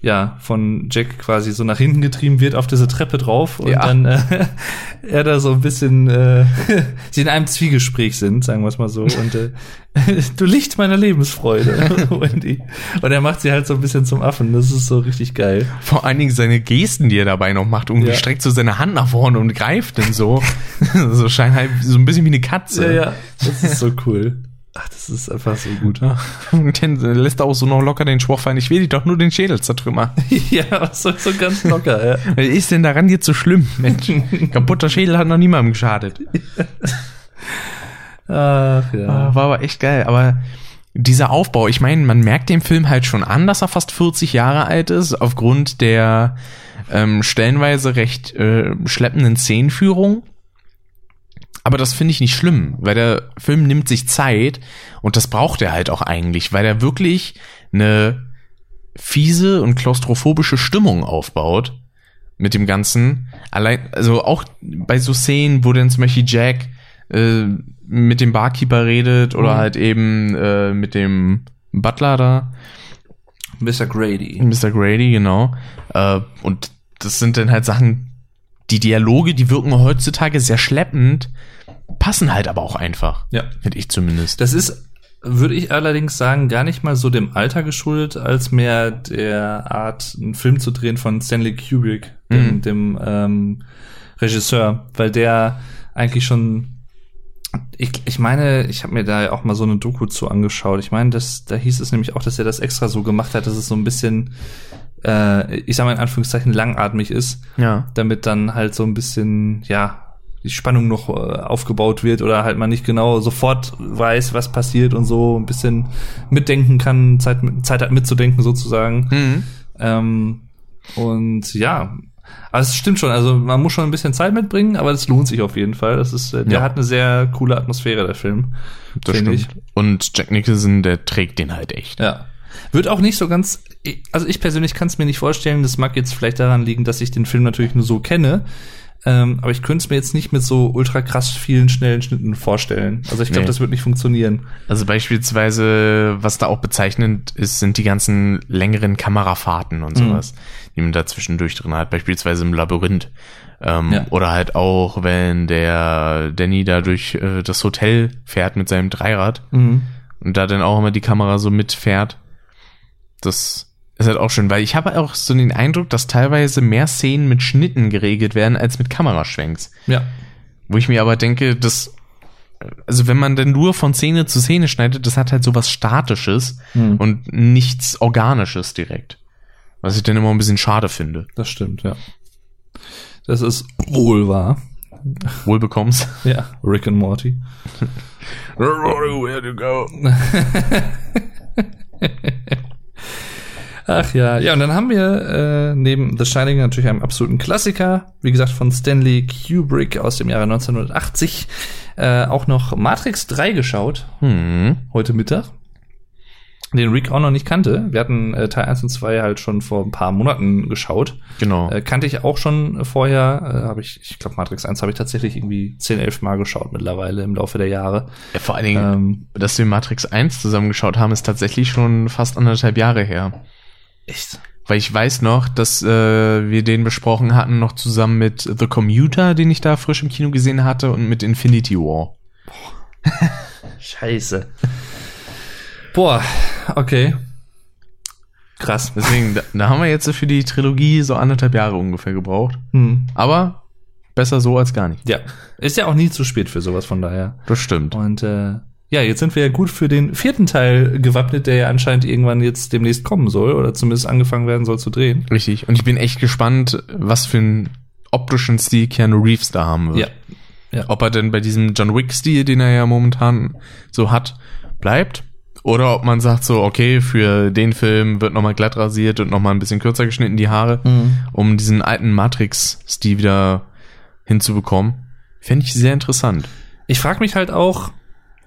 [SPEAKER 2] ja, von Jack quasi so nach hinten getrieben wird auf diese Treppe drauf und
[SPEAKER 1] Ja.
[SPEAKER 2] dann äh, er da so ein bisschen äh, sie in einem Zwiegespräch sind, sagen wir es mal so. Und äh, du Licht meiner Lebensfreude, Wendy. Und er macht sie halt so ein bisschen zum Affen. Das ist so richtig geil.
[SPEAKER 1] Vor allen Dingen seine Gesten, die er dabei noch macht, irgendwie
[SPEAKER 2] Ja.
[SPEAKER 1] streckt so seine Hand nach vorne und greift dann so. so scheinbar so ein bisschen wie eine Katze.
[SPEAKER 2] Das ist so cool. Ach, das ist einfach so gut.
[SPEAKER 1] Ja. Und dann lässt er auch so noch locker den Spruch fallen, ich will dich doch nur den Schädel zertrümmern.
[SPEAKER 2] ja, so, so ganz locker, ja.
[SPEAKER 1] Was ist denn daran jetzt so schlimm, Mensch? Kaputter Schädel hat noch niemandem geschadet.
[SPEAKER 2] Ach ja.
[SPEAKER 1] Ah, War aber echt geil. Aber dieser Aufbau, ich meine, man merkt dem Film halt schon an, dass er fast 40 Jahre alt ist, aufgrund der ähm, stellenweise recht äh, schleppenden Szenenführung. Aber das finde ich nicht schlimm, weil der Film nimmt sich Zeit und das braucht er halt auch eigentlich, weil er wirklich eine fiese und klaustrophobische Stimmung aufbaut mit dem Ganzen. Allein, also auch bei so Szenen, wo dann zum Beispiel Jack äh, mit dem Barkeeper redet oder halt eben äh, mit dem Butler da,
[SPEAKER 2] Mr. Grady.
[SPEAKER 1] Mr. Grady, genau. Äh, und das sind dann halt Sachen, die Dialoge, die wirken heutzutage sehr schleppend, passen halt aber auch einfach.
[SPEAKER 2] Ja.
[SPEAKER 1] Finde ich zumindest.
[SPEAKER 2] Das ist, würde ich allerdings sagen, gar nicht mal so dem Alter geschuldet, als mehr der Art, einen Film zu drehen von Stanley Kubrick, dem,
[SPEAKER 1] Mhm.
[SPEAKER 2] dem ähm, Regisseur, weil der eigentlich schon. Ich, ich meine, ich habe mir da auch mal so eine Doku zu angeschaut. Ich meine, das, da hieß es nämlich auch, dass er das extra so gemacht hat, dass es so ein bisschen, äh, ich sag mal in Anführungszeichen, langatmig ist
[SPEAKER 1] Ja.
[SPEAKER 2] damit dann halt so ein bisschen, ja, die Spannung noch äh, aufgebaut wird oder halt man nicht genau sofort weiß, was passiert und so ein bisschen mitdenken kann, Zeit, Zeit hat mitzudenken sozusagen.
[SPEAKER 1] Mhm.
[SPEAKER 2] Ähm, und ja, aber es stimmt schon, also man muss schon ein bisschen Zeit mitbringen, aber das lohnt sich auf jeden Fall. Das ist, äh, der
[SPEAKER 1] Ja.
[SPEAKER 2] hat eine sehr coole Atmosphäre, der Film.
[SPEAKER 1] Das
[SPEAKER 2] finde ich.
[SPEAKER 1] stimmt. Und Jack Nicholson, der trägt den halt echt.
[SPEAKER 2] Ja. Wird auch nicht so ganz, also ich persönlich kann es mir nicht vorstellen, das mag jetzt vielleicht daran liegen, dass ich den Film natürlich nur so kenne, ähm, aber ich könnte es mir jetzt nicht mit so ultra krass vielen schnellen Schnitten vorstellen. Also ich glaube,
[SPEAKER 1] Nee.
[SPEAKER 2] das wird nicht funktionieren.
[SPEAKER 1] Also beispielsweise, was da auch bezeichnend ist, sind die ganzen längeren Kamerafahrten und sowas, die man da zwischendurch drin hat, beispielsweise im Labyrinth. Ähm,
[SPEAKER 2] Ja.
[SPEAKER 1] Oder halt auch, wenn der Danny da durch äh, das Hotel fährt mit seinem Dreirad
[SPEAKER 2] Mhm.
[SPEAKER 1] und da dann auch immer die Kamera so mitfährt. Das ist halt auch schön, weil ich habe auch so den Eindruck, dass teilweise mehr Szenen mit Schnitten geregelt werden als mit Kameraschwenks.
[SPEAKER 2] Ja.
[SPEAKER 1] Wo ich mir aber denke, das, also wenn man denn nur von Szene zu Szene schneidet, das hat halt sowas Statisches
[SPEAKER 2] Mhm.
[SPEAKER 1] und nichts Organisches direkt. Was ich dann immer ein bisschen schade finde.
[SPEAKER 2] Das stimmt, ja. Das ist wohl wahr.
[SPEAKER 1] Wohl bekommst.
[SPEAKER 2] Ja. Rick and Morty.
[SPEAKER 1] Where to go?
[SPEAKER 2] Ach ja, ja, und dann haben wir äh, neben The Shining natürlich einen absoluten Klassiker, wie gesagt von Stanley Kubrick aus dem Jahre 1980, äh, auch noch Matrix 3 geschaut,
[SPEAKER 1] Hm.
[SPEAKER 2] heute Mittag, den Rick auch noch nicht kannte. Wir hatten äh, Teil 1 und 2 halt schon vor ein paar Monaten geschaut.
[SPEAKER 1] Genau.
[SPEAKER 2] Äh, kannte ich auch schon vorher, äh, habe ich, ich glaube Matrix 1 habe ich tatsächlich irgendwie 10, 11 Mal geschaut mittlerweile im Laufe der Jahre.
[SPEAKER 1] Ja, Vor allen Dingen,
[SPEAKER 2] Ähm,
[SPEAKER 1] dass wir Matrix 1 zusammengeschaut haben, ist tatsächlich schon fast anderthalb Jahre her.
[SPEAKER 2] echt?
[SPEAKER 1] Weil ich weiß noch, dass äh, wir den besprochen hatten, noch zusammen mit The Commuter, den ich da frisch im Kino gesehen hatte, und mit Infinity War.
[SPEAKER 2] Scheiße. Boah, okay. Krass.
[SPEAKER 1] Deswegen, da, da haben wir jetzt für die Trilogie so anderthalb Jahre ungefähr gebraucht.
[SPEAKER 2] Hm.
[SPEAKER 1] Aber besser so als gar nicht.
[SPEAKER 2] Ja, ist ja auch nie zu spät für sowas von daher.
[SPEAKER 1] Das stimmt.
[SPEAKER 2] Und äh, ja, jetzt sind wir ja gut für den vierten Teil gewappnet, der ja anscheinend irgendwann jetzt demnächst kommen soll oder zumindest angefangen werden soll zu drehen.
[SPEAKER 1] Richtig. Und ich bin echt gespannt, was für einen optischen Stil Keanu Reeves da haben wird.
[SPEAKER 2] Ja,
[SPEAKER 1] Ob er denn bei diesem John Wick-Stil, den er ja momentan so hat, bleibt. Oder ob man sagt so, okay, für den Film wird nochmal glatt rasiert und nochmal ein bisschen kürzer geschnitten die Haare,
[SPEAKER 2] Mhm.
[SPEAKER 1] um diesen alten Matrix-Stil wieder hinzubekommen. Fände ich sehr interessant.
[SPEAKER 2] ich frage mich halt auch,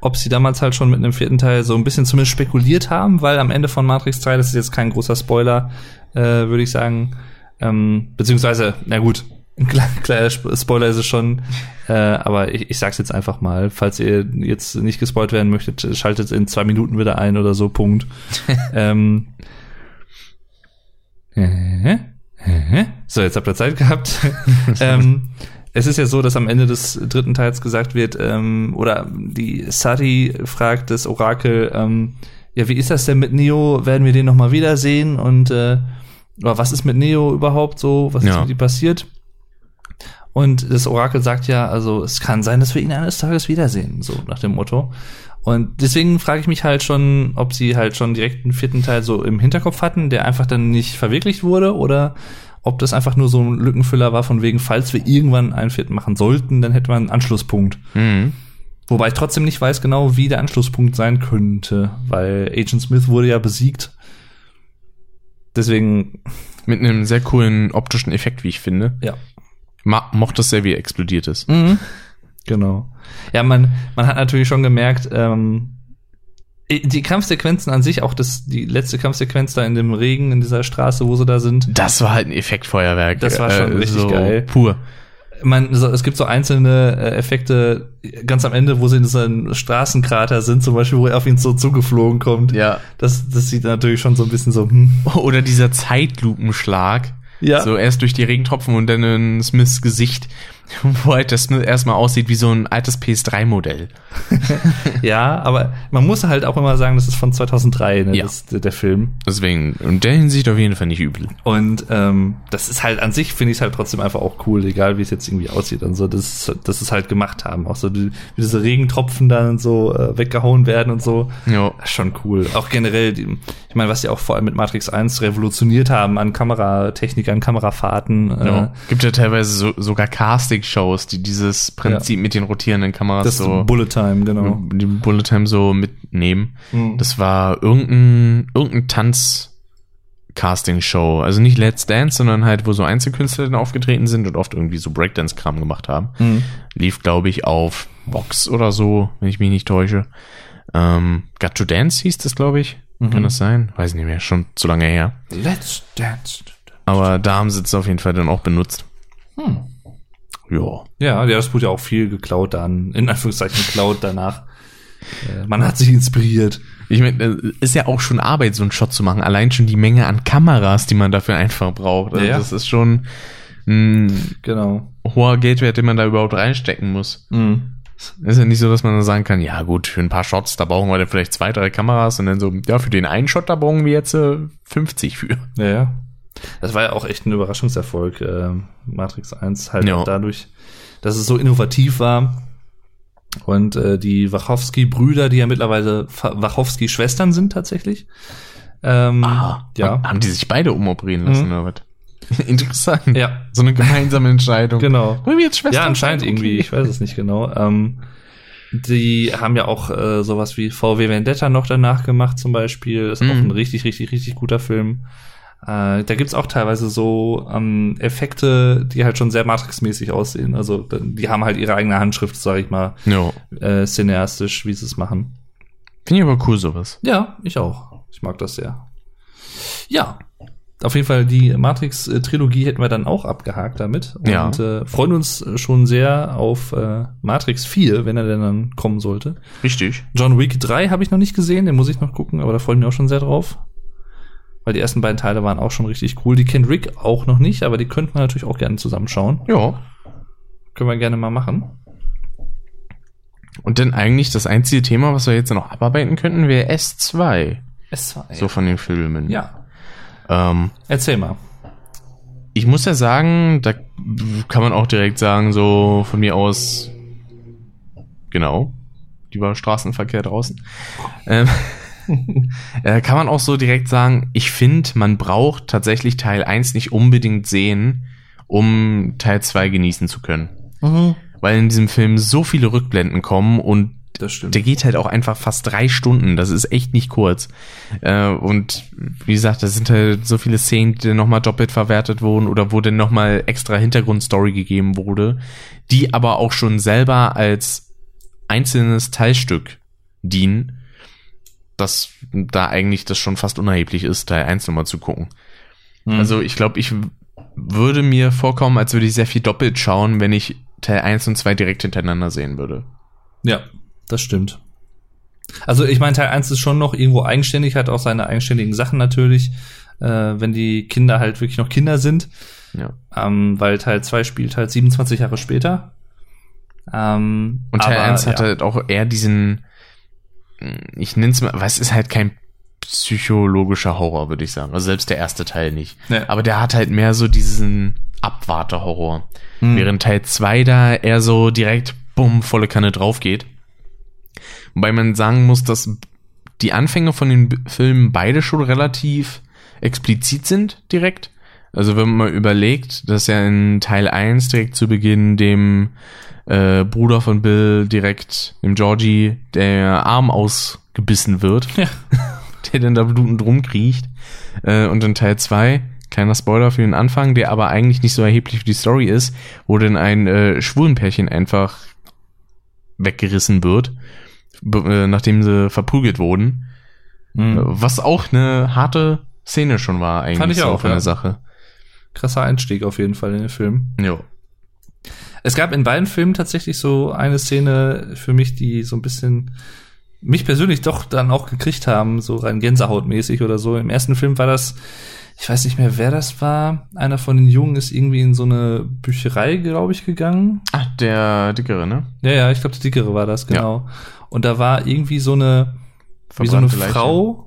[SPEAKER 2] ob sie damals halt schon mit einem vierten Teil so ein bisschen zumindest spekuliert haben, weil am Ende von Matrix 3, das ist jetzt kein großer Spoiler, äh, würde ich sagen, ähm, beziehungsweise, na gut, ein kleiner, kleiner Sp- Spoiler ist es schon, äh, aber ich, ich sag's jetzt einfach mal, falls ihr jetzt nicht gespoilt werden möchtet, schaltet in zwei Minuten wieder ein oder so, Punkt. ähm, Hä? Hä? So, jetzt habt ihr Zeit gehabt. ähm, es ist ja so, dass am Ende des dritten Teils gesagt wird, ähm, oder die Sati fragt das Orakel, ähm, ja, wie ist das denn mit Neo? Werden wir den nochmal wiedersehen? Und äh, oder was ist mit Neo überhaupt so? Was ist
[SPEAKER 1] Ja.
[SPEAKER 2] mit ihm passiert? Und das Orakel sagt ja, also es kann sein, dass wir ihn eines Tages wiedersehen, so nach dem Motto. Und deswegen frage ich mich halt schon, ob sie halt schon direkt einen vierten Teil so im Hinterkopf hatten, der einfach dann nicht verwirklicht wurde, oder ob das einfach nur so ein Lückenfüller war, von wegen, falls wir irgendwann einen vierten machen sollten, dann hätte man einen Anschlusspunkt.
[SPEAKER 1] Mhm.
[SPEAKER 2] Wobei ich trotzdem nicht weiß genau, wie der Anschlusspunkt sein könnte, weil Agent Smith wurde ja besiegt. Deswegen,
[SPEAKER 1] Mit einem sehr coolen optischen Effekt, wie ich finde.
[SPEAKER 2] ja.
[SPEAKER 1] Ma mochte es sehr, wie er explodiert ist.
[SPEAKER 2] Mhm. Genau. Ja, man, man hat natürlich schon gemerkt, ähm, die Kampfsequenzen an sich, auch das, die letzte Kampfsequenz da in dem Regen, in dieser Straße, wo sie da sind,
[SPEAKER 1] Das war halt ein Effektfeuerwerk. Äh,
[SPEAKER 2] Das war schon richtig geil.
[SPEAKER 1] Pur.
[SPEAKER 2] man, so, es gibt so einzelne äh, Effekte ganz am Ende, wo sie in diesem Straßenkrater sind, zum Beispiel, wo er auf ihn so zugeflogen kommt.
[SPEAKER 1] Ja.
[SPEAKER 2] Das, das sieht natürlich schon so ein bisschen so, hm.
[SPEAKER 1] Oder dieser Zeitlupenschlag.
[SPEAKER 2] Ja.
[SPEAKER 1] So erst durch die Regentropfen und dann in Smiths Gesicht, wo halt der Smith erstmal aussieht wie so ein altes PS3-Modell.
[SPEAKER 2] Ja, aber man muss halt auch immer sagen, das ist von 2003, ne,
[SPEAKER 1] Ja.
[SPEAKER 2] das, der Film.
[SPEAKER 1] Deswegen, in der Hinsicht auf jeden Fall nicht übel.
[SPEAKER 2] Und ähm, das ist halt an sich, finde ich es halt trotzdem einfach auch cool, egal wie es jetzt irgendwie aussieht und so, dass, dass sie es halt gemacht haben. Auch so die, wie diese Regentropfen dann so äh, weggehauen werden und so.
[SPEAKER 1] Ja.
[SPEAKER 2] Das ist Schon cool. Auch generell, die, ich meine, was sie auch vor allem mit Matrix 1 revolutioniert haben an Kameratechnik, an Kamerafahrten.
[SPEAKER 1] Ja.
[SPEAKER 2] Äh,
[SPEAKER 1] Gibt ja teilweise so, sogar Casting-Shows, die dieses Prinzip mit den rotierenden Kameras
[SPEAKER 2] das
[SPEAKER 1] so Mhm.
[SPEAKER 2] Bullet Time, genau.
[SPEAKER 1] die Bullet Time so mitnehmen.
[SPEAKER 2] Mhm.
[SPEAKER 1] Das war irgendein, irgendein Tanz-Casting-Show. Also nicht Let's Dance, sondern halt, wo so Einzelkünstler dann aufgetreten sind und oft irgendwie so Breakdance-Kram gemacht haben.
[SPEAKER 2] Mhm.
[SPEAKER 1] Lief, glaube ich, auf Vox oder so, wenn ich mich nicht täusche. Ähm, Got to Dance hieß das, glaube ich. Kann das sein? Weiß nicht mehr, schon zu lange her.
[SPEAKER 2] Let's dance.
[SPEAKER 1] Aber da haben sie es auf jeden Fall dann auch benutzt. Hm. Ja.
[SPEAKER 2] Ja, ja, das wurde ja auch viel geklaut dann, in Anführungszeichen geklaut danach. Äh, Man hat sich inspiriert.
[SPEAKER 1] Ich meine, äh, ist ja auch schon Arbeit, so einen Shot zu machen. Allein schon die Menge an Kameras, die man dafür einfach braucht. Also
[SPEAKER 2] Ja, ja.
[SPEAKER 1] Das ist schon ein
[SPEAKER 2] Genau.
[SPEAKER 1] hoher Geldwert, den man da überhaupt reinstecken muss.
[SPEAKER 2] Mhm.
[SPEAKER 1] Ist ja nicht so, dass man dann sagen kann, ja gut, für ein paar Shots, da brauchen wir dann vielleicht zwei, drei Kameras und dann so, ja, für den einen Shot, da brauchen wir jetzt äh, 50 für.
[SPEAKER 2] Ja, ja. Das war ja auch echt ein Überraschungserfolg, äh, Matrix 1, halt
[SPEAKER 1] Ja.
[SPEAKER 2] auch dadurch, dass es so innovativ war. Und äh, die Wachowski-Brüder, die ja mittlerweile Fa- Wachowski-Schwestern sind tatsächlich. Ähm, ja.
[SPEAKER 1] Haben die sich beide umoperieren lassen
[SPEAKER 2] Mhm.
[SPEAKER 1] oder was? Interessant.
[SPEAKER 2] Ja,
[SPEAKER 1] So eine gemeinsame Entscheidung.
[SPEAKER 2] genau.
[SPEAKER 1] Wollen wir jetzt Schwestern
[SPEAKER 2] Ja, anscheinend
[SPEAKER 1] sein?
[SPEAKER 2] irgendwie, ich weiß es nicht genau. Ähm, die haben ja auch äh, sowas wie VW Vendetta noch danach gemacht zum Beispiel. Ist auch
[SPEAKER 1] Mhm.
[SPEAKER 2] ein richtig, richtig, richtig guter Film. Äh, da gibt's auch teilweise so ähm, Effekte, die halt schon sehr Matrix-mäßig aussehen. Also da- die haben halt ihre eigene Handschrift, sage ich mal,
[SPEAKER 1] Ja.
[SPEAKER 2] äh, cineastisch, wie sie es machen.
[SPEAKER 1] Finde ich aber cool sowas.
[SPEAKER 2] Ja, ich auch. Ich mag das sehr. Ja. Auf jeden Fall, die Matrix-Trilogie hätten wir dann auch abgehakt damit. Und
[SPEAKER 1] Ja.
[SPEAKER 2] äh, freuen uns schon sehr auf äh, Matrix 4, wenn er denn dann kommen sollte.
[SPEAKER 1] Richtig.
[SPEAKER 2] John Wick 3 habe ich noch nicht gesehen, den muss ich noch gucken, aber da freue ich mich auch schon sehr drauf. Weil die ersten beiden Teile waren auch schon richtig cool. Die kennt Rick auch noch nicht, aber die könnte man natürlich auch gerne zusammenschauen.
[SPEAKER 1] Ja.
[SPEAKER 2] Können wir gerne mal machen.
[SPEAKER 1] Und dann eigentlich das einzige Thema, was wir jetzt noch abarbeiten könnten, wäre S2.
[SPEAKER 2] Es war
[SPEAKER 1] So von den Filmen.
[SPEAKER 2] Ja,
[SPEAKER 1] Ähm,
[SPEAKER 2] erzähl mal.
[SPEAKER 1] ich muss ja sagen, da kann man auch direkt sagen, so von mir aus, genau, lieber Straßenverkehr draußen. Ähm, äh, kann man auch so direkt sagen, ich finde, man braucht tatsächlich Teil 1 nicht unbedingt sehen, um Teil 2 genießen zu können. Weil in diesem Film so viele Rückblenden kommen und
[SPEAKER 2] Das stimmt.
[SPEAKER 1] der geht halt auch einfach fast drei Stunden. Das ist echt nicht kurz. Äh, und wie gesagt, da sind halt so viele Szenen, die dann nochmal doppelt verwertet wurden oder wo dann nochmal extra Hintergrundstory gegeben wurde, die aber auch schon selber als einzelnes Teilstück dienen, dass da eigentlich das schon fast unerheblich ist, Teil 1 nochmal zu gucken.
[SPEAKER 2] Mhm.
[SPEAKER 1] Also ich glaube, ich w- würde mir vorkommen, als würde ich sehr viel doppelt schauen, wenn ich Teil 1 und 2 direkt hintereinander sehen würde.
[SPEAKER 2] Ja, das stimmt. Also ich meine, Teil 1 ist schon noch irgendwo eigenständig, hat auch seine eigenständigen Sachen natürlich. äh, wenn die Kinder halt wirklich noch Kinder sind.
[SPEAKER 1] Ja.
[SPEAKER 2] Ähm, weil Teil 2 spielt halt 27 Jahre später. Ähm,
[SPEAKER 1] Und Teil
[SPEAKER 2] aber,
[SPEAKER 1] 1 hat
[SPEAKER 2] ja.
[SPEAKER 1] halt auch eher diesen, hm, ich nenn's mal, was ist halt kein psychologischer Horror, würde ich sagen. Also selbst der erste Teil nicht.
[SPEAKER 7] Ja.
[SPEAKER 1] Aber der hat halt mehr so diesen Abwarte-Horror.
[SPEAKER 2] Hm.
[SPEAKER 1] Während Teil 2 da eher so direkt, bumm, volle Kanne drauf geht. Wobei man sagen muss, dass die Anfänge von den B- Filmen beide schon relativ explizit sind direkt. Also wenn man mal überlegt, dass ja in Teil 1 direkt zu Beginn dem äh, Bruder von Bill direkt, dem Georgie, der Arm ausgebissen wird,
[SPEAKER 2] Ja.
[SPEAKER 1] der dann da blutend rumkriecht. Äh, und in Teil 2, kleiner Spoiler für den Anfang, der aber eigentlich nicht so erheblich für die Story ist, wo dann ein äh, Schwulenpärchen einfach weggerissen wird, be- äh, nachdem sie verprügelt wurden.
[SPEAKER 2] Hm.
[SPEAKER 1] Was auch eine harte Szene schon war eigentlich
[SPEAKER 2] Fand ich
[SPEAKER 1] so
[SPEAKER 2] auch,
[SPEAKER 1] von
[SPEAKER 2] ja.
[SPEAKER 1] der Sache.
[SPEAKER 2] Krasser Einstieg auf jeden Fall in den Film.
[SPEAKER 1] Jo.
[SPEAKER 2] Es gab in beiden Filmen tatsächlich so eine Szene für mich, die so ein bisschen mich persönlich doch dann auch gekriegt haben, so rein Gänsehautmäßig oder so. Im ersten Film war das, ich weiß nicht mehr, wer das war. Einer von den Jungen ist irgendwie in so eine Bücherei, glaube ich, gegangen.
[SPEAKER 1] Ah, der dickere, ne?
[SPEAKER 2] Ja, ja, ich glaube, die dickere war das,
[SPEAKER 1] Ja.
[SPEAKER 2] genau. Und da war irgendwie so eine, wie so eine
[SPEAKER 1] Verbrannte Leiche.
[SPEAKER 2] Frau.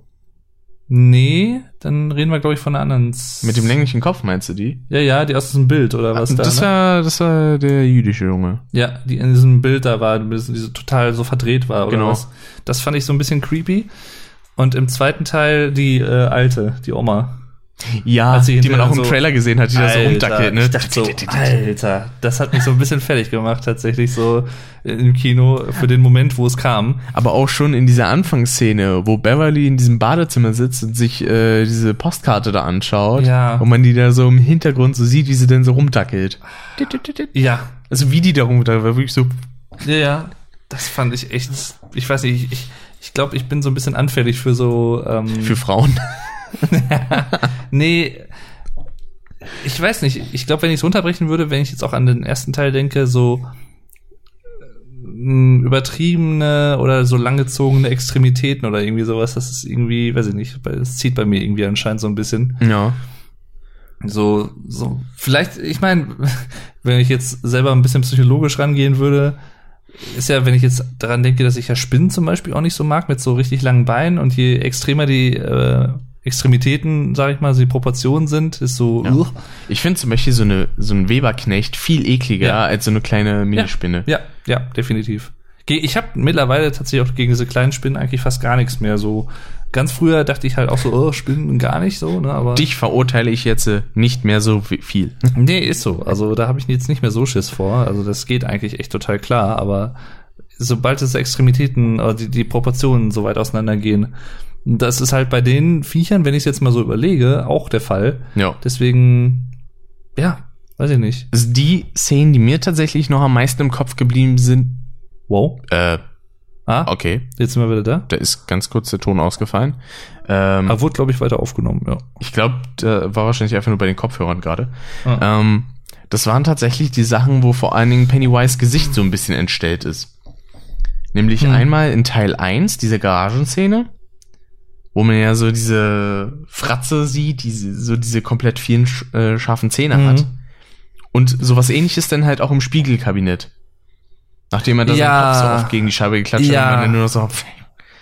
[SPEAKER 2] Nee, dann reden wir, glaube ich, von einer anderen. S-
[SPEAKER 1] Mit dem länglichen Kopf meinst du die?
[SPEAKER 2] Ja, ja, die aus diesem Bild oder was da.
[SPEAKER 1] das
[SPEAKER 2] ne?
[SPEAKER 1] war das war der jüdische Junge.
[SPEAKER 2] Ja, die in diesem Bild da war, die so total so verdreht war oder
[SPEAKER 1] Genau.
[SPEAKER 2] was. Das fand ich so ein bisschen creepy. Und im zweiten Teil die äh, alte, die Oma.
[SPEAKER 1] Ja,
[SPEAKER 2] Als sie
[SPEAKER 1] die man
[SPEAKER 2] hinterher
[SPEAKER 1] auch im
[SPEAKER 2] so-
[SPEAKER 1] Trailer gesehen hat, die da so rumdackelt, ne?
[SPEAKER 2] Ich dachte so, Alter, das hat mich so ein bisschen fertig gemacht tatsächlich so im Kino für den Moment, wo es kam.
[SPEAKER 1] Aber auch schon in dieser Anfangsszene, wo Beverly in diesem Badezimmer sitzt und sich äh, diese Postkarte da anschaut
[SPEAKER 2] Ja.
[SPEAKER 1] und man die da so im Hintergrund so sieht, wie sie denn so rumdackelt.
[SPEAKER 2] Ja,
[SPEAKER 1] Also wie die da rumdackelt, war wirklich so
[SPEAKER 2] ja, ja. Das fand ich echt. Ich weiß nicht. Ich, ich glaube, ich bin so ein bisschen anfällig für so. Ähm,
[SPEAKER 1] für Frauen.
[SPEAKER 2] Nee, ich weiß nicht. Ich glaube, wenn ich es runterbrechen würde, wenn ich jetzt auch an den ersten Teil denke, so ähm, übertriebene oder so langgezogene Extremitäten oder irgendwie sowas, das ist irgendwie, weiß ich nicht, bei- das zieht bei mir irgendwie anscheinend so ein bisschen.
[SPEAKER 1] Ja.
[SPEAKER 2] So, so, vielleicht, ich meine, wenn ich jetzt selber ein bisschen psychologisch rangehen würde, ist ja, wenn ich jetzt daran denke, dass ich ja Spinnen zum Beispiel auch nicht so mag, mit so richtig langen Beinen und je extremer die äh, Extremitäten, sag ich mal, so die Proportionen sind, ist so, uh.
[SPEAKER 1] Ja. Ich finde zum Beispiel so, eine, so ein Weberknecht viel ekliger
[SPEAKER 2] Ja.
[SPEAKER 1] als so eine kleine Minispinne.
[SPEAKER 2] ja, ja, definitiv. Ge- Ich habe mittlerweile tatsächlich auch gegen diese kleinen Spinnen eigentlich fast gar nichts mehr so. Ganz früher dachte ich halt auch so, oh, Spinnen gar nicht so, ne, aber.
[SPEAKER 1] Dich verurteile ich jetzt äh, nicht mehr so wi- viel.
[SPEAKER 2] Nee, ist so. Also da habe ich jetzt nicht mehr so Schiss vor. Also das geht eigentlich echt total klar, aber sobald es Extremitäten, äh, die, die Proportionen so weit auseinandergehen, das ist halt bei den Viechern, wenn ich es jetzt mal so überlege, auch der Fall.
[SPEAKER 1] Ja.
[SPEAKER 2] Deswegen, ja, weiß ich nicht.
[SPEAKER 1] Also die Szenen, die mir tatsächlich noch am meisten im Kopf geblieben sind,
[SPEAKER 2] Wow.
[SPEAKER 1] äh,
[SPEAKER 2] Ah,
[SPEAKER 1] okay,
[SPEAKER 2] jetzt sind wir wieder da.
[SPEAKER 1] da ist ganz kurz der Ton ausgefallen. Ähm,
[SPEAKER 2] Aber wurde, glaube ich, weiter aufgenommen, ja.
[SPEAKER 1] Ich glaube, da war wahrscheinlich einfach nur bei den Kopfhörern gerade.
[SPEAKER 2] Ah.
[SPEAKER 1] Ähm, das waren tatsächlich die Sachen, wo vor allen Dingen Pennywise Gesicht so ein bisschen entstellt ist. Nämlich
[SPEAKER 2] Hm.
[SPEAKER 1] einmal in Teil 1, diese Garagenszene, wo man ja so diese Fratze sieht, die so diese komplett vielen sch äh, scharfen Zähne
[SPEAKER 2] Mhm.
[SPEAKER 1] hat. Und sowas ähnliches dann halt auch im Spiegelkabinett. Nachdem man da
[SPEAKER 2] Ja.
[SPEAKER 1] seinen Kopf so oft gegen die Scheibe geklatscht hat,
[SPEAKER 2] Ja.
[SPEAKER 1] und man dann nur noch so, pff,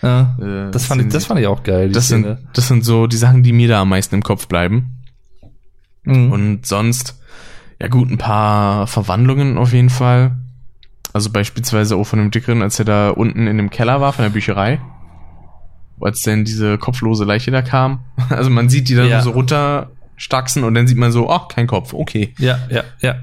[SPEAKER 2] Ja.
[SPEAKER 1] äh,
[SPEAKER 2] Ah. Das fand ich, das fand ich auch geil, die
[SPEAKER 1] das sind,
[SPEAKER 2] Szene.
[SPEAKER 1] das sind so die Sachen, die mir da am meisten im Kopf bleiben.
[SPEAKER 2] Mhm.
[SPEAKER 1] Und sonst, ja gut, ein paar Verwandlungen auf jeden Fall. Also beispielsweise auch von dem Dickeren, als er da unten in dem Keller war, von der Bücherei. Als dann diese kopflose Leiche da kam. Also man sieht die dann
[SPEAKER 2] Ja.
[SPEAKER 1] so runterstaxen und dann sieht man so, ach, kein Kopf, okay.
[SPEAKER 2] Ja, ja, ja.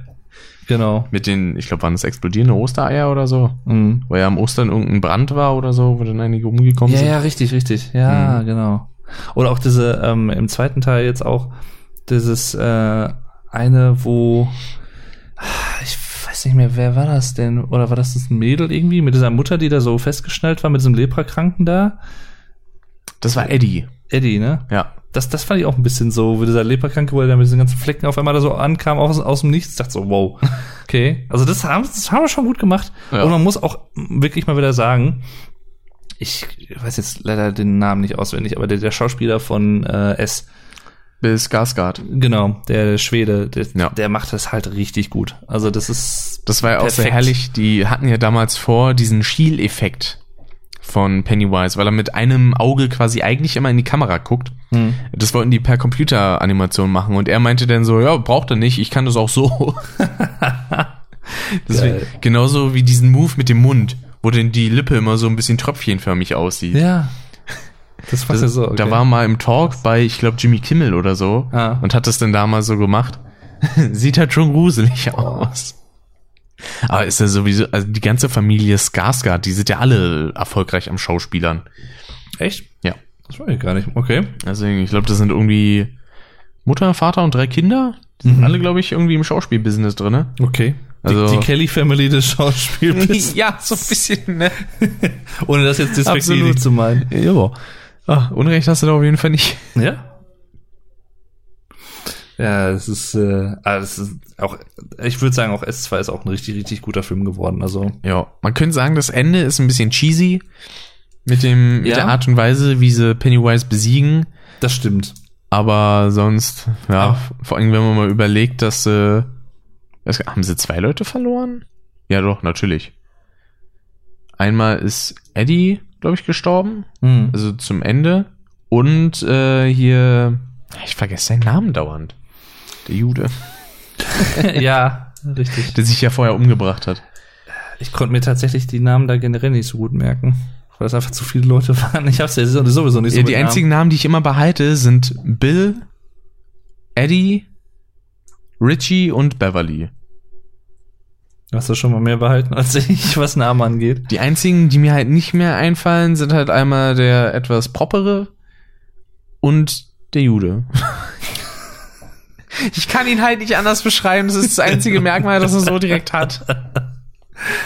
[SPEAKER 2] Genau.
[SPEAKER 1] Mit den, ich glaube, waren das explodierende Ostereier oder so?
[SPEAKER 2] Mhm.
[SPEAKER 1] Weil ja am Ostern irgendein Brand war oder so, wo dann einige umgekommen
[SPEAKER 2] Ja,
[SPEAKER 1] sind.
[SPEAKER 2] ja, richtig, richtig. Ja,
[SPEAKER 1] Mhm.
[SPEAKER 2] genau. Oder auch diese, ähm, im zweiten Teil jetzt auch, dieses äh, eine, wo Ah, ich weiß nicht mehr, wer war das denn? Oder war das das Mädel irgendwie mit dieser Mutter, die da so festgeschnallt war, mit diesem Leprakranken da?
[SPEAKER 1] Das war Eddie.
[SPEAKER 2] Eddie, ne?
[SPEAKER 1] Ja.
[SPEAKER 2] Das, das fand ich auch ein bisschen so, wie dieser Leprakranke, wo er da mit diesen ganzen Flecken auf einmal da so ankam, aus, aus dem Nichts, dachte so, wow. Okay. Also das haben, das haben wir schon gut gemacht.
[SPEAKER 1] Ja.
[SPEAKER 2] Und man muss auch wirklich mal wieder sagen, ich weiß jetzt leider den Namen nicht auswendig, aber der, der Schauspieler von äh, S,
[SPEAKER 1] Bill Skarsgård.
[SPEAKER 2] Genau, der Schwede, der,
[SPEAKER 1] Ja.
[SPEAKER 2] der macht das halt richtig gut. Also das ist
[SPEAKER 1] Das war ja auch sehr
[SPEAKER 2] Perfekt.
[SPEAKER 1] herrlich. Die hatten ja damals vor diesen Schiel-Effekt von Pennywise, weil er mit einem Auge quasi eigentlich immer in die Kamera guckt.
[SPEAKER 2] Hm.
[SPEAKER 1] Das wollten die per Computeranimation machen und er meinte dann so, ja, braucht er nicht, ich kann das auch so. Deswegen,
[SPEAKER 2] Geil.
[SPEAKER 1] genauso wie diesen Move mit dem Mund, wo denn die Lippe immer so ein bisschen tröpfchenförmig aussieht.
[SPEAKER 2] ja. Das fand ich so. Okay.
[SPEAKER 1] Da war mal im Talk bei, ich glaube, Jimmy Kimmel oder so
[SPEAKER 2] Ah.
[SPEAKER 1] und hat das dann damals so gemacht. Sieht halt schon gruselig aus. Aber ist ja sowieso, also die ganze Familie Skarsgård, die sind ja alle erfolgreich am Schauspielern.
[SPEAKER 2] echt?
[SPEAKER 1] Ja.
[SPEAKER 2] Das war ich gar nicht. Okay.
[SPEAKER 1] Deswegen, ich glaube, das sind irgendwie Mutter, Vater und drei Kinder. Die sind alle, glaube ich, irgendwie im Schauspielbusiness drinne.
[SPEAKER 2] Okay. Die,
[SPEAKER 1] Also-
[SPEAKER 2] die Kelly Family des Schauspiels.
[SPEAKER 1] Ja, so ein bisschen, ne?
[SPEAKER 2] Ohne das jetzt despektierlich
[SPEAKER 1] Absolut.
[SPEAKER 2] zu meinen.
[SPEAKER 1] Jawohl. Ah, Unrecht hast du da auf jeden Fall nicht.
[SPEAKER 2] Ja. Ja, es ist, äh, ah, das ist auch, ich würde sagen, auch S2 ist auch ein richtig, richtig guter Film geworden. Also,
[SPEAKER 1] Ja, man könnte sagen, das Ende ist ein bisschen cheesy mit dem mit
[SPEAKER 2] Ja.
[SPEAKER 1] der Art und Weise, wie sie Pennywise besiegen,
[SPEAKER 2] das stimmt.
[SPEAKER 1] aber sonst ja,
[SPEAKER 2] Ah.
[SPEAKER 1] v- vor allem wenn man mal überlegt, dass äh, weiß gar- haben sie zwei Leute verloren? Ja, doch, natürlich. Einmal ist Eddie, glaube ich, gestorben,
[SPEAKER 2] Mhm.
[SPEAKER 1] also zum Ende und äh, hier ich vergesse seinen Namen dauernd. Der Jude,
[SPEAKER 2] Also, ja, richtig.
[SPEAKER 1] der sich ja vorher umgebracht hat.
[SPEAKER 2] Ich konnte mir tatsächlich die Namen da generell nicht so gut merken, weil das einfach zu viele Leute waren. Ich hab's ja sowieso nicht so
[SPEAKER 1] Ja,
[SPEAKER 2] mit
[SPEAKER 1] die
[SPEAKER 2] Namen.
[SPEAKER 1] einzigen Namen, die ich immer behalte, sind Bill, Eddie, Richie und Beverly.
[SPEAKER 2] Hast du schon mal mehr behalten als ich, was Namen angeht.
[SPEAKER 1] Die einzigen, die mir halt nicht mehr einfallen, sind halt einmal der etwas proppere und der Jude. Ich kann ihn halt nicht anders beschreiben. Das ist das einzige Merkmal, das er so direkt hat.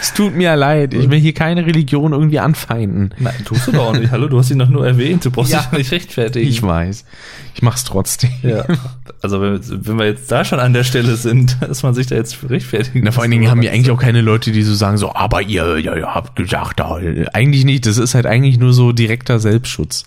[SPEAKER 1] Es tut mir leid. Ich will hier keine Religion irgendwie anfeinden.
[SPEAKER 2] Nein, tust du doch auch nicht. Hallo, du hast ihn doch nur erwähnt. Du brauchst
[SPEAKER 1] Ja.
[SPEAKER 2] dich doch nicht rechtfertigen.
[SPEAKER 1] Ich weiß. Ich mach's trotzdem.
[SPEAKER 2] ja. Also, wenn, wir- wenn wir jetzt da schon an der Stelle sind, dass man sich da jetzt für rechtfertigen
[SPEAKER 1] Na, vor allen
[SPEAKER 2] muss.
[SPEAKER 1] Dingen haben wir eigentlich auch keine Leute, die so sagen, so, aber ihr, ja, ihr habt gesagt, da, eigentlich nicht. Das ist halt eigentlich nur so direkter Selbstschutz.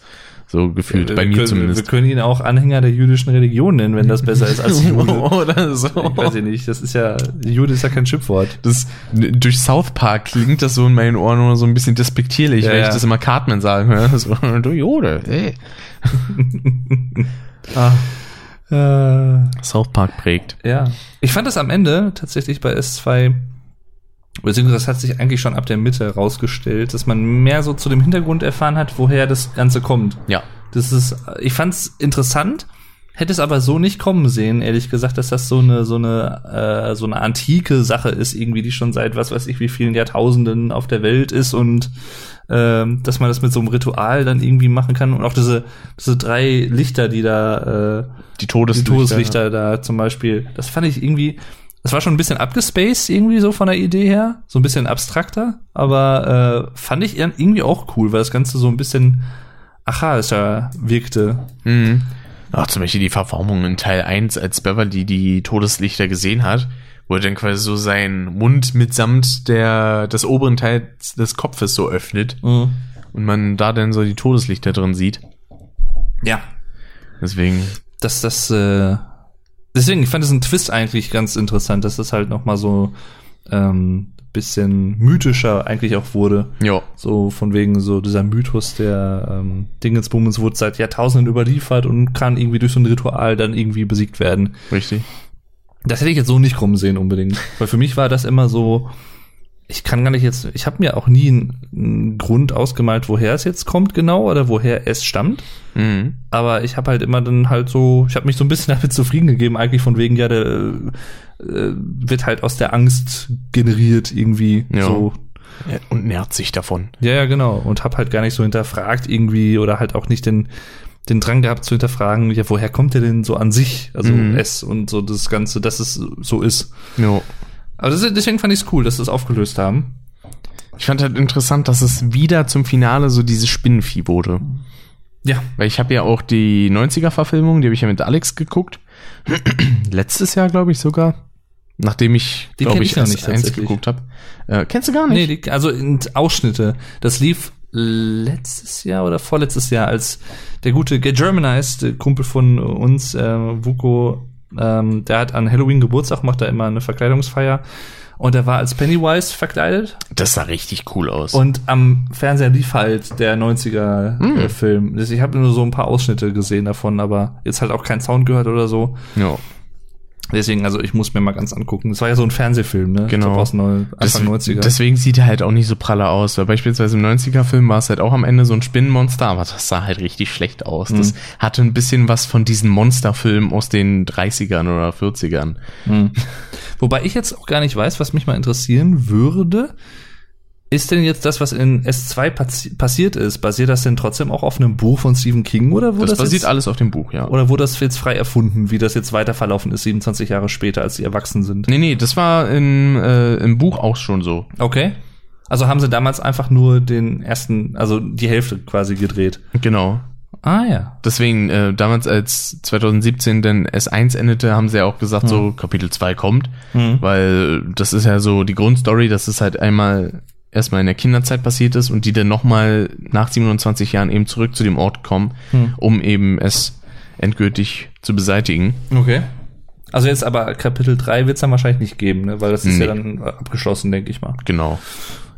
[SPEAKER 1] So gefühlt,
[SPEAKER 2] Wir
[SPEAKER 1] bei mir
[SPEAKER 2] können,
[SPEAKER 1] zumindest.
[SPEAKER 2] Wir können ihn auch Anhänger der jüdischen Religion nennen, wenn das besser ist als Jude.
[SPEAKER 1] Oder
[SPEAKER 2] Ich weiß
[SPEAKER 1] so.
[SPEAKER 2] ja nicht, das ist ja, Jude ist ja kein Schimpfwort.
[SPEAKER 1] Das, durch South Park klingt das so in meinen Ohren nur so ein bisschen despektierlich,
[SPEAKER 2] Ja,
[SPEAKER 1] weil
[SPEAKER 2] ja.
[SPEAKER 1] ich das immer Cartman sagen höre. So, du Jode, ey. Ah.
[SPEAKER 2] Äh,
[SPEAKER 1] South Park prägt.
[SPEAKER 2] Ja. Ich fand das am Ende tatsächlich bei S2, beziehungsweise das hat sich eigentlich schon ab der Mitte rausgestellt, dass man mehr so zu dem Hintergrund erfahren hat, woher das Ganze kommt.
[SPEAKER 1] Ja.
[SPEAKER 2] Das ist, ich fand's interessant, hätte es aber so nicht kommen sehen, ehrlich gesagt, dass das so eine, so eine, äh, so eine antike Sache ist, irgendwie, die schon seit was weiß ich wie vielen Jahrtausenden auf der Welt ist und ähm, dass man das mit so einem Ritual dann irgendwie machen kann und auch diese, diese drei Lichter, die da äh,
[SPEAKER 1] Die
[SPEAKER 2] die
[SPEAKER 1] Todeslichter.
[SPEAKER 2] Todeslichter da zum Beispiel. Das fand ich irgendwie, das war schon ein bisschen abgespaced irgendwie so von der Idee her, so ein bisschen abstrakter, aber äh, fand ich irgendwie auch cool, weil das Ganze so ein bisschen achaischer wirkte.
[SPEAKER 1] Mhm. Ach, zum Beispiel die Verformung in Teil 1, als Beverly die Todeslichter gesehen hat, wo er dann quasi so seinen Mund mitsamt der, des oberen Teils des Kopfes so öffnet und man da dann so die Todeslichter drin sieht.
[SPEAKER 2] Ja,
[SPEAKER 1] Deswegen,
[SPEAKER 2] dass das äh, deswegen ich fand diesen Twist eigentlich ganz interessant, dass das halt noch mal so ähm, bisschen mythischer eigentlich auch wurde.
[SPEAKER 1] ja.
[SPEAKER 2] So von wegen so dieser Mythos der ähm, Dingensbummens wurde seit Jahrtausenden überliefert und kann irgendwie durch so ein Ritual dann irgendwie besiegt werden.
[SPEAKER 1] Richtig.
[SPEAKER 2] Das hätte ich jetzt so nicht kommen sehen unbedingt. Weil für mich war das immer so, ich kann gar nicht jetzt, ich habe mir auch nie einen, einen Grund ausgemalt, woher es jetzt kommt genau oder woher es stammt.
[SPEAKER 1] Mhm.
[SPEAKER 2] Aber ich habe halt immer dann halt so, ich habe mich so ein bisschen damit zufrieden gegeben, eigentlich von wegen, ja, der äh, wird halt aus der Angst generiert irgendwie.
[SPEAKER 1] Ja.
[SPEAKER 2] So,
[SPEAKER 1] Und nährt sich davon.
[SPEAKER 2] ja, ja, genau. Und hab halt gar nicht so hinterfragt irgendwie oder halt auch nicht den, den Drang gehabt zu hinterfragen, ja, woher kommt der denn so an sich? Also
[SPEAKER 1] Mhm.
[SPEAKER 2] es und so das Ganze, dass es so ist.
[SPEAKER 1] Ja.
[SPEAKER 2] Aber das, ist- deswegen fand ich es cool, dass sie es aufgelöst haben.
[SPEAKER 1] Ich fand halt interessant, dass es wieder zum Finale so dieses Spinnenvieh wurde.
[SPEAKER 2] Ja.
[SPEAKER 1] Weil ich habe ja auch die 90er-Verfilmung, die habe ich ja mit Alex geguckt. Letztes Jahr, glaube ich, sogar. Nachdem ich,
[SPEAKER 2] Die
[SPEAKER 1] glaube
[SPEAKER 2] kenn
[SPEAKER 1] ich,
[SPEAKER 2] ich noch
[SPEAKER 1] S1
[SPEAKER 2] nicht tatsächlich.
[SPEAKER 1] geguckt habe. Äh, kennst du gar nicht?
[SPEAKER 2] Nee, die, also in Ausschnitte. Das lief letztes Jahr oder vorletztes Jahr, als der gute Germanized äh, Kumpel von uns, äh, Vuko, ähm, der hat an Halloween Geburtstag, macht da immer eine Verkleidungsfeier. Und er war als Pennywise verkleidet.
[SPEAKER 1] Das sah richtig cool aus.
[SPEAKER 2] Und am Fernseher lief halt der 90er-Film. Ich habe nur so ein paar Ausschnitte gesehen davon, aber jetzt halt auch keinen Sound gehört oder so.
[SPEAKER 1] ja.
[SPEAKER 2] Deswegen, also ich muss mir mal ganz angucken. Das war ja so ein Fernsehfilm, ne?
[SPEAKER 1] Genau.
[SPEAKER 2] Ich glaub, aus neu,
[SPEAKER 1] Des-
[SPEAKER 2] Anfang 90er.
[SPEAKER 1] Deswegen sieht er halt auch nicht so pralle aus, weil beispielsweise im 90er-Film war es halt auch am Ende so ein Spinnenmonster, aber das sah halt richtig schlecht aus. Das
[SPEAKER 2] Mhm.
[SPEAKER 1] hatte ein bisschen was von diesen Monsterfilmen aus den 30ern oder 40ern.
[SPEAKER 2] Hm. Wobei ich jetzt auch gar nicht weiß, was mich mal interessieren würde. Ist denn jetzt das, was in S2 passi passiert ist, basiert das denn trotzdem auch auf einem Buch von Stephen King oder
[SPEAKER 1] das
[SPEAKER 2] wo Oh, das,
[SPEAKER 1] basiert
[SPEAKER 2] jetzt,
[SPEAKER 1] alles auf dem Buch, ja.
[SPEAKER 2] oder wurde das jetzt frei erfunden, wie das jetzt weiter verlaufen ist, 27 Jahre später, als sie erwachsen sind?
[SPEAKER 1] Nee, nee, das war in, äh, im Buch auch schon so.
[SPEAKER 2] Okay. Also haben sie damals einfach nur den ersten, also die Hälfte quasi gedreht.
[SPEAKER 1] Genau.
[SPEAKER 2] Ah ja.
[SPEAKER 1] Deswegen, äh, damals als 2017 denn S1 endete, haben sie ja auch gesagt, so
[SPEAKER 2] Hm.
[SPEAKER 1] Kapitel 2 kommt, weil das ist ja so die Grundstory, dass es halt einmal erstmal in der Kinderzeit passiert ist und die dann nochmal nach 27 Jahren eben zurück zu dem Ort kommen,
[SPEAKER 2] Hm.
[SPEAKER 1] um eben es endgültig zu beseitigen.
[SPEAKER 2] Okay. Also jetzt aber Kapitel 3 wird es dann wahrscheinlich nicht geben, ne? weil das ist
[SPEAKER 1] Nee.
[SPEAKER 2] ja dann abgeschlossen, denke ich mal.
[SPEAKER 1] Genau.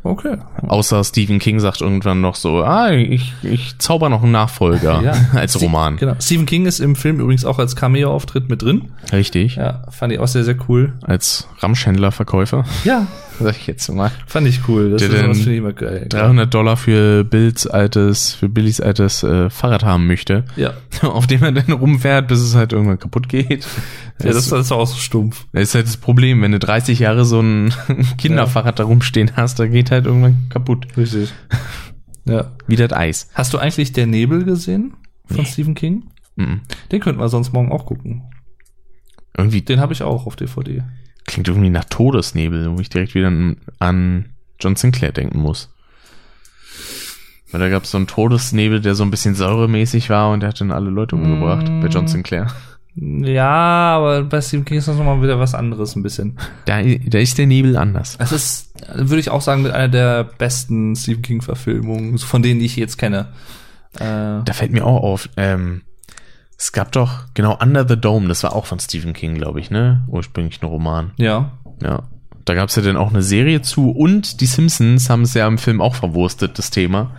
[SPEAKER 2] Okay.
[SPEAKER 1] Außer Stephen King sagt irgendwann noch so, ah, ich, ich zauber noch einen Nachfolger als
[SPEAKER 2] Ste-
[SPEAKER 1] Roman.
[SPEAKER 2] Genau. Stephen King ist im Film übrigens auch als Cameo-Auftritt mit drin.
[SPEAKER 1] Richtig.
[SPEAKER 2] Ja, fand ich auch sehr, sehr cool.
[SPEAKER 1] Als Ramschhändler-Verkäufer,
[SPEAKER 2] Ja,
[SPEAKER 1] sag ich jetzt mal.
[SPEAKER 2] fand ich cool. Das
[SPEAKER 1] Der
[SPEAKER 2] ist
[SPEAKER 1] denn
[SPEAKER 2] sowas, finde ich immer geil. Genau.
[SPEAKER 1] 300 Dollar für Bills altes, für Billys altes äh, Fahrrad haben möchte,
[SPEAKER 2] Ja,
[SPEAKER 1] auf dem er dann rumfährt, bis es halt irgendwann kaputt geht.
[SPEAKER 2] ja das,
[SPEAKER 1] das,
[SPEAKER 2] das ist auch so stumpf.
[SPEAKER 1] das ist halt das Problem, wenn du 30 Jahre so ein Kinderfahrrad da rumstehen hast, da geht halt irgendwann kaputt.
[SPEAKER 2] Richtig. Ja.
[SPEAKER 1] Wie das Eis.
[SPEAKER 2] Hast du eigentlich Der Nebel gesehen von Stephen King?
[SPEAKER 1] Mhm.
[SPEAKER 2] Den könnten wir sonst morgen auch gucken.
[SPEAKER 1] Irgendwie
[SPEAKER 2] Den habe ich auch auf DVD.
[SPEAKER 1] klingt irgendwie nach Todesnebel, wo ich direkt wieder an- an John Sinclair denken muss. Weil da gab es so einen Todesnebel, der so ein bisschen säuremäßig war und der hat dann alle Leute umgebracht bei
[SPEAKER 2] Mhm.
[SPEAKER 1] John Sinclair.
[SPEAKER 2] Ja, aber bei Stephen King ist das nochmal wieder was anderes ein bisschen.
[SPEAKER 1] Da, da ist der Nebel anders.
[SPEAKER 2] Es ist, äh, würde ich auch sagen, mit einer der besten Stephen King-Verfilmungen, von denen ich jetzt kenne. Äh,
[SPEAKER 1] Da fällt mir auch auf, ähm, es gab doch, genau, Under the Dome, das war auch von Stephen King, glaube ich, ne? Ursprünglich ein Roman.
[SPEAKER 2] ja.
[SPEAKER 1] Ja. Da gab es ja dann auch eine Serie zu und die Simpsons haben es ja im Film auch verwurstet, das Thema.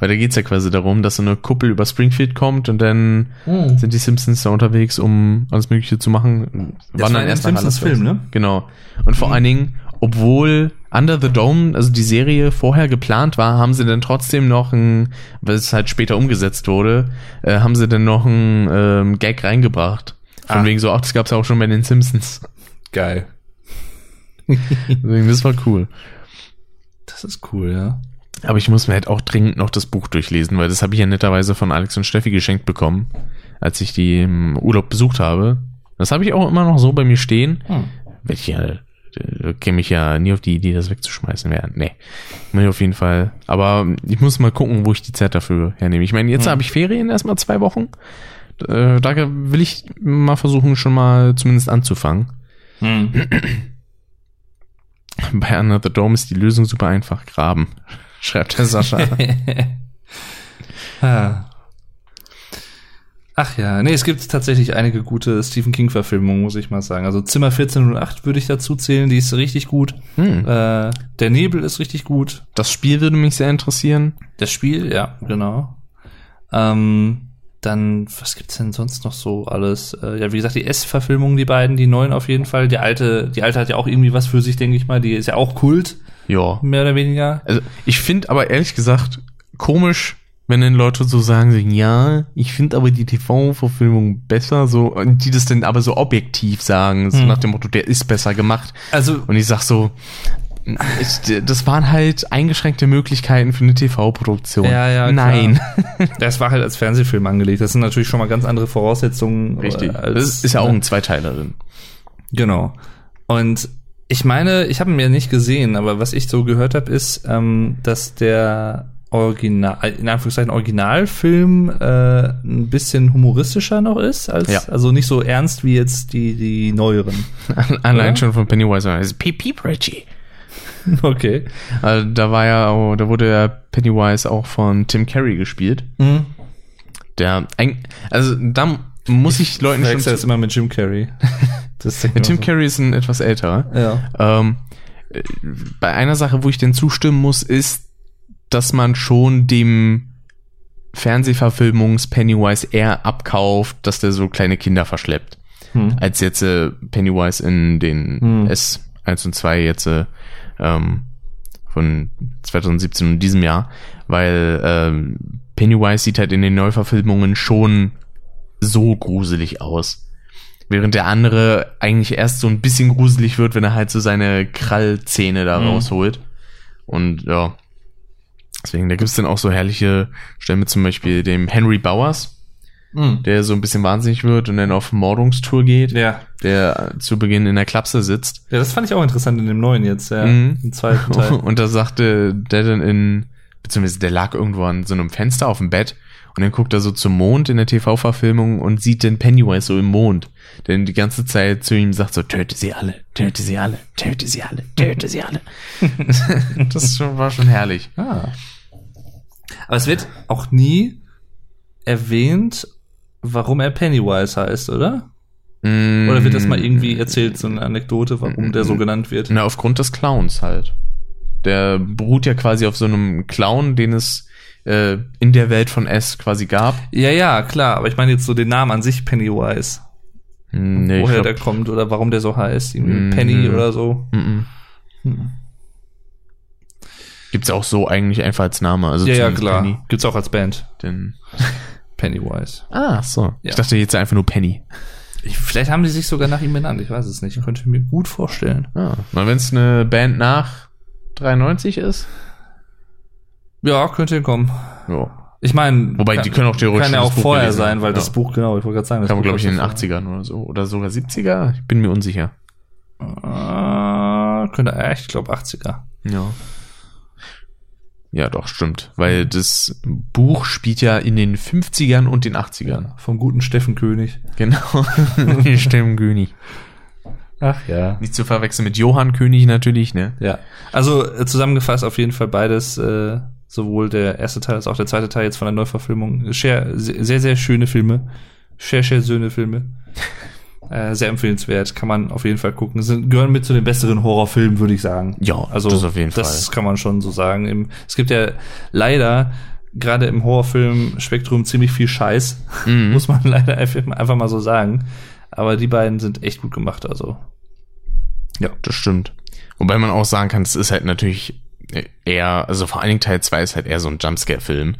[SPEAKER 1] Weil da geht's ja quasi darum, dass so eine Kuppel über Springfield kommt und dann sind die Simpsons da unterwegs, um alles Mögliche zu machen.
[SPEAKER 2] Das war in dem
[SPEAKER 1] nach
[SPEAKER 2] Simpsons-Film,
[SPEAKER 1] Alaska.
[SPEAKER 2] ne?
[SPEAKER 1] Genau. Und vor allen Dingen, obwohl Under the Dome, also die Serie vorher geplant war, haben sie dann trotzdem noch ein, weil es halt später umgesetzt wurde, äh, haben sie dann noch ein ähm, Gag reingebracht. Von
[SPEAKER 2] Ah.
[SPEAKER 1] wegen so, ach, das gab's ja auch schon bei den Simpsons.
[SPEAKER 2] Geil.
[SPEAKER 1] Deswegen, das war cool.
[SPEAKER 2] Das ist cool, ja.
[SPEAKER 1] Aber ich muss mir halt auch dringend noch das Buch durchlesen, weil das habe ich ja netterweise von Alex und Steffi geschenkt bekommen, als ich die im Urlaub besucht habe. Das habe ich auch immer noch so bei mir stehen.
[SPEAKER 2] Hm.
[SPEAKER 1] Wenn ich ja, äh, käme ich ja nie auf die Idee, das wegzuschmeißen wäre. Nee, muss ich auf jeden Fall. Aber ich muss mal gucken, wo ich die Zeit dafür hernehme. Ich meine, jetzt habe ich Ferien erstmal zwei Wochen. Äh, Da will ich mal versuchen, schon mal zumindest anzufangen.
[SPEAKER 2] Hm.
[SPEAKER 1] Bei Under the Dome ist die Lösung super einfach. Graben, schreibt der Sascha.
[SPEAKER 2] Ah. Ach ja, nee, es gibt tatsächlich einige gute Stephen King-Verfilmungen, muss ich mal sagen. Also Zimmer 1408 würde ich dazu zählen, die ist richtig gut.
[SPEAKER 1] Hm.
[SPEAKER 2] Äh, der Nebel ist richtig gut.
[SPEAKER 1] Das Spiel würde mich sehr interessieren.
[SPEAKER 2] Das Spiel, ja, genau. Ähm, dann, was gibt's denn sonst noch so alles? Äh, ja, wie gesagt, die S-Verfilmungen, die beiden, die neuen auf jeden Fall. Die alte, die alte hat ja auch irgendwie was für sich, denke ich mal. Die ist ja auch Kult,
[SPEAKER 1] Ja.
[SPEAKER 2] mehr oder weniger.
[SPEAKER 1] Also ich finde aber ehrlich gesagt komisch, wenn dann Leute so sagen, so, ja, ich finde aber die TV-Verfilmung besser, so, und die das dann aber so objektiv sagen,
[SPEAKER 2] Hm.
[SPEAKER 1] so nach dem Motto, der ist besser gemacht.
[SPEAKER 2] Also,
[SPEAKER 1] Und ich sag so, ich, das waren halt eingeschränkte Möglichkeiten für eine TV-Produktion.
[SPEAKER 2] Ja, ja, klar.
[SPEAKER 1] Nein.
[SPEAKER 2] Das war halt als Fernsehfilm angelegt. Das sind natürlich schon mal ganz andere Voraussetzungen. äh, Als,
[SPEAKER 1] Das ist ja auch ein Zweiteiler drin.
[SPEAKER 2] Genau. Und ich meine, ich habe ihn ja nicht gesehen, aber was ich so gehört habe, ist, ähm, dass der Original, äh, in Anführungszeichen Originalfilm äh, ein bisschen humoristischer noch ist, als
[SPEAKER 1] Ja.
[SPEAKER 2] also nicht so ernst wie jetzt die die neueren.
[SPEAKER 1] Allein
[SPEAKER 2] Oder?
[SPEAKER 1] schon von Pennywise. Also, Piep, piep, Reggie.
[SPEAKER 2] Okay.
[SPEAKER 1] Also, da war ja, oh, da wurde ja Pennywise auch von Tim Curry gespielt.
[SPEAKER 2] Mhm.
[SPEAKER 1] Der, eig- also da muss ich Leuten
[SPEAKER 2] Wechsel
[SPEAKER 1] schon.
[SPEAKER 2] das immer mit Jim Carrey. Das ist
[SPEAKER 1] Tim Curry ist ein etwas älterer.
[SPEAKER 2] Ja.
[SPEAKER 1] Ähm, äh, bei einer Sache, wo ich denn zustimmen muss, ist, dass man schon dem Fernsehverfilmungs Pennywise eher abkauft, dass der so kleine Kinder verschleppt,
[SPEAKER 2] Hm.
[SPEAKER 1] als jetzt äh, Pennywise in den
[SPEAKER 2] Hm.
[SPEAKER 1] S1 und 2 jetzt äh, ähm, von 2017 und diesem Jahr, weil ähm, Pennywise sieht halt in den Neuverfilmungen schon so gruselig aus. Während der andere eigentlich erst so ein bisschen gruselig wird, wenn er halt so seine Krallzähne da
[SPEAKER 2] Mhm.
[SPEAKER 1] rausholt. Und ja. Deswegen, da gibt's dann auch so herrliche Stellen mit zum Beispiel dem Henry Bowers,
[SPEAKER 2] Hm.
[SPEAKER 1] der so ein bisschen wahnsinnig wird und dann auf Mordungstour geht,
[SPEAKER 2] Ja.
[SPEAKER 1] der zu Beginn in der Klapse sitzt.
[SPEAKER 2] Ja, das fand ich auch interessant in dem neuen jetzt, ja.
[SPEAKER 1] Mhm.
[SPEAKER 2] Im zweiten Teil.
[SPEAKER 1] Und da sagte der dann in, beziehungsweise der lag irgendwo an so einem Fenster auf dem Bett und dann guckt er so zum Mond in der TV-Verfilmung und sieht den Pennywise so im Mond, der die ganze Zeit zu ihm sagt so, töte sie alle, töte sie alle, töte sie alle, töte sie alle. das ist schon, war schon herrlich.
[SPEAKER 2] Ah. Aber es wird auch nie erwähnt, warum er Pennywise heißt, oder? Oder wird das
[SPEAKER 1] Mm.
[SPEAKER 2] mal irgendwie erzählt, so eine Anekdote, warum der so genannt wird?
[SPEAKER 1] Na, aufgrund des Clowns halt. Der beruht ja quasi auf so einem Clown, den es äh, in der Welt von S quasi gab.
[SPEAKER 2] Ja, ja, klar, aber ich meine jetzt so den Namen an sich Pennywise.
[SPEAKER 1] Hm, Nee, ich
[SPEAKER 2] woher
[SPEAKER 1] glaub-
[SPEAKER 2] der kommt oder warum der so heißt. Irgendwie
[SPEAKER 1] Mhm.
[SPEAKER 2] Penny oder so.
[SPEAKER 1] Mhm.
[SPEAKER 2] Hm.
[SPEAKER 1] Gibt's auch so eigentlich einfach als Name. Also
[SPEAKER 2] Ja, ja,
[SPEAKER 1] zumindest
[SPEAKER 2] klar.
[SPEAKER 1] Penny,
[SPEAKER 2] Gibt's auch als Band.
[SPEAKER 1] den
[SPEAKER 2] Pennywise.
[SPEAKER 1] ah, so.
[SPEAKER 2] Ja.
[SPEAKER 1] Ich dachte jetzt einfach nur Penny.
[SPEAKER 2] Ich, vielleicht haben die sich sogar nach ihm benannt, ich weiß es nicht. Ich könnte mir gut vorstellen.
[SPEAKER 1] Ah. Mal wenn's eine Band nach 93 ist.
[SPEAKER 2] Ja, könnte hinkommen.
[SPEAKER 1] Ja.
[SPEAKER 2] Ich meine,
[SPEAKER 1] Wobei,
[SPEAKER 2] kann,
[SPEAKER 1] die können auch theoretisch
[SPEAKER 2] kann ja
[SPEAKER 1] das
[SPEAKER 2] auch
[SPEAKER 1] Buch
[SPEAKER 2] vorher
[SPEAKER 1] gelesen
[SPEAKER 2] sein,
[SPEAKER 1] haben.
[SPEAKER 2] weil
[SPEAKER 1] Ja.
[SPEAKER 2] das Buch, genau, ich wollte gerade sagen, das
[SPEAKER 1] Kam,
[SPEAKER 2] Buch
[SPEAKER 1] glaube ich, in den
[SPEAKER 2] ist
[SPEAKER 1] 80ern oder so. Oder sogar 70er. Ich bin mir unsicher.
[SPEAKER 2] davor. Äh, könnte, ja, ich glaube 80er.
[SPEAKER 1] Ja. Ja, doch, stimmt. Weil das Buch spielt ja in den 50ern und den 80ern.
[SPEAKER 2] Vom guten Steffen König.
[SPEAKER 1] Genau. Stimmt, König.
[SPEAKER 2] Ach ja.
[SPEAKER 1] Nicht zu verwechseln mit Johann König natürlich, ne?
[SPEAKER 2] Ja. Also äh, zusammengefasst auf jeden Fall beides, äh, sowohl der erste Teil als auch der zweite Teil jetzt von der Neuverfilmung. Sehr, sehr, sehr schöne Filme. Sehr, sehr schöne Filme. Äh, sehr empfehlenswert, kann man auf jeden Fall gucken. Sind, gehören mit zu den besseren Horrorfilmen, würde ich sagen.
[SPEAKER 1] Ja,
[SPEAKER 2] also
[SPEAKER 1] das auf jeden
[SPEAKER 2] Das kann man schon so sagen. Im, es gibt ja leider gerade im Horrorfilm-Spektrum ziemlich viel Scheiß,
[SPEAKER 1] Mhm.
[SPEAKER 2] muss man leider einfach mal so sagen. Aber die beiden sind echt gut gemacht, also.
[SPEAKER 1] Ja, das stimmt. Wobei man auch sagen kann, es ist halt natürlich eher, also vor allen Dingen Teil 2 ist halt eher so ein Jumpscare-Film.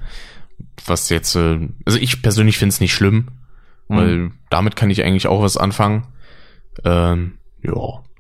[SPEAKER 1] Was jetzt, äh, also ich persönlich finde es nicht schlimm, weil damit kann ich eigentlich auch was anfangen. Ähm, ja,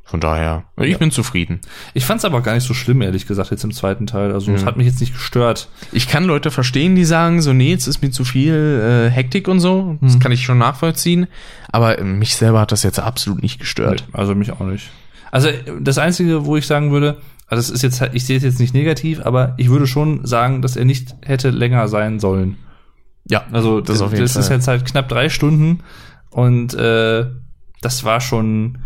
[SPEAKER 1] von daher, ich bin zufrieden.
[SPEAKER 2] Ich fand es aber gar nicht so schlimm, ehrlich gesagt, jetzt im zweiten Teil. Also es
[SPEAKER 1] Mhm.
[SPEAKER 2] hat mich jetzt nicht gestört.
[SPEAKER 1] Ich kann Leute verstehen, die sagen, so, nee, jetzt ist mir zu viel äh, Hektik und so. Das
[SPEAKER 2] Hm.
[SPEAKER 1] kann ich schon nachvollziehen. Aber äh, mich selber hat das jetzt absolut nicht gestört.
[SPEAKER 2] Also mich auch nicht. Also das Einzige, wo ich sagen würde, also das ist jetzt, halt- ich sehe es jetzt nicht negativ, aber ich würde schon sagen, dass er nicht hätte länger sein sollen.
[SPEAKER 1] Ja,
[SPEAKER 2] Also
[SPEAKER 1] Das
[SPEAKER 2] das,
[SPEAKER 1] auf jeden
[SPEAKER 2] das ist
[SPEAKER 1] Fall.
[SPEAKER 2] jetzt halt knapp drei Stunden und äh, das war schon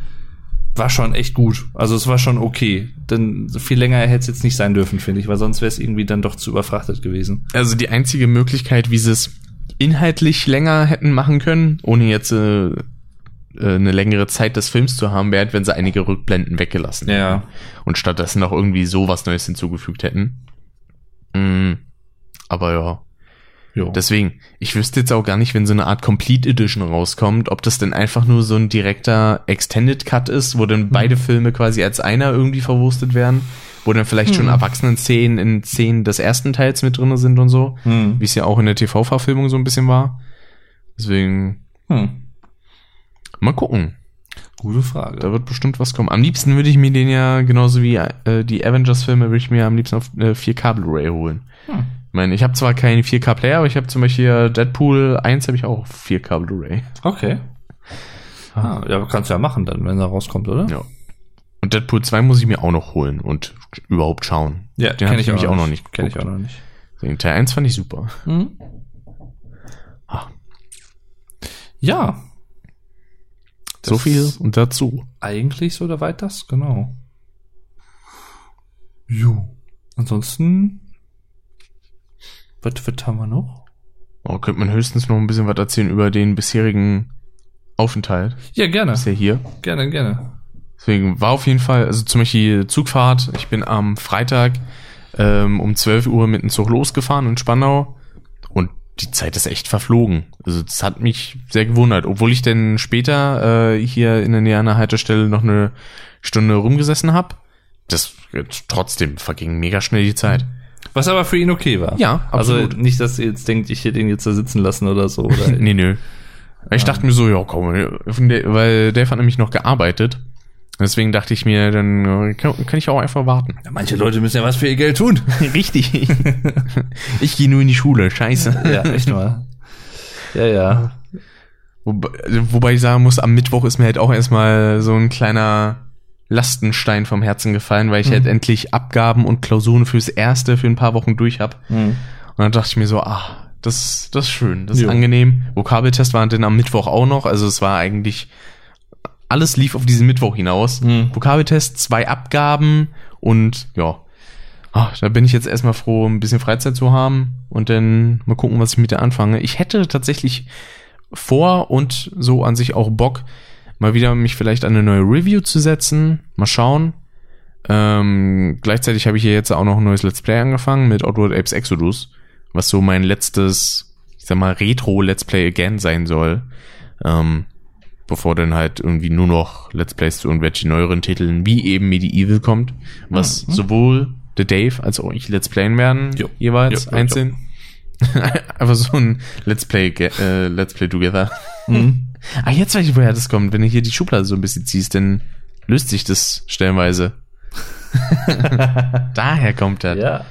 [SPEAKER 2] war schon echt gut. Also es war schon okay. Denn viel länger hätte es jetzt nicht sein dürfen, finde ich, weil sonst wäre es irgendwie dann doch zu überfrachtet gewesen.
[SPEAKER 1] Also die einzige Möglichkeit, wie sie es inhaltlich länger hätten machen können, ohne jetzt äh, äh, eine längere Zeit des Films zu haben, wäre, halt, wenn sie einige Rückblenden weggelassen
[SPEAKER 2] Ja.
[SPEAKER 1] hätten und stattdessen noch irgendwie so was Neues hinzugefügt hätten. Mm, aber ja,
[SPEAKER 2] Jo.
[SPEAKER 1] deswegen, ich wüsste jetzt auch gar nicht, wenn so eine Art Complete Edition rauskommt, ob das denn einfach nur so ein direkter Extended Cut ist, wo dann beide Filme quasi als einer irgendwie verwurstet werden, wo dann vielleicht schon Erwachsenen-Szenen in Szenen des ersten Teils mit drinne sind und so
[SPEAKER 2] Hm.
[SPEAKER 1] wie es ja auch in der TV-Verfilmung so ein bisschen war. Deswegen,
[SPEAKER 2] Hm.
[SPEAKER 1] mal gucken.
[SPEAKER 2] Gute Frage.
[SPEAKER 1] Da wird bestimmt was kommen. Am liebsten würde ich mir den ja, genauso wie äh, die Avengers-Filme, würde ich mir am liebsten auf äh, 4K Blu-ray holen.
[SPEAKER 2] Hm.
[SPEAKER 1] Ich meine, ich habe zwar keinen 4K-Player, aber ich habe zum Beispiel Deadpool 1 habe ich auch auf 4K Blu-ray.
[SPEAKER 2] Okay. Ah, ja, aber kannst du ja machen dann, wenn er rauskommt, oder?
[SPEAKER 1] Ja. Und Deadpool 2 muss ich mir auch noch holen und überhaupt schauen. den habe ich nämlich auch noch nicht
[SPEAKER 2] Kenne ich auch noch nicht.
[SPEAKER 1] Den Teil 1 fand ich super.
[SPEAKER 2] Mhm.
[SPEAKER 1] Ah.
[SPEAKER 2] Ja.
[SPEAKER 1] so viel
[SPEAKER 2] ist
[SPEAKER 1] und dazu.
[SPEAKER 2] Eigentlich so, da weit das, genau. Jo. Ansonsten. Was, was haben wir noch?
[SPEAKER 1] Oh, könnte man höchstens noch ein bisschen was erzählen über den bisherigen Aufenthalt.
[SPEAKER 2] Ja, gerne.
[SPEAKER 1] Ist ja hier.
[SPEAKER 2] Gerne, gerne.
[SPEAKER 1] Deswegen war auf jeden Fall, also zum Beispiel Zugfahrt. Ich bin am Freitag ähm, um 12 Uhr mit dem Zug losgefahren in Spandau und die Zeit ist echt verflogen. Also das hat mich sehr gewundert, obwohl ich dann später äh, hier in der Nähe einer Haltestelle noch eine Stunde rumgesessen habe. Das trotzdem verging mega schnell die Zeit.
[SPEAKER 2] Was aber für ihn okay war.
[SPEAKER 1] Ja,
[SPEAKER 2] Also nicht, dass ihr jetzt denkt, ich hätte ihn jetzt da sitzen lassen oder so. Oder
[SPEAKER 1] also, nee, nö. Ich dachte mir so, ja, komm, ne, der- weil Dave hat nämlich noch gearbeitet. Deswegen dachte ich mir, dann äh, kann, kann ich auch einfach warten.
[SPEAKER 2] Ja, manche Leute müssen ja was für ihr Geld tun.
[SPEAKER 1] Richtig. ich gehe nur in die Schule, scheiße.
[SPEAKER 2] ja, echt mal. Ja, ja.
[SPEAKER 1] Wobei, wobei ich sagen muss, am Mittwoch ist mir halt auch erstmal so ein kleiner Lastenstein vom Herzen gefallen, weil ich halt endlich Abgaben und Klausuren fürs Erste für ein paar Wochen durch hab.
[SPEAKER 2] Mhm.
[SPEAKER 1] Und dann dachte ich mir so, ah, das, das ist schön, das ist
[SPEAKER 2] Jo.
[SPEAKER 1] angenehm. Vokabeltest war dann am Mittwoch auch noch, also es war eigentlich, alles lief auf diesen Mittwoch hinaus.
[SPEAKER 2] Mhm.
[SPEAKER 1] Vokabeltest, zwei Abgaben und ja, ah, da bin ich jetzt erstmal froh, ein bisschen Freizeit zu haben und dann mal gucken, was ich mit der anfange. Ich hätte tatsächlich vor und so an sich auch Bock, mal wieder mich vielleicht an eine neue Review zu setzen. Mal schauen. Ähm, gleichzeitig habe ich hier jetzt auch noch ein neues Let's Play angefangen mit Outward Apes Exodus, was so mein letztes, ich sag mal, Retro-Let's Play again sein soll. Ähm, bevor dann halt irgendwie nur noch Let's Plays zu irgendwelchen neueren Titeln wie eben Medieval kommt, was sowohl The Dave als auch ich Let's Playen werden,
[SPEAKER 2] Mhm. Jo.
[SPEAKER 1] jeweils
[SPEAKER 2] Jo, jo, jo.
[SPEAKER 1] einzeln. Einfach so ein Let's Play, ge- äh, Let's Play Together.
[SPEAKER 2] Mhm.
[SPEAKER 1] Ah, jetzt weiß ich, woher das kommt. Wenn du hier die Schublade so ein bisschen ziehst, dann löst sich das stellenweise. Daher kommt das.
[SPEAKER 2] Ja.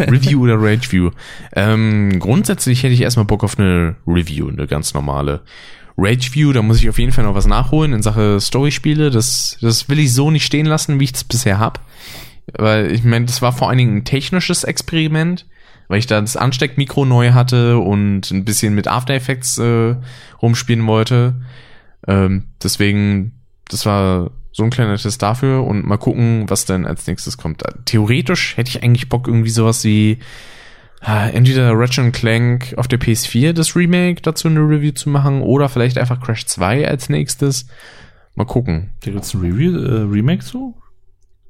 [SPEAKER 1] Review oder Rageview. Ähm, grundsätzlich hätte ich erstmal Bock auf eine Review, eine ganz normale. Rageview, da muss ich auf jeden Fall noch was nachholen in Sache Storyspiele. Das, das will ich so nicht stehen lassen, wie ich es bisher hab. Weil ich meine, das war vor allen Dingen ein technisches Experiment, weil ich da das Ansteckmikro neu hatte und ein bisschen mit After Effects äh, rumspielen wollte. Ähm, deswegen, das war so ein kleiner Test dafür und mal gucken, was dann als nächstes kommt. Theoretisch hätte ich eigentlich Bock, irgendwie sowas wie ah, entweder Ratchet and Clank auf der PS4 das Remake dazu eine Review zu machen oder vielleicht einfach Crash 2 als nächstes. Mal gucken.
[SPEAKER 2] Da gibt's ein Review, äh, Remake zu?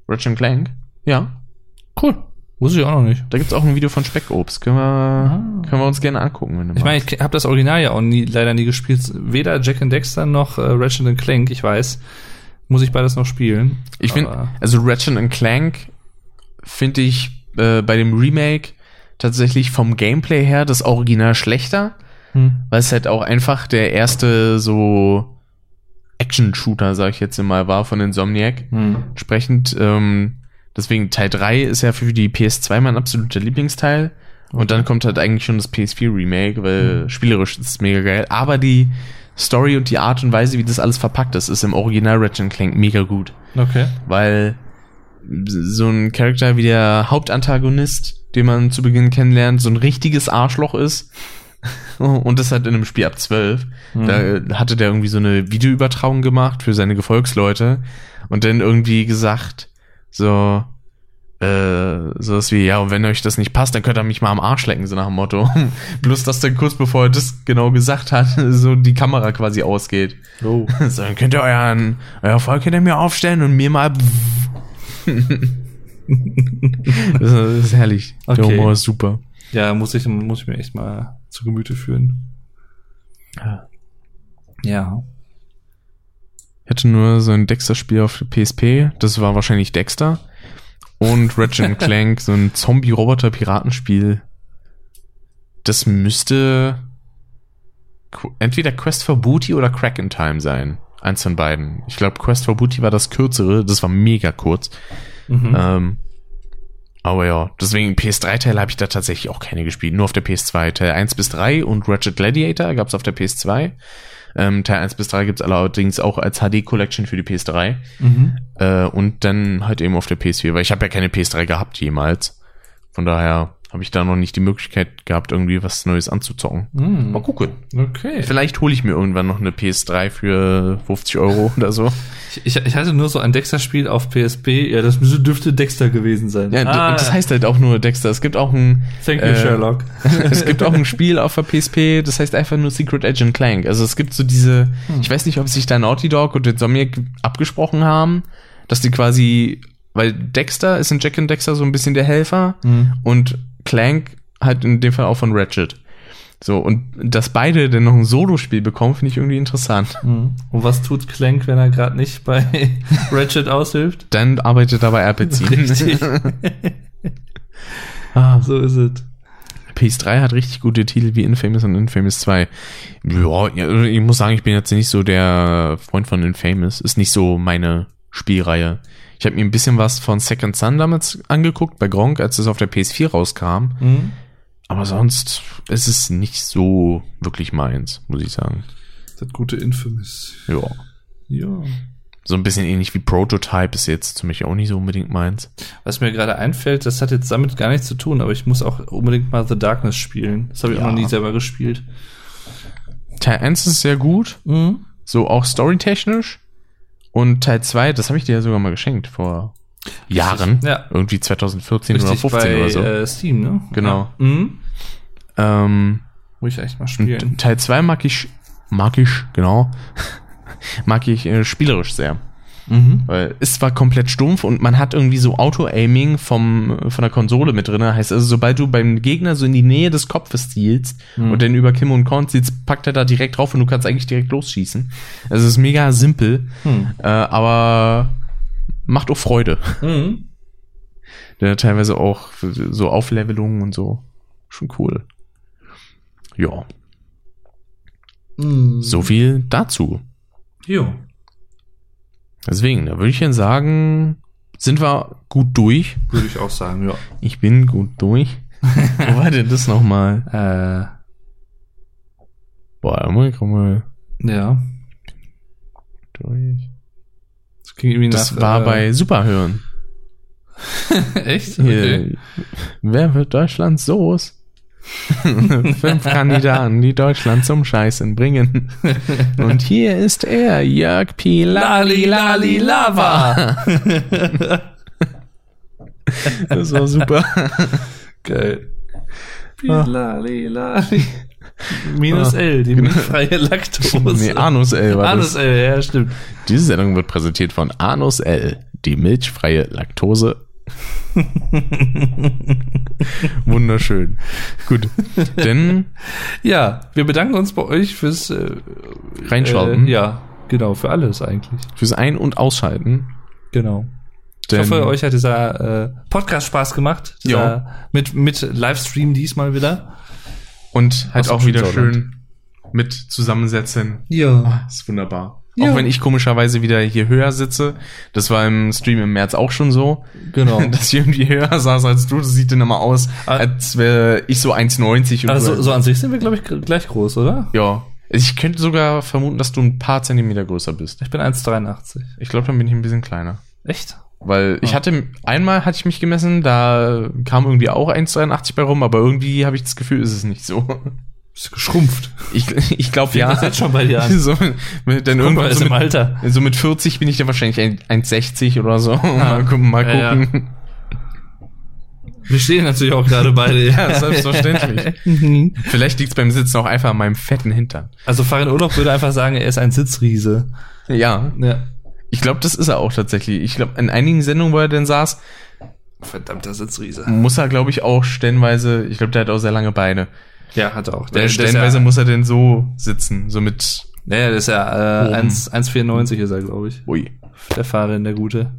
[SPEAKER 1] Ratchet and Clank? Ja.
[SPEAKER 2] Cool. Wusste ich auch noch nicht.
[SPEAKER 1] Da gibt's auch ein Video von Speckobst. Können wir, können wir uns gerne angucken, wenn du
[SPEAKER 2] Ah. Ich meine, ich habe das Original ja auch nie, leider nie gespielt. Weder Jack and Dexter noch äh, Ratchet and Clank, ich weiß. Muss ich beides noch spielen.
[SPEAKER 1] Ich finde,
[SPEAKER 2] Aber-
[SPEAKER 1] also Ratchet and Clank finde ich äh, bei dem Remake tatsächlich vom Gameplay her das Original schlechter,
[SPEAKER 2] Hm.
[SPEAKER 1] weil es halt auch einfach der erste so Action-Shooter, sag ich jetzt mal, war von Insomniac.
[SPEAKER 2] Hm.
[SPEAKER 1] Entsprechend, ähm, deswegen Teil 3 ist ja für die PS2 mein absoluter Lieblingsteil. Und dann kommt halt eigentlich schon das PS4-Remake, weil spielerisch ist es mega geil. Aber die Story und die Art und Weise, wie das alles verpackt ist, ist im Original Ratchet and Clank mega gut
[SPEAKER 2] Okay.
[SPEAKER 1] weil so ein Charakter wie der Hauptantagonist, den man zu Beginn kennenlernt, so ein richtiges Arschloch ist. Und das halt in einem Spiel ab 12.
[SPEAKER 2] äh,
[SPEAKER 1] Da hatte der irgendwie so eine Videoübertragung gemacht für seine Gefolgsleute und dann irgendwie gesagt, so, äh, sowas wie, ja, und wenn euch das nicht passt, dann könnt ihr mich mal am Arsch lecken, so nach dem Motto. Bloß, dass dann kurz bevor er das genau gesagt hat, so die Kamera quasi ausgeht.
[SPEAKER 2] Oh.
[SPEAKER 1] So, dann könnt ihr euren, euer Volk hinter mir aufstellen und mir mal. das, ist, das ist herrlich. Der
[SPEAKER 2] Okay.
[SPEAKER 1] Humor ist super.
[SPEAKER 2] Ja, muss ich, muss ich mir echt mal zu Gemüte führen. Ah. Ja.
[SPEAKER 1] Ich hatte nur so ein Dexter-Spiel auf der PSP. Das war wahrscheinlich Dexter. Und Ratchet and Clank, so ein Zombie-Roboter-Piratenspiel. Das müsste Qu- entweder Quest for Booty oder Crack in Time sein. Eins von beiden. Ich glaube, Quest for Booty war das kürzere. Das war mega kurz.
[SPEAKER 2] Mhm.
[SPEAKER 1] Ähm, aber ja, deswegen PS3-Teil habe ich da tatsächlich auch keine gespielt. Nur auf der PS2. Teil 1 bis 3 und Ratchet Gladiator gab es auf der PS2. Ähm, Teil 1 bis 3 gibt es allerdings auch als HD-Collection für die PS3.
[SPEAKER 2] Mhm.
[SPEAKER 1] Äh, und dann halt eben auf der PS4, weil ich habe ja keine PS3 gehabt jemals. Von daher habe ich da noch nicht die Möglichkeit gehabt, irgendwie was Neues anzuzocken.
[SPEAKER 2] Hm,
[SPEAKER 1] Mal gucken.
[SPEAKER 2] Okay.
[SPEAKER 1] Vielleicht hole ich mir irgendwann noch eine PS3 für 50 Euro oder so.
[SPEAKER 2] Ich, ich, ich hatte nur so ein Dexter-Spiel auf PSP. Ja, das müsste- dürfte Dexter gewesen sein.
[SPEAKER 1] Ja, d- das heißt halt auch nur Dexter. Es gibt auch ein,
[SPEAKER 2] Thank you,
[SPEAKER 1] äh,
[SPEAKER 2] Sherlock.
[SPEAKER 1] es gibt auch ein Spiel auf der PSP, das heißt einfach nur Secret Agent Clank. Also es gibt so diese,
[SPEAKER 2] Hm.
[SPEAKER 1] ich weiß nicht, ob sich da Naughty Dog und Insomniac abgesprochen haben, dass die quasi, weil Dexter ist in Jack and Dexter so ein bisschen der Helfer
[SPEAKER 2] Hm.
[SPEAKER 1] und Clank halt in dem Fall auch von Ratchet. So, und dass beide dann noch ein Solo-Spiel bekommen, finde ich irgendwie interessant.
[SPEAKER 2] Hm. Und was tut Clank, wenn er gerade nicht bei Ratchet aushilft?
[SPEAKER 1] Dann arbeitet dabei RPC.
[SPEAKER 2] Richtig. ah, so ist es.
[SPEAKER 1] PS3 hat richtig gute Titel wie Infamous und Infamous 2. Ja, ja, ich muss sagen, ich bin jetzt nicht so der Freund von Infamous. Ist nicht so meine Spielreihe. Ich habe mir ein bisschen was von Second Son damals angeguckt, bei Gronk, als es auf der PS4 rauskam.
[SPEAKER 2] Hm?
[SPEAKER 1] Aber sonst ist es nicht so wirklich meins, muss ich sagen.
[SPEAKER 2] Das gute Infamous.
[SPEAKER 1] Ja.
[SPEAKER 2] Ja.
[SPEAKER 1] So ein bisschen ähnlich wie Prototype ist jetzt zum Beispiel auch nicht so unbedingt meins.
[SPEAKER 2] Was mir gerade einfällt, das hat jetzt damit gar nichts zu tun, aber ich muss auch unbedingt mal The Darkness spielen. Das habe ich
[SPEAKER 1] Ja.
[SPEAKER 2] auch noch nie selber gespielt.
[SPEAKER 1] Teil 1 ist sehr gut,
[SPEAKER 2] Mhm.
[SPEAKER 1] so auch storytechnisch. Und Teil 2, das habe ich dir ja sogar mal geschenkt vor Jahren.
[SPEAKER 2] Ja.
[SPEAKER 1] Irgendwie 2014
[SPEAKER 2] Richtig,
[SPEAKER 1] oder 15
[SPEAKER 2] bei
[SPEAKER 1] oder so.
[SPEAKER 2] äh, Steam, ne?
[SPEAKER 1] Genau.
[SPEAKER 2] Ja. Mhm.
[SPEAKER 1] ähm,
[SPEAKER 2] Muss ich echt mal
[SPEAKER 1] und
[SPEAKER 2] spielen.
[SPEAKER 1] Teil 2 mag ich, mag ich, genau, mag ich äh, spielerisch sehr.
[SPEAKER 2] Mhm.
[SPEAKER 1] Weil ist zwar komplett stumpf und man hat irgendwie so Auto-Aiming vom, von der Konsole mit drin. Heißt also, sobald du beim Gegner so in die Nähe des Kopfes zielst
[SPEAKER 2] Hm. Mhm.
[SPEAKER 1] und dann über Kim und Korn zielst, packt er da direkt drauf und du kannst eigentlich direkt losschießen. Also es ist mega simpel,
[SPEAKER 2] Hm.
[SPEAKER 1] äh, aber macht auch Freude.
[SPEAKER 2] Mhm.
[SPEAKER 1] Ja, teilweise auch so Auflevelungen und so. Schon cool. Ja, so viel dazu.
[SPEAKER 2] Hm. Jo.
[SPEAKER 1] Deswegen, da würde ich dann sagen, sind wir gut durch.
[SPEAKER 2] Würde ich auch sagen, ja.
[SPEAKER 1] Ich bin gut durch. Wo war denn das nochmal?
[SPEAKER 2] Äh,
[SPEAKER 1] Boah, da muss ich komm mal
[SPEAKER 2] ja.
[SPEAKER 1] durch.
[SPEAKER 2] Das ging irgendwie
[SPEAKER 1] Das
[SPEAKER 2] nach,
[SPEAKER 1] war
[SPEAKER 2] äh,
[SPEAKER 1] bei Superhören.
[SPEAKER 2] Echt?
[SPEAKER 1] Hier, Wer wird Deutschlands Soos? Fünf Kandidaten, die Deutschland zum Scheißen bringen. Und hier ist er, Jörg P.
[SPEAKER 2] Lali, lali, lava.
[SPEAKER 1] Das war super.
[SPEAKER 2] Geil.
[SPEAKER 1] Ah.
[SPEAKER 2] Lali, lali. Minus
[SPEAKER 1] Ah.
[SPEAKER 2] L, die milchfreie Laktose.
[SPEAKER 1] Nee, Anus L war
[SPEAKER 2] Anus
[SPEAKER 1] das.
[SPEAKER 2] L, ja, stimmt.
[SPEAKER 1] Diese Sendung wird präsentiert von Anus L, die milchfreie Laktose. Wunderschön. Gut. Denn
[SPEAKER 2] Ja, wir bedanken uns bei euch fürs äh,
[SPEAKER 1] Reinschalten.
[SPEAKER 2] Äh, ja, genau, für alles eigentlich.
[SPEAKER 1] fürs Ein- und Ausschalten.
[SPEAKER 2] Genau.
[SPEAKER 1] Denn
[SPEAKER 2] ich hoffe, euch hat dieser äh, Podcast Spaß gemacht. Dieser, Mit, mit Livestream diesmal wieder.
[SPEAKER 1] Und halt
[SPEAKER 2] Aus
[SPEAKER 1] auch wieder
[SPEAKER 2] Deutschland.
[SPEAKER 1] schön mit zusammensetzen.
[SPEAKER 2] Ja.
[SPEAKER 1] Das ist wunderbar.
[SPEAKER 2] Ja.
[SPEAKER 1] Auch wenn ich komischerweise wieder hier höher sitze. Das war im Stream im März auch schon so.
[SPEAKER 2] Genau.
[SPEAKER 1] Dass ich irgendwie höher saß als du. Das sieht dann immer aus,
[SPEAKER 2] Ah.
[SPEAKER 1] als wäre ich so 1,90 und
[SPEAKER 2] Also
[SPEAKER 1] du-
[SPEAKER 2] so, so an sich sind wir, glaube ich, gr- gleich groß, oder?
[SPEAKER 1] Ja. Ich könnte sogar vermuten, dass du ein paar Zentimeter größer bist.
[SPEAKER 2] Ich bin 1,83.
[SPEAKER 1] Ich glaube, dann bin ich ein bisschen kleiner.
[SPEAKER 2] Echt?
[SPEAKER 1] Weil ich
[SPEAKER 2] Ah.
[SPEAKER 1] hatte, einmal hatte ich mich gemessen, da kam irgendwie auch 1,83 bei rum, aber irgendwie habe ich das Gefühl, ist es nicht so.
[SPEAKER 2] Bist geschrumpft.
[SPEAKER 1] Ich, ich glaube,
[SPEAKER 2] Fängt
[SPEAKER 1] ja.
[SPEAKER 2] das jetzt schon bei dir an?
[SPEAKER 1] So, mit, dann
[SPEAKER 2] Guck mal,
[SPEAKER 1] irgendwann
[SPEAKER 2] ist
[SPEAKER 1] so
[SPEAKER 2] im
[SPEAKER 1] mit,
[SPEAKER 2] Alter.
[SPEAKER 1] so mit 40 bin ich dann wahrscheinlich ein- 1,60 oder so.
[SPEAKER 2] Ah.
[SPEAKER 1] mal gucken. Mal
[SPEAKER 2] Ja,
[SPEAKER 1] gucken.
[SPEAKER 2] Wir stehen natürlich auch gerade beide.
[SPEAKER 1] Ja, selbstverständlich.
[SPEAKER 2] Mhm.
[SPEAKER 1] Vielleicht liegt es beim Sitzen auch einfach an meinem fetten Hintern.
[SPEAKER 2] also Farin Urlaub würde einfach sagen, er ist ein Sitzriese.
[SPEAKER 1] Ja,
[SPEAKER 2] Ja.
[SPEAKER 1] ich glaube, das ist er auch tatsächlich. Ich glaube, in einigen Sendungen, wo er denn saß,
[SPEAKER 2] Verdammter Sitzriese.
[SPEAKER 1] muss er, glaube ich, auch stellenweise, ich glaube, der hat auch sehr lange Beine.
[SPEAKER 2] Ja, hat er auch.
[SPEAKER 1] Der,
[SPEAKER 2] ist ja,
[SPEAKER 1] stellenweise muss er denn so sitzen, so mit,
[SPEAKER 2] naja, das ist ja äh,
[SPEAKER 1] Oben.
[SPEAKER 2] 1 1,94 ist er, glaube ich.
[SPEAKER 1] ui.
[SPEAKER 2] Der Farin, der Gute.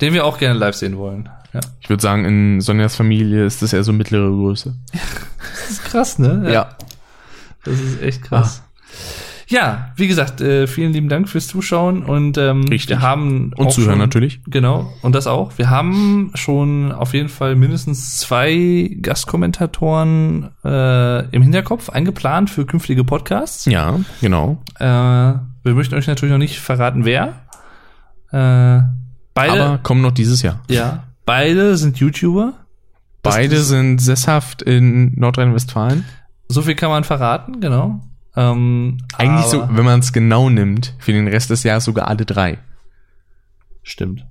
[SPEAKER 2] Den wir auch gerne live sehen wollen. Ja.
[SPEAKER 1] Ich würde sagen, in Sonjas Familie ist das eher so mittlere Größe.
[SPEAKER 2] Das ist krass, ne? Das ist echt krass. Ah. Ja, wie gesagt, äh, vielen lieben Dank fürs Zuschauen und ähm,
[SPEAKER 1] Richtig.
[SPEAKER 2] wir haben
[SPEAKER 1] Und
[SPEAKER 2] auch
[SPEAKER 1] zuhören
[SPEAKER 2] schon,
[SPEAKER 1] natürlich.
[SPEAKER 2] Genau, und das auch. Wir haben schon auf jeden Fall mindestens zwei Gastkommentatoren äh, im Hinterkopf eingeplant für künftige Podcasts.
[SPEAKER 1] Ja, genau.
[SPEAKER 2] Äh, wir möchten euch natürlich noch nicht verraten, wer. Äh, beide,
[SPEAKER 1] Aber kommen noch dieses Jahr.
[SPEAKER 2] ja, beide sind YouTuber.
[SPEAKER 1] Beide sind sesshaft in Nordrhein-Westfalen.
[SPEAKER 2] So viel kann man verraten, genau. Ähm,
[SPEAKER 1] Eigentlich so,
[SPEAKER 2] aber-
[SPEAKER 1] wenn man es genau nimmt, für den Rest des Jahres sogar alle drei.
[SPEAKER 2] Stimmt.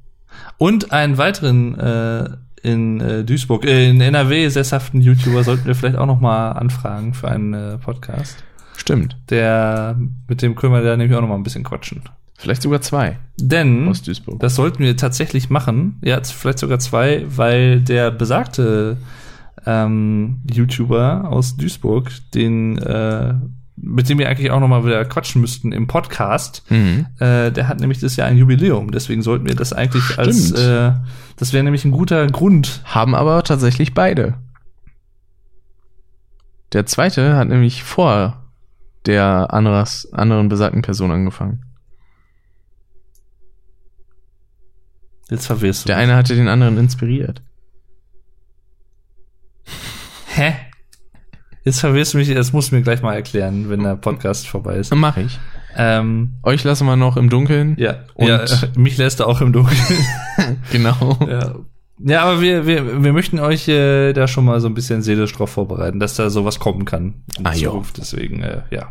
[SPEAKER 2] Und einen weiteren äh, in äh, Duisburg, äh, in NRW sesshaften YouTuber sollten wir vielleicht auch nochmal anfragen für einen äh, Podcast.
[SPEAKER 1] Stimmt.
[SPEAKER 2] Der, mit dem können wir da nämlich auch nochmal ein bisschen quatschen.
[SPEAKER 1] Vielleicht sogar zwei
[SPEAKER 2] Denn,
[SPEAKER 1] aus Duisburg.
[SPEAKER 2] Hm? das sollten wir tatsächlich machen, ja, z- vielleicht sogar zwei, weil der besagte ähm, YouTuber aus Duisburg, den, äh, mit dem wir eigentlich auch nochmal wieder quatschen müssten im Podcast,
[SPEAKER 1] Mhm.
[SPEAKER 2] äh, der hat nämlich das Jahr ein Jubiläum. Deswegen sollten wir das eigentlich als.
[SPEAKER 1] Stimmt.
[SPEAKER 2] Äh, das wäre nämlich ein guter Grund.
[SPEAKER 1] Haben aber tatsächlich beide. Der zweite hat nämlich vor der anderes, anderen besagten Person angefangen.
[SPEAKER 2] Jetzt verwirrst du.
[SPEAKER 1] Der
[SPEAKER 2] mich.
[SPEAKER 1] eine hatte den anderen inspiriert.
[SPEAKER 2] Hä? Jetzt verwirrst du mich. Das musst du mir gleich mal erklären, wenn der Podcast vorbei ist.
[SPEAKER 1] Mach ich.
[SPEAKER 2] Ähm,
[SPEAKER 1] Euch lassen wir noch im Dunkeln.
[SPEAKER 2] ja,
[SPEAKER 1] Und-
[SPEAKER 2] ja, äh, mich lässt er auch im Dunkeln.
[SPEAKER 1] Genau.
[SPEAKER 2] ja. ja, aber wir, wir, wir möchten euch äh, da schon mal so ein bisschen seelisch drauf vorbereiten, dass da sowas kommen kann. in
[SPEAKER 1] Ah, jo.
[SPEAKER 2] Zukunft. Deswegen, äh, ja.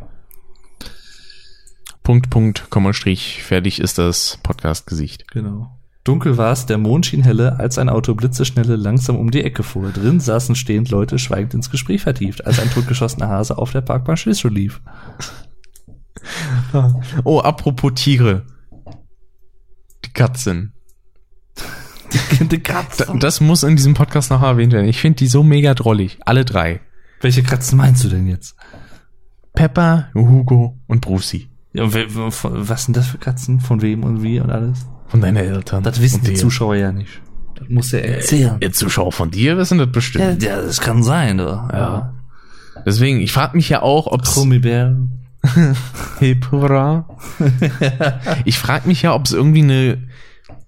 [SPEAKER 1] Punkt, Punkt, Komma, Strich. Fertig ist das Podcast-Gesicht.
[SPEAKER 2] Genau. Dunkel war es, der Mond schien helle, als ein Auto blitzeschnelle langsam um die Ecke fuhr. Drin saßen stehend Leute schweigend ins Gespräch vertieft, als ein totgeschossener Hase auf der Parkbahn Schleswig lief.
[SPEAKER 1] Oh, apropos Tiere. Die Katzen.
[SPEAKER 2] die Katze.
[SPEAKER 1] Da, das muss in diesem Podcast noch erwähnt werden. Ich finde die so mega drollig. Alle drei.
[SPEAKER 2] Welche Katzen meinst du denn jetzt?
[SPEAKER 1] Peppa, Hugo und Brucey.
[SPEAKER 2] Ja, und wer- w- von- was sind das für Katzen? Von wem und wie und alles?
[SPEAKER 1] Von deinen Eltern.
[SPEAKER 2] Das wissen
[SPEAKER 1] und
[SPEAKER 2] die
[SPEAKER 1] dir.
[SPEAKER 2] Zuschauer ja nicht. Das muss er erzählen.
[SPEAKER 1] Der Zuschauer von dir wissen das bestimmt.
[SPEAKER 2] Ja, ja, das kann sein, oder?
[SPEAKER 1] Ja. Deswegen, ich frage mich ja auch, ob es
[SPEAKER 2] Gummibären.
[SPEAKER 1] ich frage mich ja, ob es irgendwie eine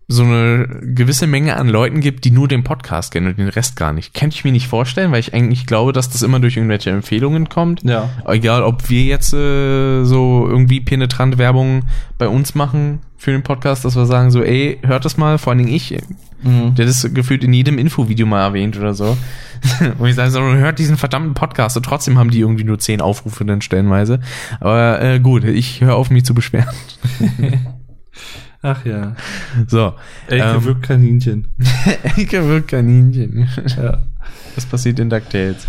[SPEAKER 1] so eine gewisse Menge an Leuten gibt, die nur den Podcast kennen und den Rest gar nicht. Kann ich mir nicht vorstellen, weil ich eigentlich glaube, dass das immer durch irgendwelche Empfehlungen kommt.
[SPEAKER 2] Ja.
[SPEAKER 1] Egal, ob wir jetzt äh, so irgendwie penetrant Werbung bei uns machen für den Podcast, dass wir sagen so, ey, hört das mal, vor allen Dingen ich.
[SPEAKER 2] Mhm.
[SPEAKER 1] Der hat das gefühlt in jedem Infovideo mal erwähnt oder so. Und ich sage so, hört diesen verdammten Podcast und trotzdem haben die irgendwie nur zehn Aufrufe dann stellenweise. Aber äh, gut, ich höre auf, mich zu beschweren.
[SPEAKER 2] Ach ja.
[SPEAKER 1] So.
[SPEAKER 2] Elke
[SPEAKER 1] Ähm.
[SPEAKER 2] wirkt Kaninchen.
[SPEAKER 1] Elke wirkt Kaninchen.
[SPEAKER 2] Ja.
[SPEAKER 1] Das passiert in DuckTales.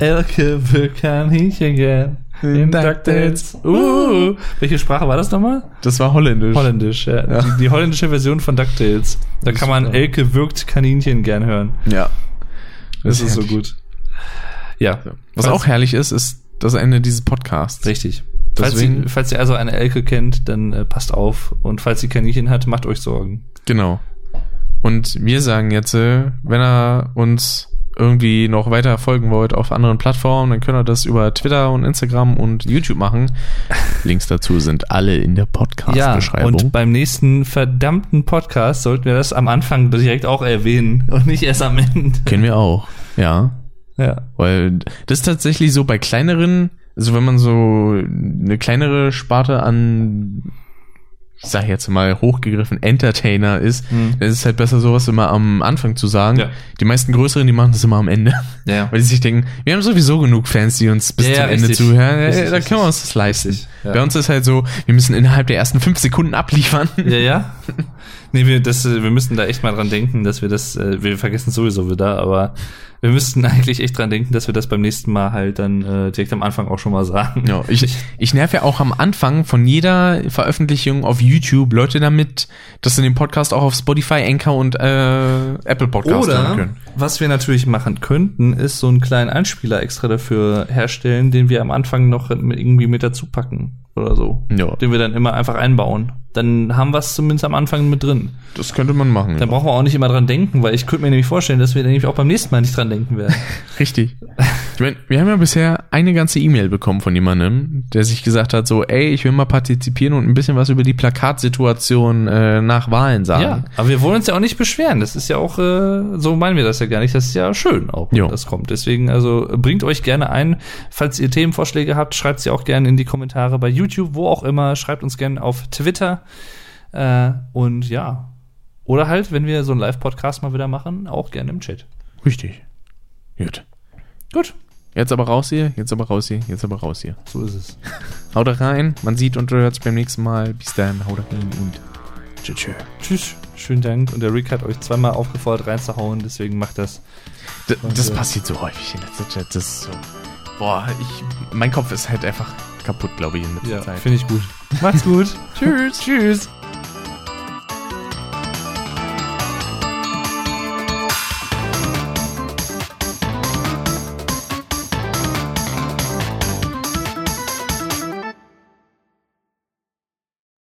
[SPEAKER 2] Elke will kein Hähnchen gern. In DuckTales. Uh, welche Sprache war das nochmal?
[SPEAKER 1] Das war holländisch.
[SPEAKER 2] Holländisch, ja. Die, die holländische Version von DuckTales. Da kann man Elke wirkt Kaninchen gern hören.
[SPEAKER 1] Ja.
[SPEAKER 2] Das ist so
[SPEAKER 1] herrlich.
[SPEAKER 2] gut. Ja.
[SPEAKER 1] Was auch herrlich ist, ist das Ende dieses Podcasts.
[SPEAKER 2] Richtig. Falls
[SPEAKER 1] Deswegen-
[SPEAKER 2] ihr, falls ihr also eine Elke kennt, dann äh, passt auf. Und falls sie Kaninchen hat, macht euch Sorgen.
[SPEAKER 1] Genau. Und wir sagen jetzt, äh, wenn ihr uns irgendwie noch weiter folgen wollt auf anderen Plattformen, dann könnt ihr das über Twitter und Instagram und YouTube machen. Links dazu sind alle in der
[SPEAKER 2] und
[SPEAKER 1] Podcast-Beschreibung.
[SPEAKER 2] beim nächsten verdammten Podcast sollten wir das am Anfang direkt auch erwähnen und nicht erst am Ende.
[SPEAKER 1] Kennen wir auch. Ja.
[SPEAKER 2] Ja.
[SPEAKER 1] Weil das ist tatsächlich so bei kleineren, also wenn man so eine kleinere Sparte an, ich sag jetzt mal hochgegriffen, Entertainer ist,
[SPEAKER 2] Mhm.
[SPEAKER 1] dann ist es halt besser, sowas immer am Anfang zu sagen.
[SPEAKER 2] Ja.
[SPEAKER 1] Die meisten größeren, die machen das immer am Ende.
[SPEAKER 2] Ja.
[SPEAKER 1] Weil die sich denken, wir haben sowieso genug Fans, die uns bis
[SPEAKER 2] Ja, ja,
[SPEAKER 1] zum Ende
[SPEAKER 2] richtig.
[SPEAKER 1] zuhören.
[SPEAKER 2] Richtig,
[SPEAKER 1] Ja, da
[SPEAKER 2] richtig.
[SPEAKER 1] können wir uns das leisten.
[SPEAKER 2] Richtig, ja.
[SPEAKER 1] Bei uns ist halt so, wir müssen innerhalb der ersten fünf Sekunden abliefern.
[SPEAKER 2] Ja, ja. Nee, wir, das, äh, wir müssen da echt mal dran denken, dass wir das, äh, wir vergessen es sowieso wieder, aber wir müssten eigentlich echt dran denken, dass wir das beim nächsten Mal halt dann äh, direkt am Anfang auch schon mal sagen.
[SPEAKER 1] Ja, ich, ich nerv ja auch am Anfang von jeder Veröffentlichung auf YouTube Leute damit, dass sie den Podcast auch auf Spotify, Anchor und äh, Apple Podcast hören
[SPEAKER 2] Oder,
[SPEAKER 1] können.
[SPEAKER 2] was wir natürlich machen könnten, ist so einen kleinen Einspieler extra dafür herstellen, den wir am Anfang noch mit- irgendwie mit dazu packen oder so.
[SPEAKER 1] Ja.
[SPEAKER 2] Den wir dann immer einfach einbauen. Dann haben wir es zumindest am Anfang mit drin.
[SPEAKER 1] Das könnte man machen.
[SPEAKER 2] Dann brauchen wir auch nicht immer dran denken, weil ich könnte mir nämlich vorstellen, dass wir nämlich auch beim nächsten Mal nicht dran denken werden.
[SPEAKER 1] Richtig. Ich mein, wir haben ja bisher eine ganze E-Mail bekommen von jemandem, der sich gesagt hat, so, ey, ich will mal partizipieren und ein bisschen was über die Plakatsituation äh, nach Wahlen
[SPEAKER 2] Ja,
[SPEAKER 1] sagen.
[SPEAKER 2] aber wir wollen uns ja auch nicht beschweren. Das ist ja auch, äh, so meinen wir das ja gar nicht. Das ist ja schön auch, wenn
[SPEAKER 1] Jo.
[SPEAKER 2] das kommt. Deswegen, also äh, bringt euch gerne ein. Falls ihr Themenvorschläge habt, schreibt sie auch gerne in die Kommentare bei YouTube, wo auch immer. Schreibt uns gerne auf Twitter. Äh, und ja. Oder halt, wenn wir so einen Live-Podcast mal wieder machen, auch gerne im Chat.
[SPEAKER 1] Richtig. Gut.
[SPEAKER 2] Gut,
[SPEAKER 1] Jetzt aber raus hier, jetzt aber raus hier, jetzt aber raus hier.
[SPEAKER 2] so ist es.
[SPEAKER 1] Haut rein, man sieht und hört es beim nächsten Mal. Bis dann, haut rein und tschüss. tschüss.
[SPEAKER 2] Tschüss, schönen Dank. Und der Rick hat euch zweimal aufgefordert reinzuhauen, deswegen macht das.
[SPEAKER 1] D das
[SPEAKER 2] Und, äh,
[SPEAKER 1] passiert so häufig in letzter Zeit. Das ist so. Boah, ich, mein Kopf ist halt einfach kaputt, glaube ich, in letzter Zeit.
[SPEAKER 2] finde ich gut. Macht's gut.
[SPEAKER 1] Tschüss, tschüss.